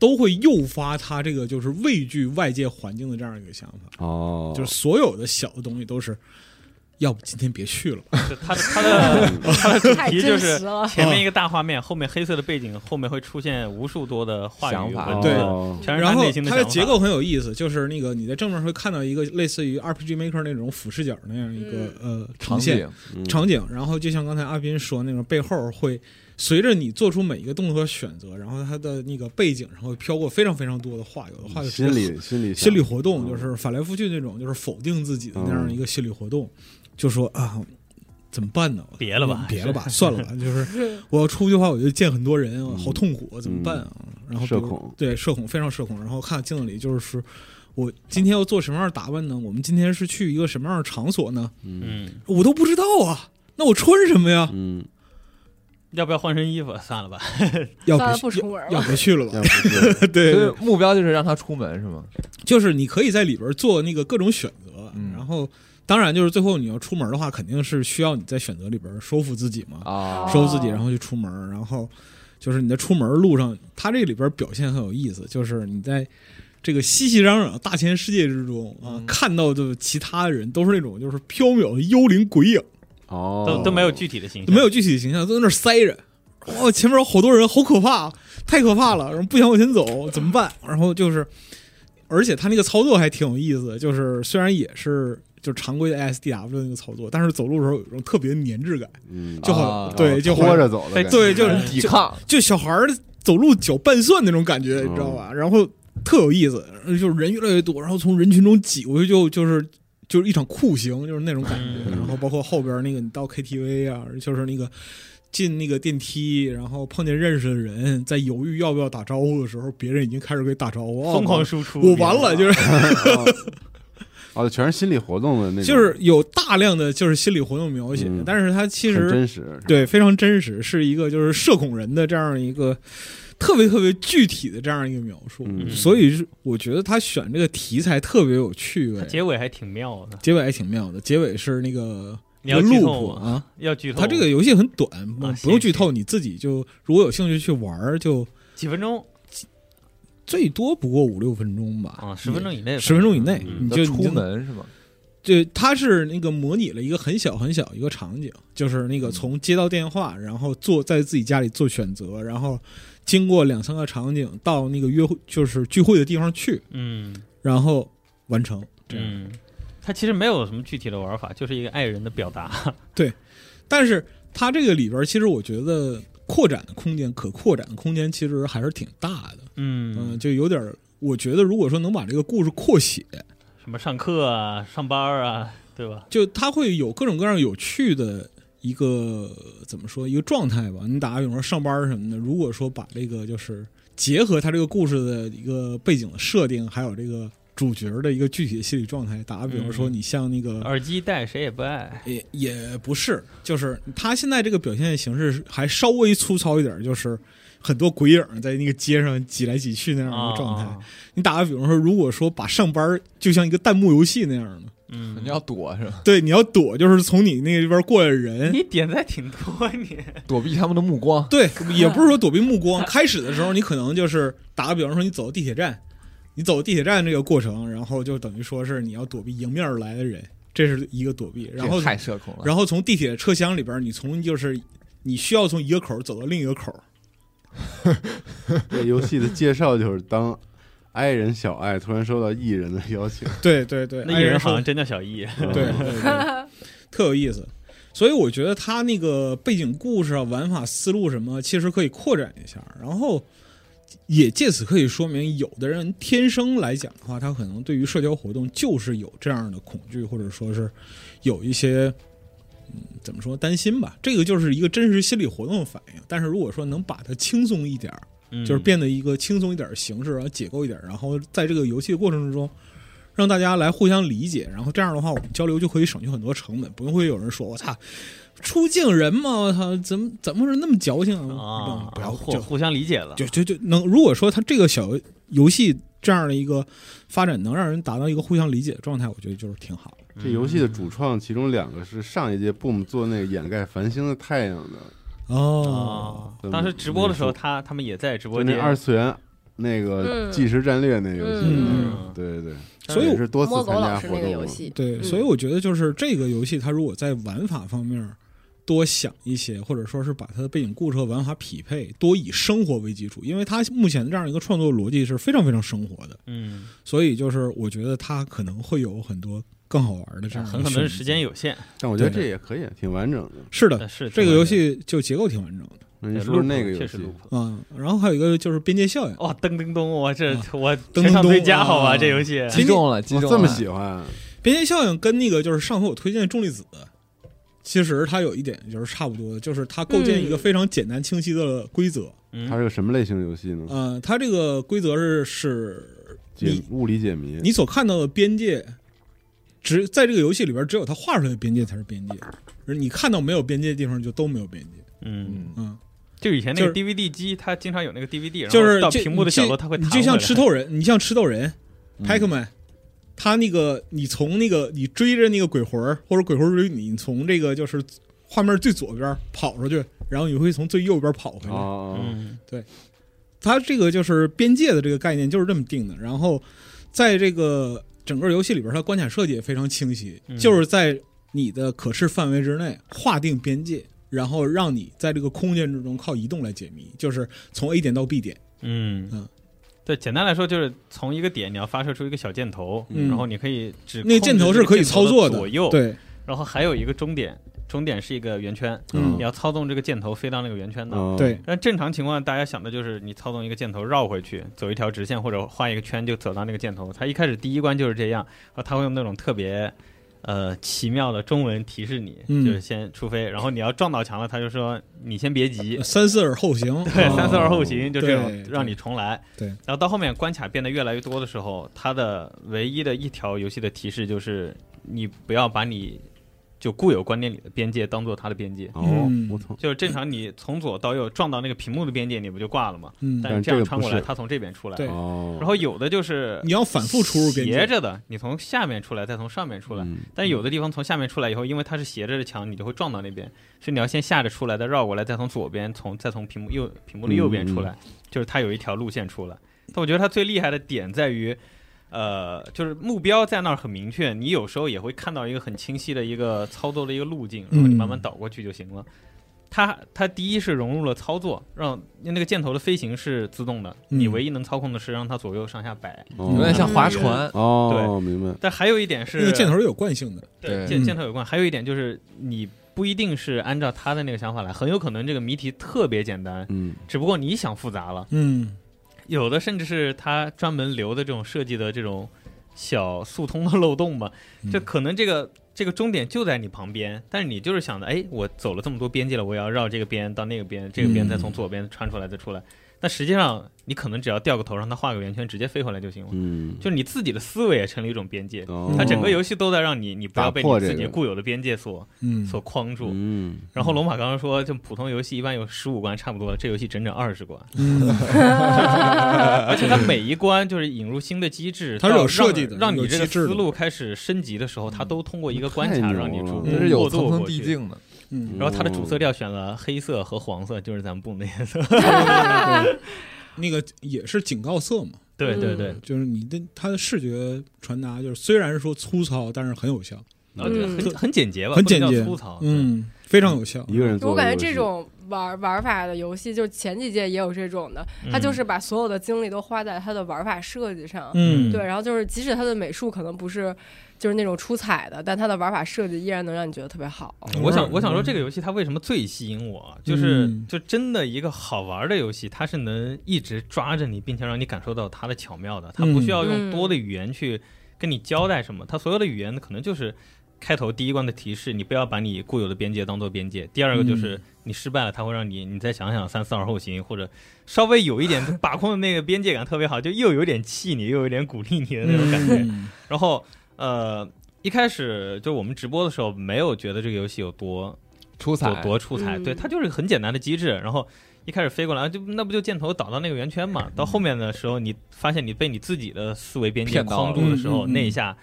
S6: 都会诱发她这个就是畏惧外界环境的这样一个想法。
S1: 哦，
S6: 就是所有的小的东西都是，要不今天别去了吧。
S3: 就 他的他的他的主
S2: 太
S3: 题
S2: 真
S3: 就
S2: 实
S3: 是
S2: 了，
S3: 前面一个大画面，后面黑色的背景，后面会出现无数多的话
S5: 想
S3: 语
S5: 法
S3: 文字，
S6: 啊对
S1: 哦
S3: 全是他
S6: 然后
S3: 内心的
S6: 它
S3: 想
S6: 的
S3: 法
S6: 结构很有意思，就是那个你在正面会看到一个类似于 RPG Maker 那种俯视角那样一个、呃
S5: 场
S6: 呈现
S5: 景，
S1: 嗯
S6: 场景，然后就像刚才阿斌说那种背后会随着你做出每一个动作和选择，然后它的那个背景上会飘过非常非常多的话，有的话就直接
S1: 心理心理
S6: 心理
S1: 想
S6: 活动，
S1: 嗯
S6: 就是翻来覆去那种，就是否定自己的那样一个心理活动，
S1: 嗯
S6: 就说啊，怎么办呢？嗯
S3: 别了吧
S6: 别了吧，算 了吧，就是我要出去的话，我就见很多人，我好痛苦，怎么办啊？然后比
S1: 嗯社
S6: 如
S1: 恐
S6: 对社恐非常社恐，然后看镜子里就是说我今天要做什么样的打扮呢？我们今天是去一个什么样的场所呢？
S1: 嗯
S3: 嗯，
S6: 我都不知道啊，那我穿什么呀？
S1: 嗯，
S3: 要不要换身衣服？算了吧，
S6: 要
S2: 算了，
S6: 不
S2: 不
S6: 去
S2: 出门
S6: 要
S2: 了。
S6: 不去了
S1: 要
S6: 吧？
S1: 不 是
S6: 对，
S5: 所以目标就是让他出门是吗？
S6: 就是你可以在里边做那个各种选择，
S5: 嗯
S6: 然后当然，就是最后你要出门的话，肯定是需要你在选择里边说服自己嘛，
S5: 啊
S6: 收自己，然后去出门，然后就是你在出门路上，它这里边表现很有意思，就是你在这个熙熙攘攘大千世界之中啊，
S5: 嗯
S6: 看到的其他的人都是那种就是缥缈的幽灵鬼影，
S1: 哦，
S3: 都都没有具体的形
S6: 都
S3: 象，
S6: 没有具体的形象，都在那儿塞着。哇、前面有好多人，好可怕，太可怕了，然后不想往前走，怎么办？然后就是，而且他那个操作还挺有意思的，就是虽然也是就是常规的 SDW 的那个操作，但是走路的时候有一种特别的粘滞感，
S1: 嗯，
S6: 就
S5: 啊
S6: 好对，就哎好
S1: 拖着走的感觉，
S6: 对，就是
S5: 抵
S6: 就
S5: 抗，
S6: 就小孩儿走路脚拌蒜那种感觉，
S1: 嗯
S6: 你知道吧？然后特有意思，就是人越来越多，然后从人群中挤过去就就是就是一场酷刑，就是那种感觉。
S1: 嗯
S6: 然后包括后边那个你到 KTV 啊，就是那个。进那个电梯，然后碰见认识的人，在犹豫要不要打招呼的时候，别人已经开始给打招呼，哦
S3: 疯狂输出，
S6: 我完了，就是
S1: 哦，全是心理活动的那种，
S6: 就是有大量的就是心理活动描写，
S1: 嗯
S6: 但是它其
S1: 很
S6: 实
S1: 真实，
S6: 对，非常真实，是一个就是社恐人的这样一个特别特别具体的这样一个描述，
S1: 嗯
S6: 所以是我觉得他选这个题材特别有趣味，
S3: 结尾还挺妙 的。
S6: 结尾还挺妙的，结尾是那个
S3: 你要剧透
S6: loop
S3: 吗？
S6: 啊，
S3: 要剧透吗？
S6: 它这个游戏很短，不
S3: 啊
S6: 不
S3: 行
S6: 用剧透，你自己就如果有兴趣去玩儿，就
S3: 几分钟
S6: 最多不过五六分钟吧，
S3: 啊，十分钟以内吧，
S6: 十分钟以内，
S1: 嗯
S6: 你就
S5: 出
S6: 你就
S5: 门是吗？
S6: 对，它是那个模拟了一个很小很小一个场景，就是那个从接到电话，然后做在自己家里做选择，然后经过两三个场景到那个约会就是聚会的地方去，
S3: 嗯
S6: 然后完成。这样，
S3: 嗯，它其实没有什么具体的玩法，就是一个爱人的表 达。
S6: 但是它这个里边儿其实我觉得扩展的空间可扩展的空间其实还是挺大的，嗯、
S3: 嗯，
S6: 就有点儿，我觉得如果说能把这个故事扩写，
S3: 什么上课啊，上班儿啊，对吧？
S6: 就它会有各种各样有趣的一个怎么说一个状态吧。你打个比方说上班什么的，如果说把这个就是结合它这个故事的一个背景的设定，还有这个主角的一个具体的心理状态，打个比方说，
S3: 嗯
S6: 你像那个、
S3: 耳机戴谁也不爱，
S6: 也也不是，就是他现在这个表现形式还稍微粗糙一点，就是。很多鬼影在那个街上挤来挤去那样的一个状态。
S3: 啊
S6: 你打个比方说，如果说把上班就像一个弹幕游戏那样的，
S3: 嗯，
S5: 你要躲是吧？
S6: 对，你要躲，就是从你那边过来的 人，
S3: 你点赞挺多，你
S5: 躲避他们的目光。
S6: 对，也不是说躲避目光。开始的时候，你可能就是打个比方说，你走地铁站，你走地铁站这个过程，然后就等于说是你要躲避迎面而来的人，这是一个躲避。然后
S5: 这，太社恐了。
S6: 然后从地铁车厢里边，你从就是你需要从一个口走到另一个口。
S1: 这游戏的介绍就是当爱人小爱突然收到艺人的邀请，
S6: 对对 对，哎
S3: 那
S6: 爱
S3: 艺人
S6: 说
S3: 好像真叫小艺，
S6: 对，
S1: 嗯
S6: 对对特有意思。所以我觉得他那个背景故事啊、玩法思路什么，其实可以扩展一下。然后也借此可以说明，有的人天生来讲的话，他可能对于社交活动就是有这样的恐惧，或者说是有一些嗯怎么说担心吧。这个就是一个真实心理活动的反应。但是如果说能把它轻松一点儿，
S3: 嗯
S6: 就是变得一个轻松一点的形式，然后解构一点，然后在这个游戏的过程之中，让大家来互相理解，然后这样的话，我们交流就可以省去很多成本，不用会有人说我操，出镜人嘛，我操，怎么怎么是那么矫情
S3: 啊
S6: 嗯，不要
S3: 互
S6: 就
S3: 互相理解了，
S6: 就就就能，如果说他这个小游戏这样的一个发展，能让人达到一个互相理解的状态，我觉得就是挺好
S3: 嗯
S6: 的。
S1: 这游戏的主创其中两个是上一届 Boom 做那个掩盖繁星的太阳的，
S6: 哦
S3: 啊，
S1: 嗯
S3: 当时直播的时候，
S1: 没
S3: 他他们也在直播
S1: 就那
S3: 间，
S1: 二次元那
S2: 嗯
S1: 个即时战略那游戏，
S6: 嗯
S1: 对对对，
S6: 所以
S1: 也
S6: 我
S1: 是多次
S2: 摸狗
S1: 参
S2: 老
S1: 加
S2: 师
S1: 活
S2: 那个
S1: 动
S2: 游
S1: 嘛，
S2: 戏，
S6: 对，
S2: 嗯
S6: 所以我觉得就是这个游戏，它如果在玩法方面多想一些，或者说是把它的背景故事和玩法匹配，多以生活为基础，因为它目前这样一个创作逻辑是非常非常生活的，
S3: 嗯，
S6: 所以就是我觉得它可能会有很多更好玩的这样的
S3: 很
S6: 选择。
S3: 可能时间有限，
S1: 但我觉得
S6: 对
S1: 这也可以，挺完整的。
S6: 是的，
S3: 但是
S6: 呃这个游戏就结构挺完整的
S1: 那
S3: 对
S1: 您
S3: loop
S1: 说那个游
S3: 确实
S1: 戏
S3: loop，
S6: 嗯，然后还有一个就是边界效应，
S3: 哇，噔噔咚，我这
S6: 啊
S3: 我
S6: 噔
S3: 全场
S6: 咚
S3: 最
S6: 咚
S3: 佳好吧？
S6: 啊
S3: 这游戏
S6: 其
S5: 击中了，击
S1: 我
S5: 中了。
S1: 这
S6: 啊
S1: 么喜欢，
S6: 边界效应跟那个就是上回我推荐的重粒子，其实它有一点就是差不多的，就是它构建一个
S2: 嗯
S6: 非常简单清晰的规则。
S3: 嗯啊
S1: 它是个什么类型游戏呢？
S6: 呃，它这个规则是是
S1: 解
S6: 你
S1: 物理解谜，
S6: 你所看到的边界，只在这个游戏里边，只有它画出来的边界才是边界，而你看到没有边界的地方就都没有边界。
S3: 嗯，
S5: 嗯，
S6: 嗯，
S3: 就以前那个
S6: 就是
S3: DVD 机，它经常有那个 DVD，然后
S6: 就是
S3: 到
S6: 就
S3: 屏幕的
S6: 你就
S3: 角落，它会
S6: 你
S3: 弹
S6: 就
S3: 回
S6: 像
S3: 来
S6: 吃，透人，你像吃透人、
S1: 嗯
S6: Pac-Man，它那个你从那个你追着那个鬼魂儿，或者鬼魂儿追你，你从这个就是画面最左边跑出去，然后你会从最右边跑回来。
S1: 哦，
S3: 嗯，
S6: 它这个就是边界的这个概念就是这么定的。然后，在这个整个游戏里边，它关卡设计也非常清晰，
S3: 嗯
S6: 就是在你的可视范围之内划定边界，然后让你在这个空间之中靠移动来解谜，就是从 A 点到 B 点。
S3: 嗯
S6: 嗯
S3: 对，简单来说就是从一个点你要发射出一个小箭头，
S6: 嗯
S3: 然后你可以只
S6: 那
S3: 控
S6: 个
S3: 制
S6: 箭头
S3: 这
S6: 是
S3: 个
S6: 可以
S3: 箭头
S6: 操作
S3: 的
S6: 的
S3: 左右，
S6: 对，
S3: 然后还有一个终点，终点是一个圆圈，
S6: 嗯
S3: 你要操纵这个箭头飞到那个圆圈的。
S1: 哦
S6: 对，
S3: 但正常情况，大家想的就是你操纵一个箭头绕回去，走一条直线或者画一个圈就走到那个箭头。他一开始第一关就是这样，然后他会用那种特别呃奇妙的中文提示你，
S6: 嗯
S3: 就是先出飞，然后你要撞到墙了，他就说你先别急，
S6: 三思而后行。
S3: 对，
S6: 啊
S3: 三思而后行，就这
S6: 对
S3: 种
S6: 对
S3: 让你重来。
S6: 对
S3: 然后到后面关卡变得越来越多的时候，它的唯一的一条游戏的提示就是，你不要把你就固有观念里的边界当做它的边界。
S1: 哦
S6: 嗯，
S1: 我操，
S3: 就是正常，你从左到右撞到那个屏幕的边界，你不就挂了吗？
S6: 嗯，
S3: 但是
S1: 这
S3: 这样
S1: 个
S3: 穿
S1: 不
S3: 过来，
S1: 是
S3: 它从这边出来。
S6: 对
S1: 哦，
S3: 然后有的就是
S6: 嗯你要反复出入边
S3: 斜
S6: 界。
S3: 着的，你从下面出来，再从上面出来。
S1: 嗯
S3: 但有的地方从下面出来以后，因为它是斜着的墙，你就会撞到那边，所以你要先下着出来，再绕过来，再从左边从再从屏幕右屏幕的右
S6: 嗯
S3: 边出来，就是它有一条路线出来。但我觉得它最厉害的点在于，呃，就是目标在那儿很明确，你有时候也会看到一个很清晰的一个操作的一个路径，然后你慢慢
S6: 嗯
S3: 倒过去就行了。它它第一是融入了操作，让那个箭头的飞行是自动的，你
S6: 嗯
S3: 唯一能操控的是让它左右上下摆。
S1: 哦
S5: 有点像划船，
S1: 哦，明白，
S3: 但还有一点是啊
S6: 那个箭头是有惯性的，
S5: 对
S3: 对，箭
S6: 嗯
S3: 箭头有关。还有一点就是，你不一定是按照他的那个想法来，很有可能这个谜题特别简单，
S1: 嗯，
S3: 只不过你想复杂了。
S6: 嗯，
S3: 有的甚至是他专门留的这种设计的这种小速通的漏洞吧， 就可能这个。这个终点就在你旁边，但是你就是想着，哎，我走了这么多边界了，我要绕这个边到那个边，这个边
S6: 嗯
S3: 再从左边穿出来再出来。但实际上，你可能只要掉个头，让它画个圆圈，直接飞回来就行了。
S1: 嗯，
S3: 就是你自己的思维也成了一种边界，
S1: 哦
S3: 它整个游戏都在让你，你不要被
S1: 打破
S3: 你
S1: 这个
S3: 自己固有的边界所、
S6: 嗯，
S3: 所框住。
S1: 嗯，
S3: 然后龙马刚刚说，就普通游戏一般有十五关差不多，这游戏整整二十关，
S6: 嗯，
S3: 而且它每一关就是引入新的机制，
S6: 它是有
S3: 到
S6: 设计的
S3: 让你让
S6: 有
S3: 你这个
S6: 机制的
S3: 思路开始升级的时候，它都通过一个关
S1: 太
S3: 卡
S1: 牛
S3: 让你
S1: 了
S3: 逐步
S5: 这是有
S3: 过
S5: 层
S3: 渡
S5: 层
S3: 过
S5: 递
S3: 去。
S5: 进的。
S6: 嗯，
S3: 然后它的主色调选了黑色和黄色，就是咱们部那颜
S2: 嗯
S3: 色。
S6: 那个也是警告色嘛，
S3: 对对
S2: 嗯
S3: 对，
S6: 就是你的它的视觉传达，就是虽然说粗糙，但是很有效，
S3: 然后就
S2: 嗯
S3: 很很简洁吧，
S6: 很
S3: 不能
S6: 简
S3: 叫
S6: 洁，
S3: 粗哦糙。对，
S6: 嗯，非常有效。
S1: 一个人做
S2: 我
S1: 的
S2: 感觉
S1: 游戏
S2: 这种玩玩法的游戏，就是前几届也有这种的，他
S3: 嗯
S2: 就是把所有的精力都花在它的玩法设计上。
S6: 嗯，
S2: 对，然后就是即使它的美术可能不是就是那种出彩的，但它的玩法设计依然能让你觉得特别好。
S3: 我想，我想说这个游戏它为什么最吸引我，就是
S6: 嗯
S3: 就真的一个好玩的游戏，它是能一直抓着你，并且让你感受到它的巧妙的，它不需要用多的语言去跟你交代什么，它所有的语言可能就是开头第一关的提示，你不要把你固有的边界当做边界；第二个就是你失败了，它会让你你再想想三思而后行，或者稍微有一点把控的那个边界感特别好，就又有点气你，又有点鼓励你的那种感觉。
S6: 嗯
S3: 然后呃，一开始就我们直播的时候，没有觉得这个游戏有多
S5: 出彩
S3: 有，多出彩，
S2: 嗯
S3: 对，它就是很简单的机制。然后一开始飞过来，就那不就箭头倒到那个圆圈嘛？到后面的时候，你发现你被你自己的思维边界
S5: 骗到
S3: 框住的时候，
S6: 了嗯嗯嗯
S3: 那一下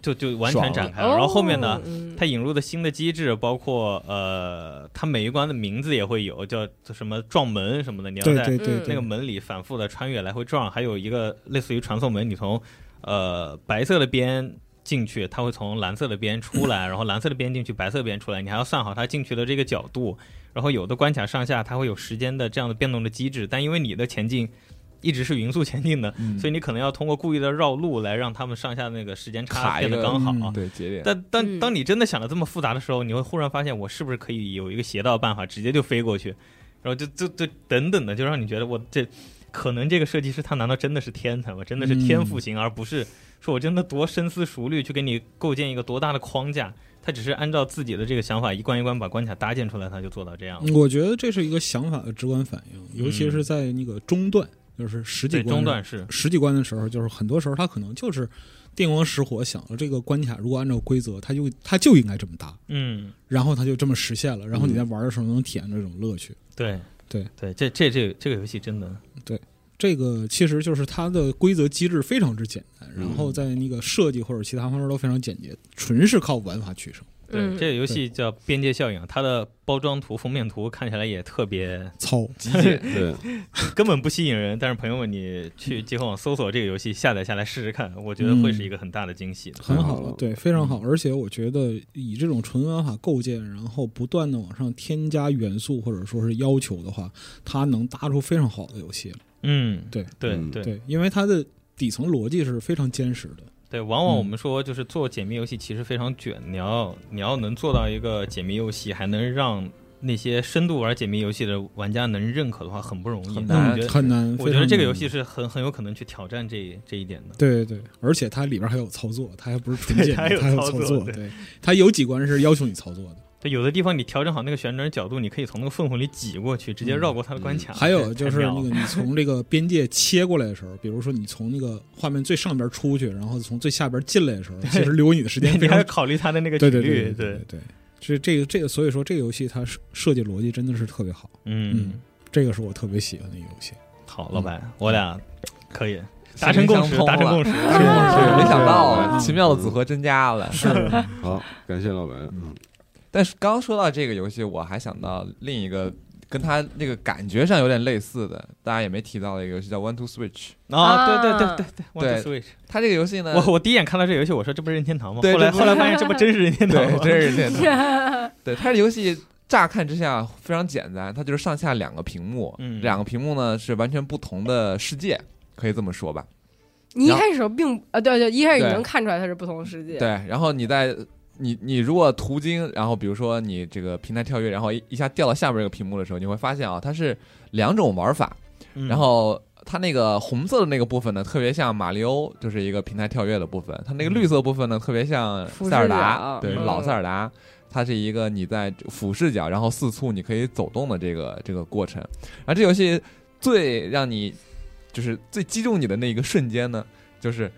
S3: 就就完
S5: 爽
S3: 全
S5: 了
S3: 展开了。然后后面呢
S2: 哦？，嗯
S3: 它引入的新的机制，包括呃，它每一关的名字也会有，叫叫什么撞门什么的，你要
S6: 对
S3: 在
S6: 对对，
S3: 嗯那个门里反复的穿越来回撞，还有一个类似于传送门，你从呃白色的边进去，它会从蓝色的边出来，然后蓝色的边进去，白色的边出来，你还要算好它进去的这个角度，然后有的关卡上下它会有时间的这样的变动的机制，但因为你的前进。一直是匀速前进的，
S5: 嗯
S3: 所以你可能要通过故意的绕路来让他们上下那个时间差
S5: 卡一
S3: 变得
S5: 个
S3: 刚好。啊
S6: 嗯
S5: 对节点。
S3: 但但
S2: 嗯
S3: 当你真的想的这么复杂的时候，你会忽然发现，我是不是可以有一个邪道办法，直接就飞过去，然后就就就等等的，就让你觉得我这可能这个设计师他难道真的是天才吗？真的是天赋型，而不是说我真的多深思熟虑去给你构建一个多大的框架，他只是按照自己的这个想法一关一关把关卡搭建出来，他就做到这样了。
S6: 我觉得这是一个想法的直观反应，尤其是在那个中段，就是十几
S3: 对，
S6: 关
S3: 中段是
S6: 十几关的时候，就是很多时候他可能就是电光石火想了这个关卡，如果按照规则，他就他就应该这么搭，
S3: 嗯。
S6: 然后他就这么实现了，然后你在玩的时候能体验这种乐趣。
S3: 对
S6: 对
S3: 对，这这这个这个游戏真的
S6: 对，
S8: 这个其实就是它的规则机制非常之简单，然
S3: 嗯
S8: 后在那个设计或者其他方面都非常简洁，纯是靠玩法取胜。
S3: 对，
S2: 嗯
S3: 这个游戏叫《边界效应》，它的包装图、封面图看起来也特别，
S8: 操，
S1: 对，
S3: 根本不吸引人。但是朋友们，你去集合网搜索这个游戏，下载下来试试看，我觉得会是一个很大的惊喜 的。
S8: 很
S1: 好
S8: 好
S1: 了
S8: 了，对，非常好。
S3: 嗯
S8: 而且我觉得以这种纯玩法构建，然后不断的往上添加元素或者说是要求的话，它能搭出非常好的游戏。
S3: 嗯，
S8: 对
S3: 对
S1: 嗯
S3: 对
S8: 对，因为它的底层逻辑是非常坚实的。
S3: 对，往往我们说就是做解密游戏其实非常卷，你要你要能做到一个解密游戏，还能让那些深度玩解密游戏的玩家能认可的话，很不容易。
S5: 很
S3: 那
S5: 难
S3: 我觉得，
S8: 嗯很难，非
S3: 我觉得
S8: 常
S3: 这个
S8: 难
S3: 游戏是很很有可能去挑战这一这一点的。
S8: 对对对，而且它里边还有操作，它还不是纯
S3: 对
S8: 解密，
S3: 它还有
S8: 它还有操
S3: 操作
S8: 作，
S3: 对
S8: 对，它有几关是要求你操作的。
S3: 对，有的地方你调整好那个旋转角度，你可以从那个缝缝里挤过去，直接绕过它的关卡。
S8: 嗯还有就是
S3: 太
S8: 那
S3: 妙
S8: 个
S3: 了
S8: 你从这个边界切过来的时候，比如说你从那个画面最上边出去，然后从最下边进来的时候，其实留给你的时间
S3: 你
S8: 非
S3: 还
S8: 常
S3: 要考虑它的那个曲
S8: 对对对
S3: 率，
S8: 对对，这这个这个，所以说这个游戏它设设计逻辑真的是特别好，
S3: 嗯，
S8: 这个是我特别喜欢的一个游戏。
S3: 好，老板，我俩可以达成共识，
S5: 嗯心灵相通
S3: 达成
S5: 了啊
S3: 共识。
S5: 是没想到啊，
S8: 嗯
S5: 奇妙的组合增加了。是，
S1: 好，感谢老板，嗯
S5: 但是刚说到这个游戏，我还想到另一个跟它那个感觉上有点类似的，大家也没提到的一个游戏叫《One to Switch》。
S3: 啊，对对
S2: 啊
S3: 对对对，One to Switch。
S5: 它这个游戏呢，
S3: 我我第一眼看到这游戏，我说这不是任天堂吗？
S5: 呃对
S3: 后来
S5: 这不
S3: 后
S5: 是
S3: 来发现这不真是任天堂
S5: 对
S3: 吗，？
S5: 真是这样。 对，它这游戏乍看之下非常简单，它就是上下两个屏幕，
S3: 嗯
S5: 两个屏幕呢是完全不同的世界，可以这么说吧。
S2: 你一开始并呃，对对，一开始你
S5: 对
S2: 能看出来它是不同世界，
S5: 对，然后你在你你如果途经，然后比如说你这个平台跳跃，然后一一下掉到下边这个屏幕的时候，你会发现啊，它是两种玩法。
S3: 嗯
S5: 然后它那个红色的那个部分呢，特别像马里欧，就是一个平台跳跃的部分；它那个绿色部分呢，特别像呃塞尔达，
S2: 俯视
S5: 对，
S2: 角
S5: 老
S2: 嗯
S5: 塞尔达。它是一个你在俯视角，然后四处你可以走动的这个这个过程。然后这游戏最让你就是最击中你的那一个瞬间呢，就是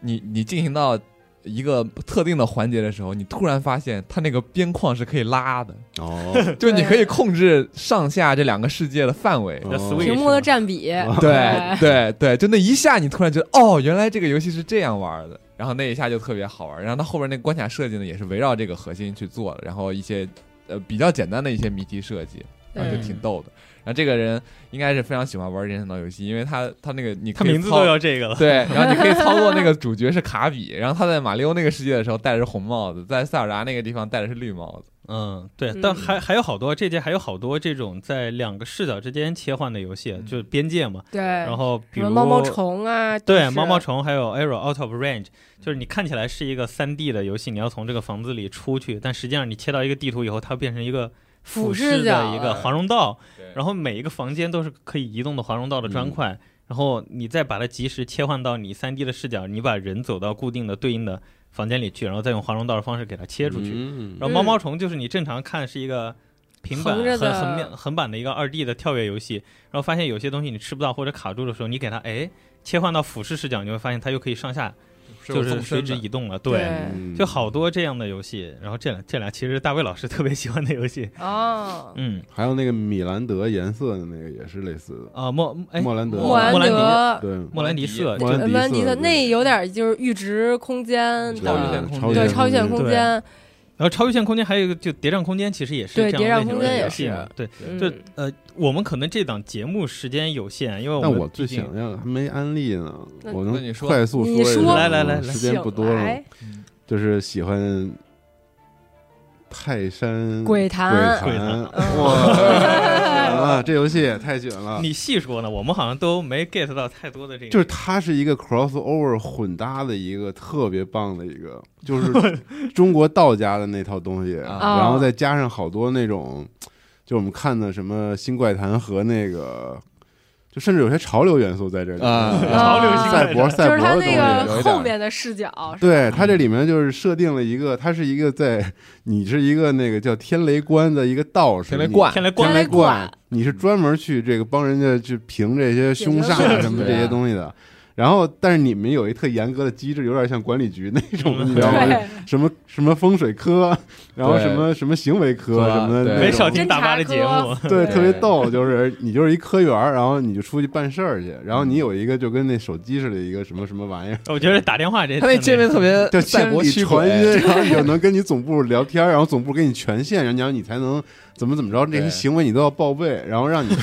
S5: 你你进行到一个特定的环节的时候，你突然发现它那个边框是可以 拉的，
S1: 哦，
S5: 就是你可以控制上下这两个世界的范围。
S3: 那
S1: 哦
S3: Switch
S2: 屏幕的占比，
S5: 嗯 对对对，就那一下，你突然觉得哦，原来这个游戏是这样玩的，然后那一下就特别好玩。然后它后边那个关卡设计呢，也是围绕这个核心去做的，然后一些呃比较简单的一些谜题设计，然后就
S2: 对
S5: 挺逗的。然后这个人应该是非常喜欢玩任天堂游戏，因为他他那个你
S3: 他
S5: 可以
S3: 名字
S5: 操
S3: 都要这个了。
S5: 对，然后你可以操作那个主角是卡比，然后他在马里奥那个世界的时候戴的是红帽子，在塞尔达那个地方戴的是绿帽子。
S3: 嗯，对，
S2: 嗯
S3: 但还还有好多，这届还有好多这种在两个视角之间切换的游戏，就是边界嘛。
S2: 嗯对，
S3: 然
S2: 然
S3: 后比
S2: 什
S3: 如
S2: 么毛毛虫啊，
S3: 对
S2: 就是
S3: 毛毛，虫，还有 Arrow Out of Range，就是你看起来是一个三 D 的游戏，你要从这个房子里出去，但实际上你切到一个地图以后，它变成一个俯
S2: 俯
S3: 视
S2: 视角
S3: 的
S2: 了
S3: 一个华容道
S5: 对，
S3: 然后每一个房间都是可以移动的华容道的
S2: 嗯
S3: 砖块，然后你再把它及时切换到你三 D 的视角，你把人走到固定的对应的房间里去，然后再用华容道的方式给它切出去。
S1: 嗯
S3: 然后毛毛虫就是你正常看是一个平板
S2: 横着
S3: 横
S2: 的
S3: 横面横版的一个二 D 的跳跃游戏，然后发现有些东西你吃不到或者卡住的时候，你给它哎切换到俯视视角，你会发现它又可以上下就
S5: 有
S3: 是
S5: 纵
S3: 垂
S5: 深
S3: 直
S5: 的
S3: 移动了。
S2: 对
S1: 嗯
S3: 哎就好多这样的游戏。然后这俩这俩其实是大卫老师 特别喜欢的游戏，
S2: 哦，
S3: 嗯
S1: 还有那个米兰德颜色的那个也是类似的，
S3: 啊莫哎
S1: 莫兰德，
S2: 莫兰
S3: 莫兰
S2: 德。
S1: 对，
S3: 莫兰迪色
S1: 莫兰迪
S2: 文
S1: 色
S2: 兰迪的那有点就是阈值空间
S1: 对
S5: 超越
S2: 的
S5: 空，间
S2: 对超限空
S3: 对
S2: 间，
S3: 然后超域线空间还有一个就谍战空间，其实也是
S2: 对
S3: 这样
S2: 谍战
S3: 类型
S2: 空
S3: 的
S2: 间
S3: 游
S2: 也
S3: 戏
S2: 是
S3: 嘛对，
S2: 嗯
S3: 就呃我们可能这档节目时间有限，啊因为
S1: 但
S3: 们
S1: 我最
S3: 毕竟
S1: 想要的还没安利呢，
S2: 那
S1: 我
S5: 那
S1: 能
S5: 你说
S1: 快速
S2: 你
S1: 一下
S2: 说
S1: 吗
S3: 来来来来
S1: 时间不多
S2: 醒
S1: 了
S2: 来，
S1: 就是喜欢泰山
S2: 鬼
S1: 坛，
S2: 谈
S3: 鬼
S1: 坛
S3: 坛
S1: 哇 啊，这游戏也太卷了。
S3: 你细说呢，我们好像都没 get 到太多的这个，
S1: 啊就是它是一个 crossover 混搭的一个特别棒的一个，就是 中国道家的那套东西，
S5: 啊
S1: 然后再加上好多那种，就我们看的什么新怪谈和那个，就甚至有些潮流元素在这里
S5: 啊
S3: 潮流新怪
S1: 赛
S3: 谈
S1: 博赛
S2: 就
S1: 博
S2: 是
S1: 的
S2: 它
S1: 东
S2: 那
S1: 西。
S5: 有一
S2: 个
S5: 点
S2: 后面的视角，
S1: 对它这里面就是设定了一个，它是一个在你是一个那个叫天雷观的一个道士，
S5: 天雷
S1: 你
S5: 观
S3: 天来
S1: 天
S3: 光
S1: 雷
S2: 雷
S1: 观
S2: 观，
S1: 你是专门去这个帮人家去评这些凶
S2: 解决
S1: 杀
S2: 问
S1: 什么
S5: 题
S1: 这些东西的。然后，但是你们有一特严格的机制，有点像管理局那种，
S5: 嗯
S1: 你知道吗？
S2: 对，
S1: 什么什么风水科，然后
S5: 对
S1: 什么什么行为科
S5: 对
S1: 什么的那种，
S3: 没少
S2: 听
S3: 听大妈的节目，
S1: 对，
S2: 对
S1: 特别逗，就是你就是一科员儿，然后你就出去办事儿去，然后你有一个就跟那手机似的一个什么什么玩意儿，
S3: 我觉得打电话这
S5: 他那界面特 别
S1: 叫
S5: 赛
S1: 千
S5: 博
S1: 里
S5: 驱
S1: 传
S5: 鬼，
S1: 音，然 后你就能跟你总部聊天儿，然后总部给你权限，然后然后你才能怎么怎么着，这些
S5: 对
S1: 行为你都要报备，然后让你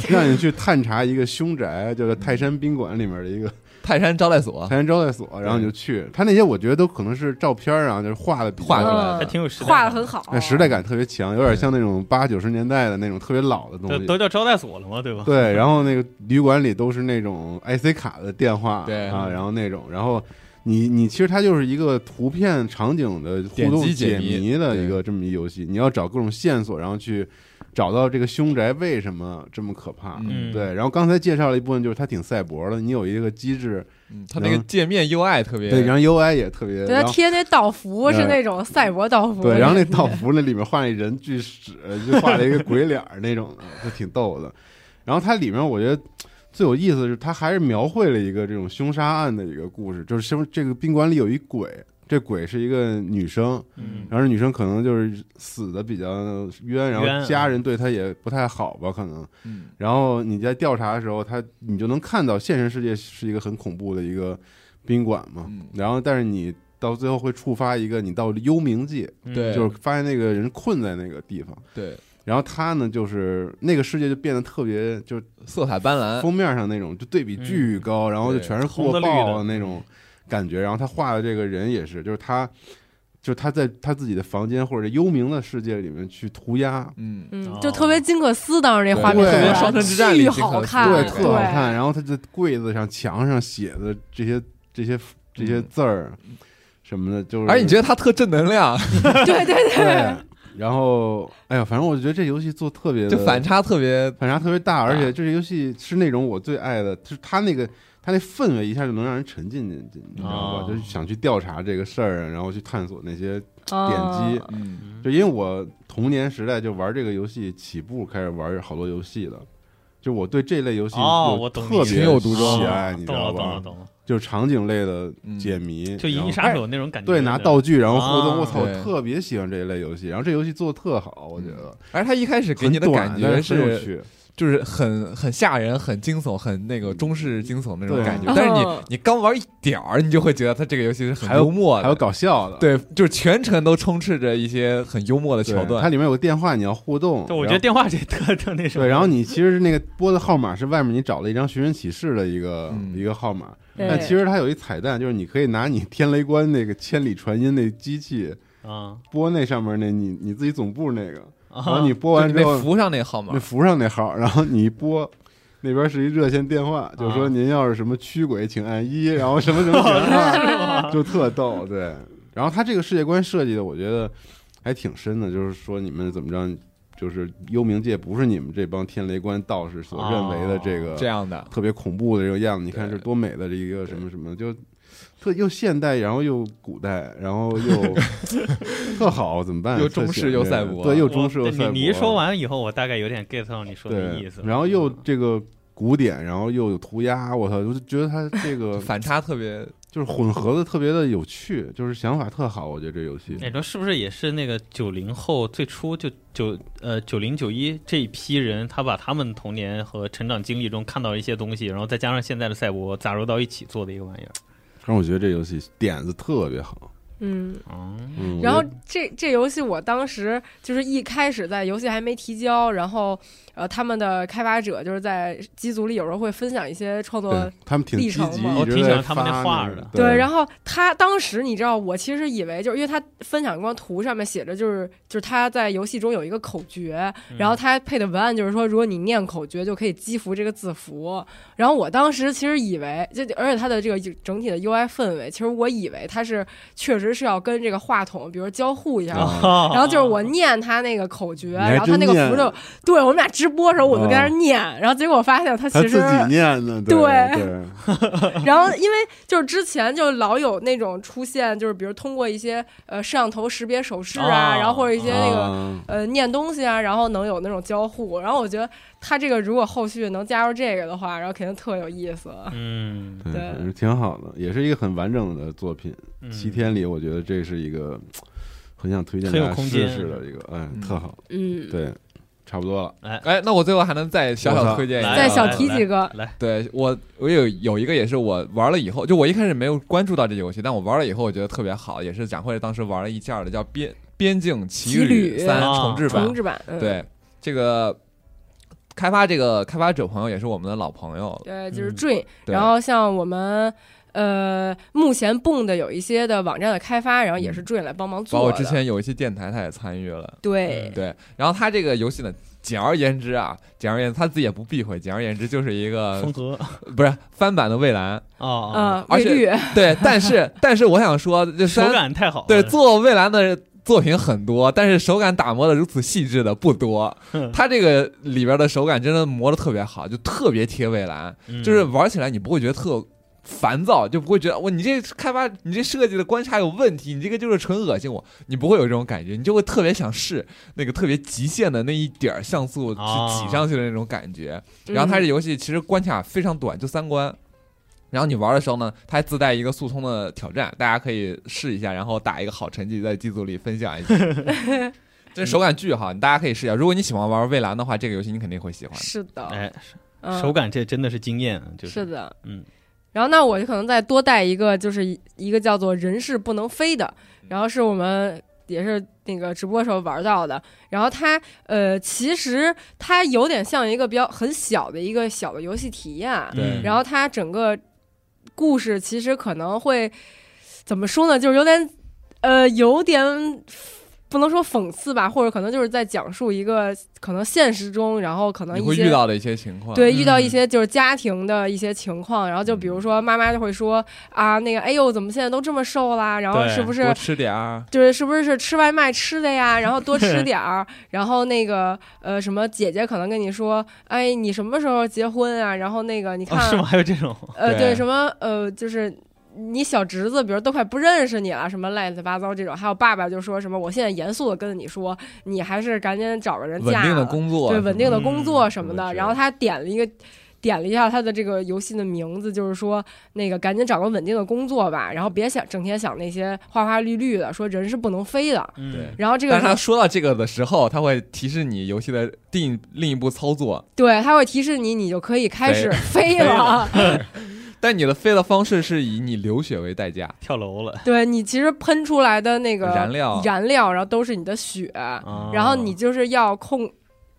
S1: 去让你去探查一个凶宅，就是泰山宾馆里面的一个
S5: 泰山招待所
S1: 泰山招待所，然后你就去，他那些我觉得都可能是照片儿啊，就是画的比较
S5: 画出来
S3: 还
S2: 嗯
S5: 的，
S3: 挺有时代
S2: 画的
S3: 感
S2: 很好，
S1: 哎时代感特别强，有点像那种八九十年代的那种特别老的东
S3: 都
S1: 西，
S3: 都叫招待所了 嘛，对吧？
S1: 对，然后那个旅馆里都是那种 IC 卡的电话，
S5: 对
S1: 啊，然后那种，然后你你其实它就是一个图片场景的互动
S5: 点击解
S1: 解
S5: 谜
S1: 谜的一个这么一游戏，你要找各种线索，然后去找到这个凶宅为什么这么可怕。
S3: 嗯，
S1: 对，然后刚才介绍了一部分，就是它挺赛博的，你有一个机制，
S5: 嗯他那个界面 UI 特别
S1: 对，然后 UI 也特别，
S2: 对他
S1: 然后
S2: 贴那道符是
S1: 嗯
S2: 那种赛博道符，
S1: 对，然后那道符那里面画那人巨屎，就画了一个鬼脸儿那种的，就挺逗的。然后它里面我觉得最有意思的是，它还是描绘了一个这种凶杀案的一个故事，就是凶这个宾馆里有一鬼，这鬼是一个女生，
S3: 嗯
S1: 然后这女生可能就是死的比较冤，然
S3: 冤
S1: 后
S3: 啊
S1: 家人对她也不太好吧，可能。
S5: 嗯
S1: 然后你在调查的时候，他你就能看到现实世界是一个很恐怖的一个宾馆嘛，
S5: 嗯
S1: 然后但是你到最后会触发一个你到幽冥界，
S3: 嗯
S5: 对
S1: 就是发现那个人困在那个地方，
S5: 对
S1: 然后他呢就是那个世界就变得特别就是
S5: 色彩斑斓，
S1: 封面上那种就对比巨高，然后就
S5: 对
S1: 全是
S3: 红
S1: 火
S3: 的绿
S1: 爆
S3: 的
S1: 那种感觉，然后他画的这个人也是，就是他。就是他在他自己的房间或者幽冥的世界里面去涂鸦，
S5: 嗯，
S2: 嗯，就特别金可思当时那画面
S1: 对
S2: 出来，
S1: 对
S5: 双城之战里
S2: 巨
S5: 金可
S2: 好
S5: 思
S2: 看，
S5: 对
S1: 特好看。然后他在柜子上、墙上写的这些、这些、这些字儿什么的，就是
S5: 而哎且你觉得他特正能量，
S2: 对对对
S1: 对。然后，哎呀，反正我觉得这游戏做特别的
S5: 就反差特别，
S1: 反差特别大，而且这游戏是那种我最爱的，就是它那个它那氛围一下就能让人沉浸进去，你知道吧？
S3: 哦
S1: 就是想去调查这个事儿，啊然后去探索那些
S2: 啊
S1: 点击
S5: 嗯
S1: 就因为我童年时代就玩这个游戏，起步开始玩好多游戏的，就我对这类游戏
S3: 哦
S1: 有
S3: 我懂你
S1: 特
S3: 意思哦
S1: 别
S5: 情有独钟
S1: 喜爱，你知
S3: 懂
S1: 道
S3: 了啊懂了
S1: 吧？
S3: 懂了，
S1: 就是场景类的解谜，
S3: 嗯就《银翼
S1: 然
S3: 杀
S1: 后哎
S3: 手》那种感觉，
S1: 对，拿道具然后互动，
S3: 啊
S1: 我操，
S5: 对
S1: 我特别喜欢这一类游戏。然后这游戏做的特好，我觉
S3: 嗯
S1: 得
S5: 而他一开始给
S1: 很
S5: 你的
S1: 短
S5: 感
S1: 但
S5: 觉
S1: 是很有
S5: 是，
S1: 趣，
S5: 就是很很吓人、很惊悚、很那个中式惊悚那种
S1: 对
S5: 感觉
S2: 嗯。
S5: 但是你你刚玩一点儿，你就会觉得他这个游戏是很幽默
S1: 还有
S5: 的，
S1: 搞笑的，
S5: 对，就是全程都充斥着一些很幽默的
S1: 对
S5: 桥
S1: 它
S5: 段。
S1: 里面有个电话你要互动，
S3: 对，我觉
S1: 然
S3: 得
S1: 后
S3: 电话这 特特那什么。
S1: 对，然后你其实是那个拨的号码是外面你找了一张寻人启事的一个
S5: 嗯
S1: 一个号码，
S2: 对
S1: 但其实它有一彩蛋，就是你可以拿你 天雷关那个千里传音那机器
S3: 啊，
S1: 拨那上面那你你自己总部那个，
S3: 然
S1: 然后你拨
S5: 就
S1: 完
S5: 你
S1: 之
S5: 被
S1: 后，
S5: 扶上那号码
S1: 那，符上那号，然后你一拨。那边是一热线电话，就说
S3: 啊
S1: 您要是什么驱鬼，请按一，然后什么 什么请按 二，就特逗，对。然后他这个世界观设计的，我觉得还挺深的，就是说你们怎么着，就是幽冥界不是你们这帮天雷观道士所认为的这个
S5: 这样的，
S1: 特别恐怖的这个样子，你看
S5: 对
S1: 是多美的这一个什么什么，就特又现代，然后又古代，然后又特好，怎么办？
S5: 又中式
S1: 特显
S5: 又赛博
S1: 对，又中式又
S3: 我
S1: 赛
S3: 对
S1: 博。
S3: 你你一说完以后，我大概有点 get 到你说的
S1: 对
S3: 意思，了。嗯
S1: 然后又这个古典，然后又有涂鸦，我操，我就觉得它这个
S5: 反差特别
S1: 就是混合的特别的有趣，就是想法特好，我觉得这游戏
S2: 嗯
S3: 哎，你说是不是也是那个九零后最初就九呃九零九一这一批人，他把他们童年和成长经历中看到的一些东西，然后再加上现在的赛博杂糅到一起做的一个玩意儿。
S1: 让我觉得这游戏点子特别好。
S2: 嗯。
S3: 嗯，
S1: 嗯，我
S2: 然后
S1: 觉得
S2: 这这游戏我当时就是一开始在游戏还没提交，然后呃他们的开发者就是在机组里有时候会分享一些创作
S1: 对他们挺积
S2: 历程
S1: 极，
S2: 嘛
S1: 一
S3: 我
S1: 直
S3: 挺
S1: 在
S3: 喜欢他们那
S1: 发
S3: 画
S1: 个
S3: 的
S1: 对，
S2: 然后他当时你知道，我其实以为就是因为他分享光图上面写着就是就是他在游戏中有一个口诀，然
S1: 嗯
S2: 后他配的文案就是说，如果你念口诀就可以击服这个字符。然后我当时其实以为，就而且他的这个整体的 UI 氛围，其实我以为他是确实时是要跟这个话筒，比如交互一下。
S1: 啊
S3: 然
S2: 然后就是我念他那个口诀，
S1: 还
S2: 然后他那
S1: 真
S2: 个
S1: 念
S2: 符咒，对我们俩直播的时候我就跟那儿念，然后结果发现他
S1: 他
S2: 其
S1: 自
S2: 实
S1: 己念的，
S2: 对
S1: 对，啊
S2: 然后，因为就是之前就老有那种出现，就是比如通过一些呃摄像头识别手势啊，
S3: 哦
S2: 然后或者一些那个、
S1: 啊
S2: 呃念东西啊，然后能有那种交互。然后我觉得他这个如果后续能加入这个的话，然后肯定特有意思。
S3: 嗯，
S1: 对，
S2: 对
S1: 反正挺好的，也是一个很完整的作品。
S3: 嗯
S1: 七天里，我觉得这是一个很想推荐
S3: 很有
S1: 大家
S3: 空
S1: 试
S3: 间
S1: 试的一个，哎，特好。
S2: 嗯，
S1: 对，差不多了。
S5: 哎，那我最后还能再小小推荐一下，
S3: 来
S2: 再小
S3: 来
S2: 提
S3: 来
S2: 几个
S3: 来，
S5: 对我，我有有一个也是我玩了以后，就我一开始没有关注到这个游戏，但我玩了以后我觉得特别好，也是展会当时玩了一件儿的，叫《 边边境奇
S2: 奇旅
S5: 三
S3: 啊
S5: 重置版》
S2: 重置版，嗯、
S5: 对，这个开发这个开发者朋友也是我们的老朋友，
S2: 对，就是
S3: 嗯
S2: Dream、
S5: 对
S2: 然后像我们。呃，目前蹦的有一些的网站的开发，然后也是 Dream 来帮忙
S5: 包
S2: 做
S5: 括
S2: 的。
S5: 之前有一期电台他也参与了。
S2: 对，
S5: 对，然后他这个游戏呢，简而言之啊，简而言之他自己也不避讳，简而言之就是一个
S3: 风格
S5: 不是翻版的蔚蓝，
S3: 啊，
S2: 嗯，
S5: 而
S2: 绿
S5: 且
S2: 绿，
S5: 对，但是 但是我想说， 这
S3: 手
S5: 虽然
S3: 感太好了，
S5: 对，做蔚蓝的作品很多，但是手感打磨的如此细致的不多。它这个里边的手感真的磨的特别好，就特别贴蔚蓝，
S3: 嗯
S5: 就是玩起来你不会觉得特。烦躁就不会觉得哇，你这开发你这设计的关卡有问题，你这个就是纯恶心我，你不会有这种感觉，你就会特别想试那个特别极限的那一点儿像素去
S3: 啊
S5: 挤上去的那种感觉。
S2: 嗯
S5: 然
S3: 嗯
S5: 后它这游戏其实关卡非常短，就三关。然后你玩的时候呢，它还自带一个速通的挑战，大家可以试一下，然后打一个好成绩在机组里分享一 下。这手感巨好，大家可以试一下。如果你喜欢玩蔚蓝的话，这个游戏你肯定会喜欢的。
S2: 是的，
S3: 哎，
S2: 嗯、
S3: 手感这真的是惊艳啊，就是
S2: 是的，
S3: 嗯。
S2: 然后那我就可能再多带一个，就是一一个叫做“人是不能飞”的，然后是我们也是那个直播时候玩到的。然后它呃，其实它有点像一个比较很小的一个小的游戏体验，啊
S5: 对
S2: 然后它整个故事其实可能会怎么说呢，就是有点呃有点不能说讽刺吧，或者可能就是在讲述一个可能现实中，然后可能
S5: 你
S2: 一
S5: 会
S2: 些
S5: 遇到的一些情况，
S2: 对，遇到
S3: 嗯
S2: 一些就是家庭的一些情况，然后就比如说妈妈就会说啊，那个哎呦，怎么现在都这么瘦啦？然后
S3: 对
S2: 是不
S5: 啊
S2: 是
S5: 多吃点儿。
S2: 就是是不是是吃外卖吃的 呀？然后多吃点儿，然后那个呃什么姐姐可能跟你说，哎，你什么时候结婚啊？然后那个你看、
S3: 哦是吗？还有这种
S2: 呃，
S5: 对
S2: 对，什么呃，就是你小侄子，比如都快不认识你了，什么乱七八糟这种，还有爸爸就说什么，我现在严肃的跟你说，你还是赶紧找个人
S5: 稳
S2: 嫁
S5: 定的
S2: 了，
S5: 工作，
S2: 对稳定的工作什么
S5: 嗯
S2: 的。
S5: 是
S2: 然后他点了一个。点了一下他的这个游戏的名字，就是说那个赶紧找个稳定的工作吧，然后别想整天想那些花花绿绿的，说人是不能飞的。
S3: 对
S2: 然后这
S5: 但
S2: 个
S5: 是他说到这个的时候，他会提示你游戏的另另一步操作，
S2: 对他会提示你，你就可以开始飞了。
S5: 但你的飞的方式是以你流血为代价。
S3: 跳楼了，
S2: 对你其实喷出来的那个
S5: 燃料嗯
S2: 燃料，然后都是你的血，
S5: 哦
S3: 啊
S2: 然后你就是要控，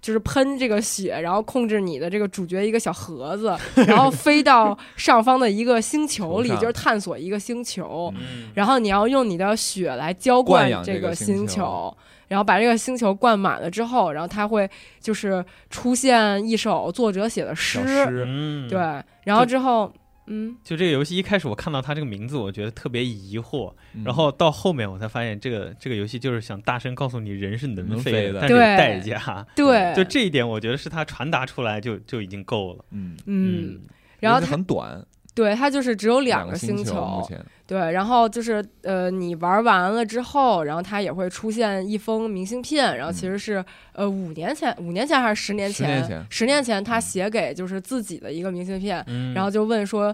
S2: 就是喷这个血，然后控制你的这个主角一个小盒 子，然后飞到上方的一个星球里，
S5: 球上
S2: 就是探索一个星球，
S5: 嗯
S3: 嗯
S2: 然后你要用你的血来浇
S5: 灌
S2: 灌
S5: 养这
S2: 个
S5: 个星
S2: 星
S5: 球
S2: 球。然后把这个星球灌满了之后，然后它会就是出现一首作者写的诗，
S5: 小诗，
S3: 嗯
S2: 对，然后
S3: 就
S2: 之后，嗯，
S3: 就这个游戏一开始我看到它这个名字，我觉得特别疑惑，
S5: 嗯
S3: 然后到后面我才发现这个这个游戏就是想大声告诉你人是能
S5: 能
S3: 飞
S5: 飞的
S3: 但是有
S2: 对
S3: 代价。
S2: 对，
S3: 就，这一点，我觉得是它传达出来就就已经够了。
S5: 嗯，
S2: 嗯，，然后
S5: 游戏
S2: 它
S5: 很短，
S2: 对它就是只有两
S5: 个
S2: 星
S5: 球目前。
S2: 对，然后就是呃，你玩完了之后，然后它也会出现一封明信片，然后
S3: 嗯
S2: 其实是、呃五年前，五年前还是十年
S5: 十
S2: 前？
S5: 年前
S2: 十年前他写给就是自己的一个明信片，
S3: 嗯
S2: 然后就问说。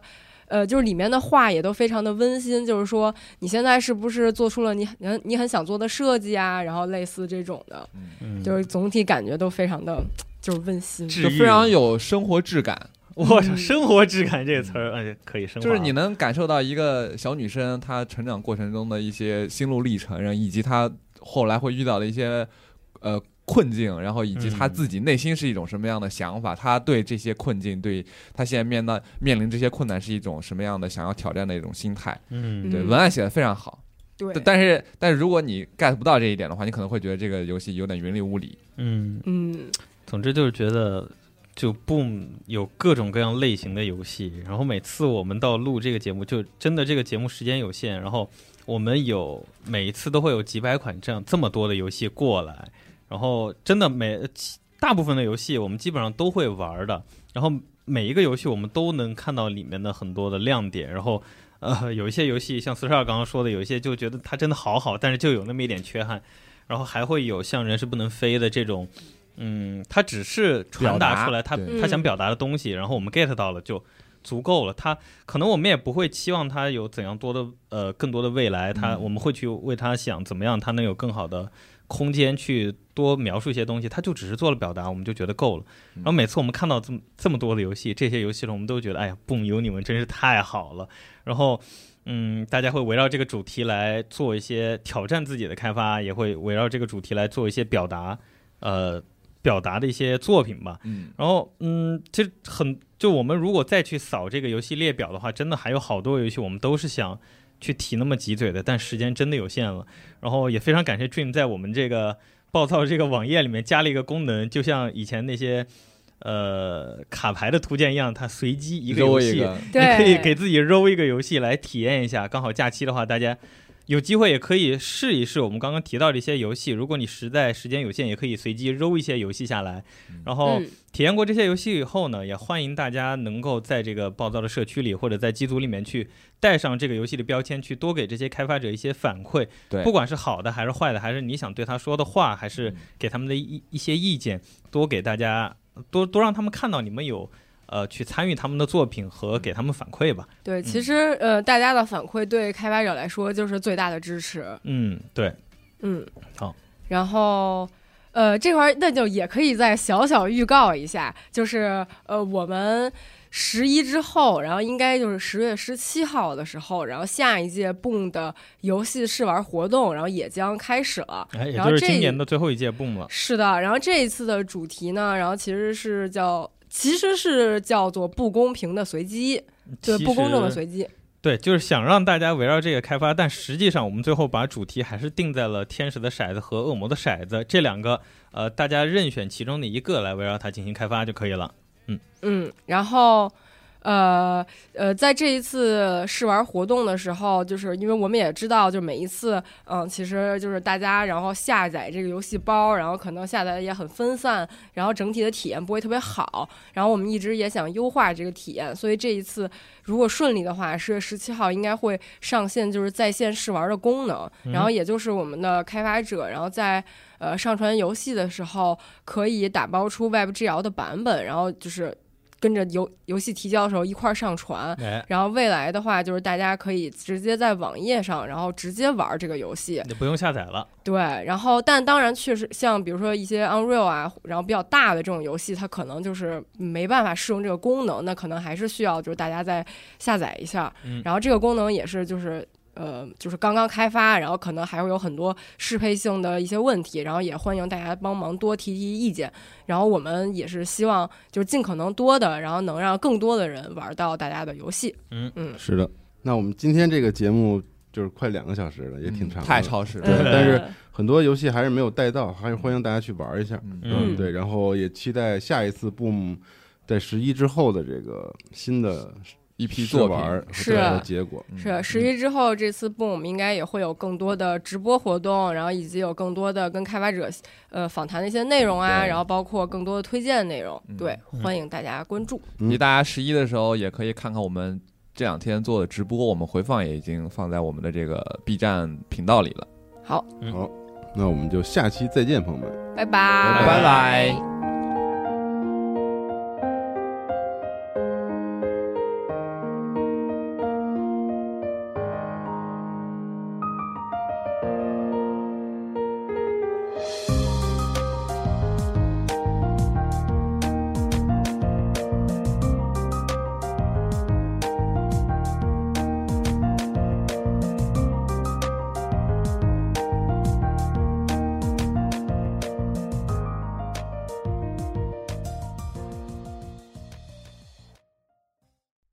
S2: 呃，就是里面的话也都非常的温馨，就是说你现在是不是做出了你你你很想做的设计啊，然后类似这种的，
S3: 嗯
S2: 就是总体感觉都非常的就是温馨。
S3: 治
S5: 就
S3: 愈
S5: 非常有生活质感，
S3: 我操，生活质感这个词儿，哎，可以升
S5: 嗯
S3: 华
S5: 就是你能感受到一个小女生她成长过程中的一些心路历程，然后以及她后来会遇到的一些呃困境，然后以及她
S3: 嗯
S5: 自己内心是一种什么样的想法，她对这些困境，对她现在面到面临这些困难是一种什么样的想要挑战的一种心态。
S3: 嗯，
S5: 对，
S2: 嗯
S5: 文案写的非常好，
S2: 对，
S5: 但但是但是如果你 get 不到这一点的话，你可能会觉得这个游戏有点云里雾里。
S3: 嗯，
S2: 嗯，
S3: 总之就是觉得，就 Boom 有各种各样类型的游戏，然后每次我们到录这个节目，就真的这个节目时间有限，然后我们有每一次都会有几百款这样这么多的游戏过来，然后真的每其大部分的游戏我们基本上都会玩的，然后每一个游戏我们都能看到里面的很多的亮点，然后呃有一些游戏像四十二刚刚说的，有一些就觉得它真的好好，但是就有那么一点缺憾，然后还会有像人是不能飞的这种。嗯，它只是传
S5: 表达
S3: 达出来他
S5: 对
S3: 他想表达的东西，然后我们 get 到了就足够了。他可能我们也不会期望他有怎样多的呃更多的未来，他、我们会去为他想怎么样，他能有更好的空间去多描述一些东西。他就只是做了表达，我们就觉得够了。然后每次我们看到这么这么多的游戏，这些游戏中我们都觉得哎呀，蹦有你们真是太好了。然后。嗯，大家会围绕这个主题来做一些挑战自己的开发，也会围绕这个主题来做一些表达，呃，表达的一些作品吧。
S5: 嗯，
S3: 然后，嗯，其实很就我们如果再去扫这个游戏列表的话，真的还有好多游戏我们都是想去提那么几嘴的，但时间真的有限了。然后也非常感谢 Dream 在我们这个暴躁这个网页里面加了一个功能，就像以前那些呃卡牌的图鉴一样，它随机一个游
S5: 揉一
S3: 戏，
S5: 个，
S2: 对，
S3: 你可以给自己揉一个游戏来体验一下。刚好假期的话，大家有机会也可以试一试我们刚刚提到的一些游戏。如果你实在时间有限，也可以随机揉一些游戏下来。然后
S2: 嗯
S3: 体验过这些游戏以后呢，也欢迎大家能够在这个暴躁的社区里或者在机组里面去带上这个游戏的标签，去多给这些开发者一些反馈。
S5: 对
S3: 不管是好的还是坏的，还是你想对他说的话，还是
S5: 嗯
S3: 给他们的一一些意见，多给大家多多让他们看到你们有呃去参与他们的作品和给他们反馈吧。
S2: 对，其实呃，大家的反馈对开发者来说就是最大的支持。
S3: 嗯，对，
S2: 嗯，
S3: 好。
S2: 然后，呃，这块儿那就也可以再小小预告一下，就是呃，我们十一之后，然后应该就是十月十七号的时候，然后下一届 Boom 的游戏试玩活动，然后也将开始了。
S3: 哎，
S2: 然
S3: 也就
S2: 后
S3: 是
S2: 这
S3: 今年的最后一届 Boom 了。
S2: 是的，然后这一次的主题呢，然后其实是叫。其实是叫做不公平的随机，对
S3: 其
S2: 不公正的
S3: 实
S2: 随机，
S3: 对，就是想让大家围绕这个开发，但实际上我们最后把主题还是定在了天使的骰子和恶魔的骰子这两个，呃，大家任选其中的一个来围绕它进行开发就可以了。
S2: 嗯，然后，呃呃，在这一次试玩活动的时候，就是因为我们也知道，就每一次，嗯，其实就是大家然后下载这个游戏包，然后可能下载的也很分散，然后整体的体验不会特别好。然后我们一直也想优化这个体验，所以这一次如果顺利的话，十月十七号应该会上线就是在线试玩的功能，然后也就是我们的开发者，然后在呃上传游戏的时候可以打包出 WebGL 的版本，然后就是。跟着游游戏提交的时候一块儿上传，
S3: 哎，
S2: 然后未来的话，就是大家可以直接在网页上，然后直接玩这个游戏。
S3: 就不用下载了。
S2: 对，然后但当然确实像比如说一些 Unreal 啊，然后比较大的这种游戏，它可能就是没办法适用这个功能，那可能还是需要就是大家再下载一下。
S3: 嗯
S2: 然后这个功能也是就是。呃，就是刚刚开发，然后可能还会有很多适配性的一些问题，然后也欢迎大家帮忙多提提意见。然后我们也是希望就是尽可能多的，然后能让更多的人玩到大家的游戏。
S3: 嗯
S2: 嗯，
S1: 是的，那我们今天这个节目就是快两个小时了，也挺长的，
S5: 嗯太超时
S1: 对
S5: 了。
S2: 呃
S1: 但是很多游戏还是没有带到，还是欢迎大家去玩一下。
S3: 嗯
S1: 对，然后也期待下一次 Boom 在十一之后的这个新的
S5: 一批
S1: 试
S5: 作品
S1: 玩嗯和
S2: 是
S1: 带来的结果。
S5: 嗯
S2: 是
S5: 啊
S2: 十一之后，这次 Boom 应该也会有更多的直播活动，然后以及有更多的跟开发者呃访谈的一些内容啊，
S5: 对
S2: 然后包括更多的推荐内容，对，
S3: 嗯
S2: 欢迎大家关注。
S1: 嗯
S5: 以及大家十一的时候也可以看看我们这两天做的直播，我们回放也已经放在我们的这个 B 站频道里了。
S2: 好，
S3: 嗯
S1: 好，那我们就下期再见，朋友们。
S2: 拜拜，
S1: 拜
S5: 拜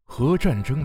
S9: 核战争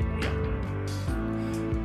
S9: 模样。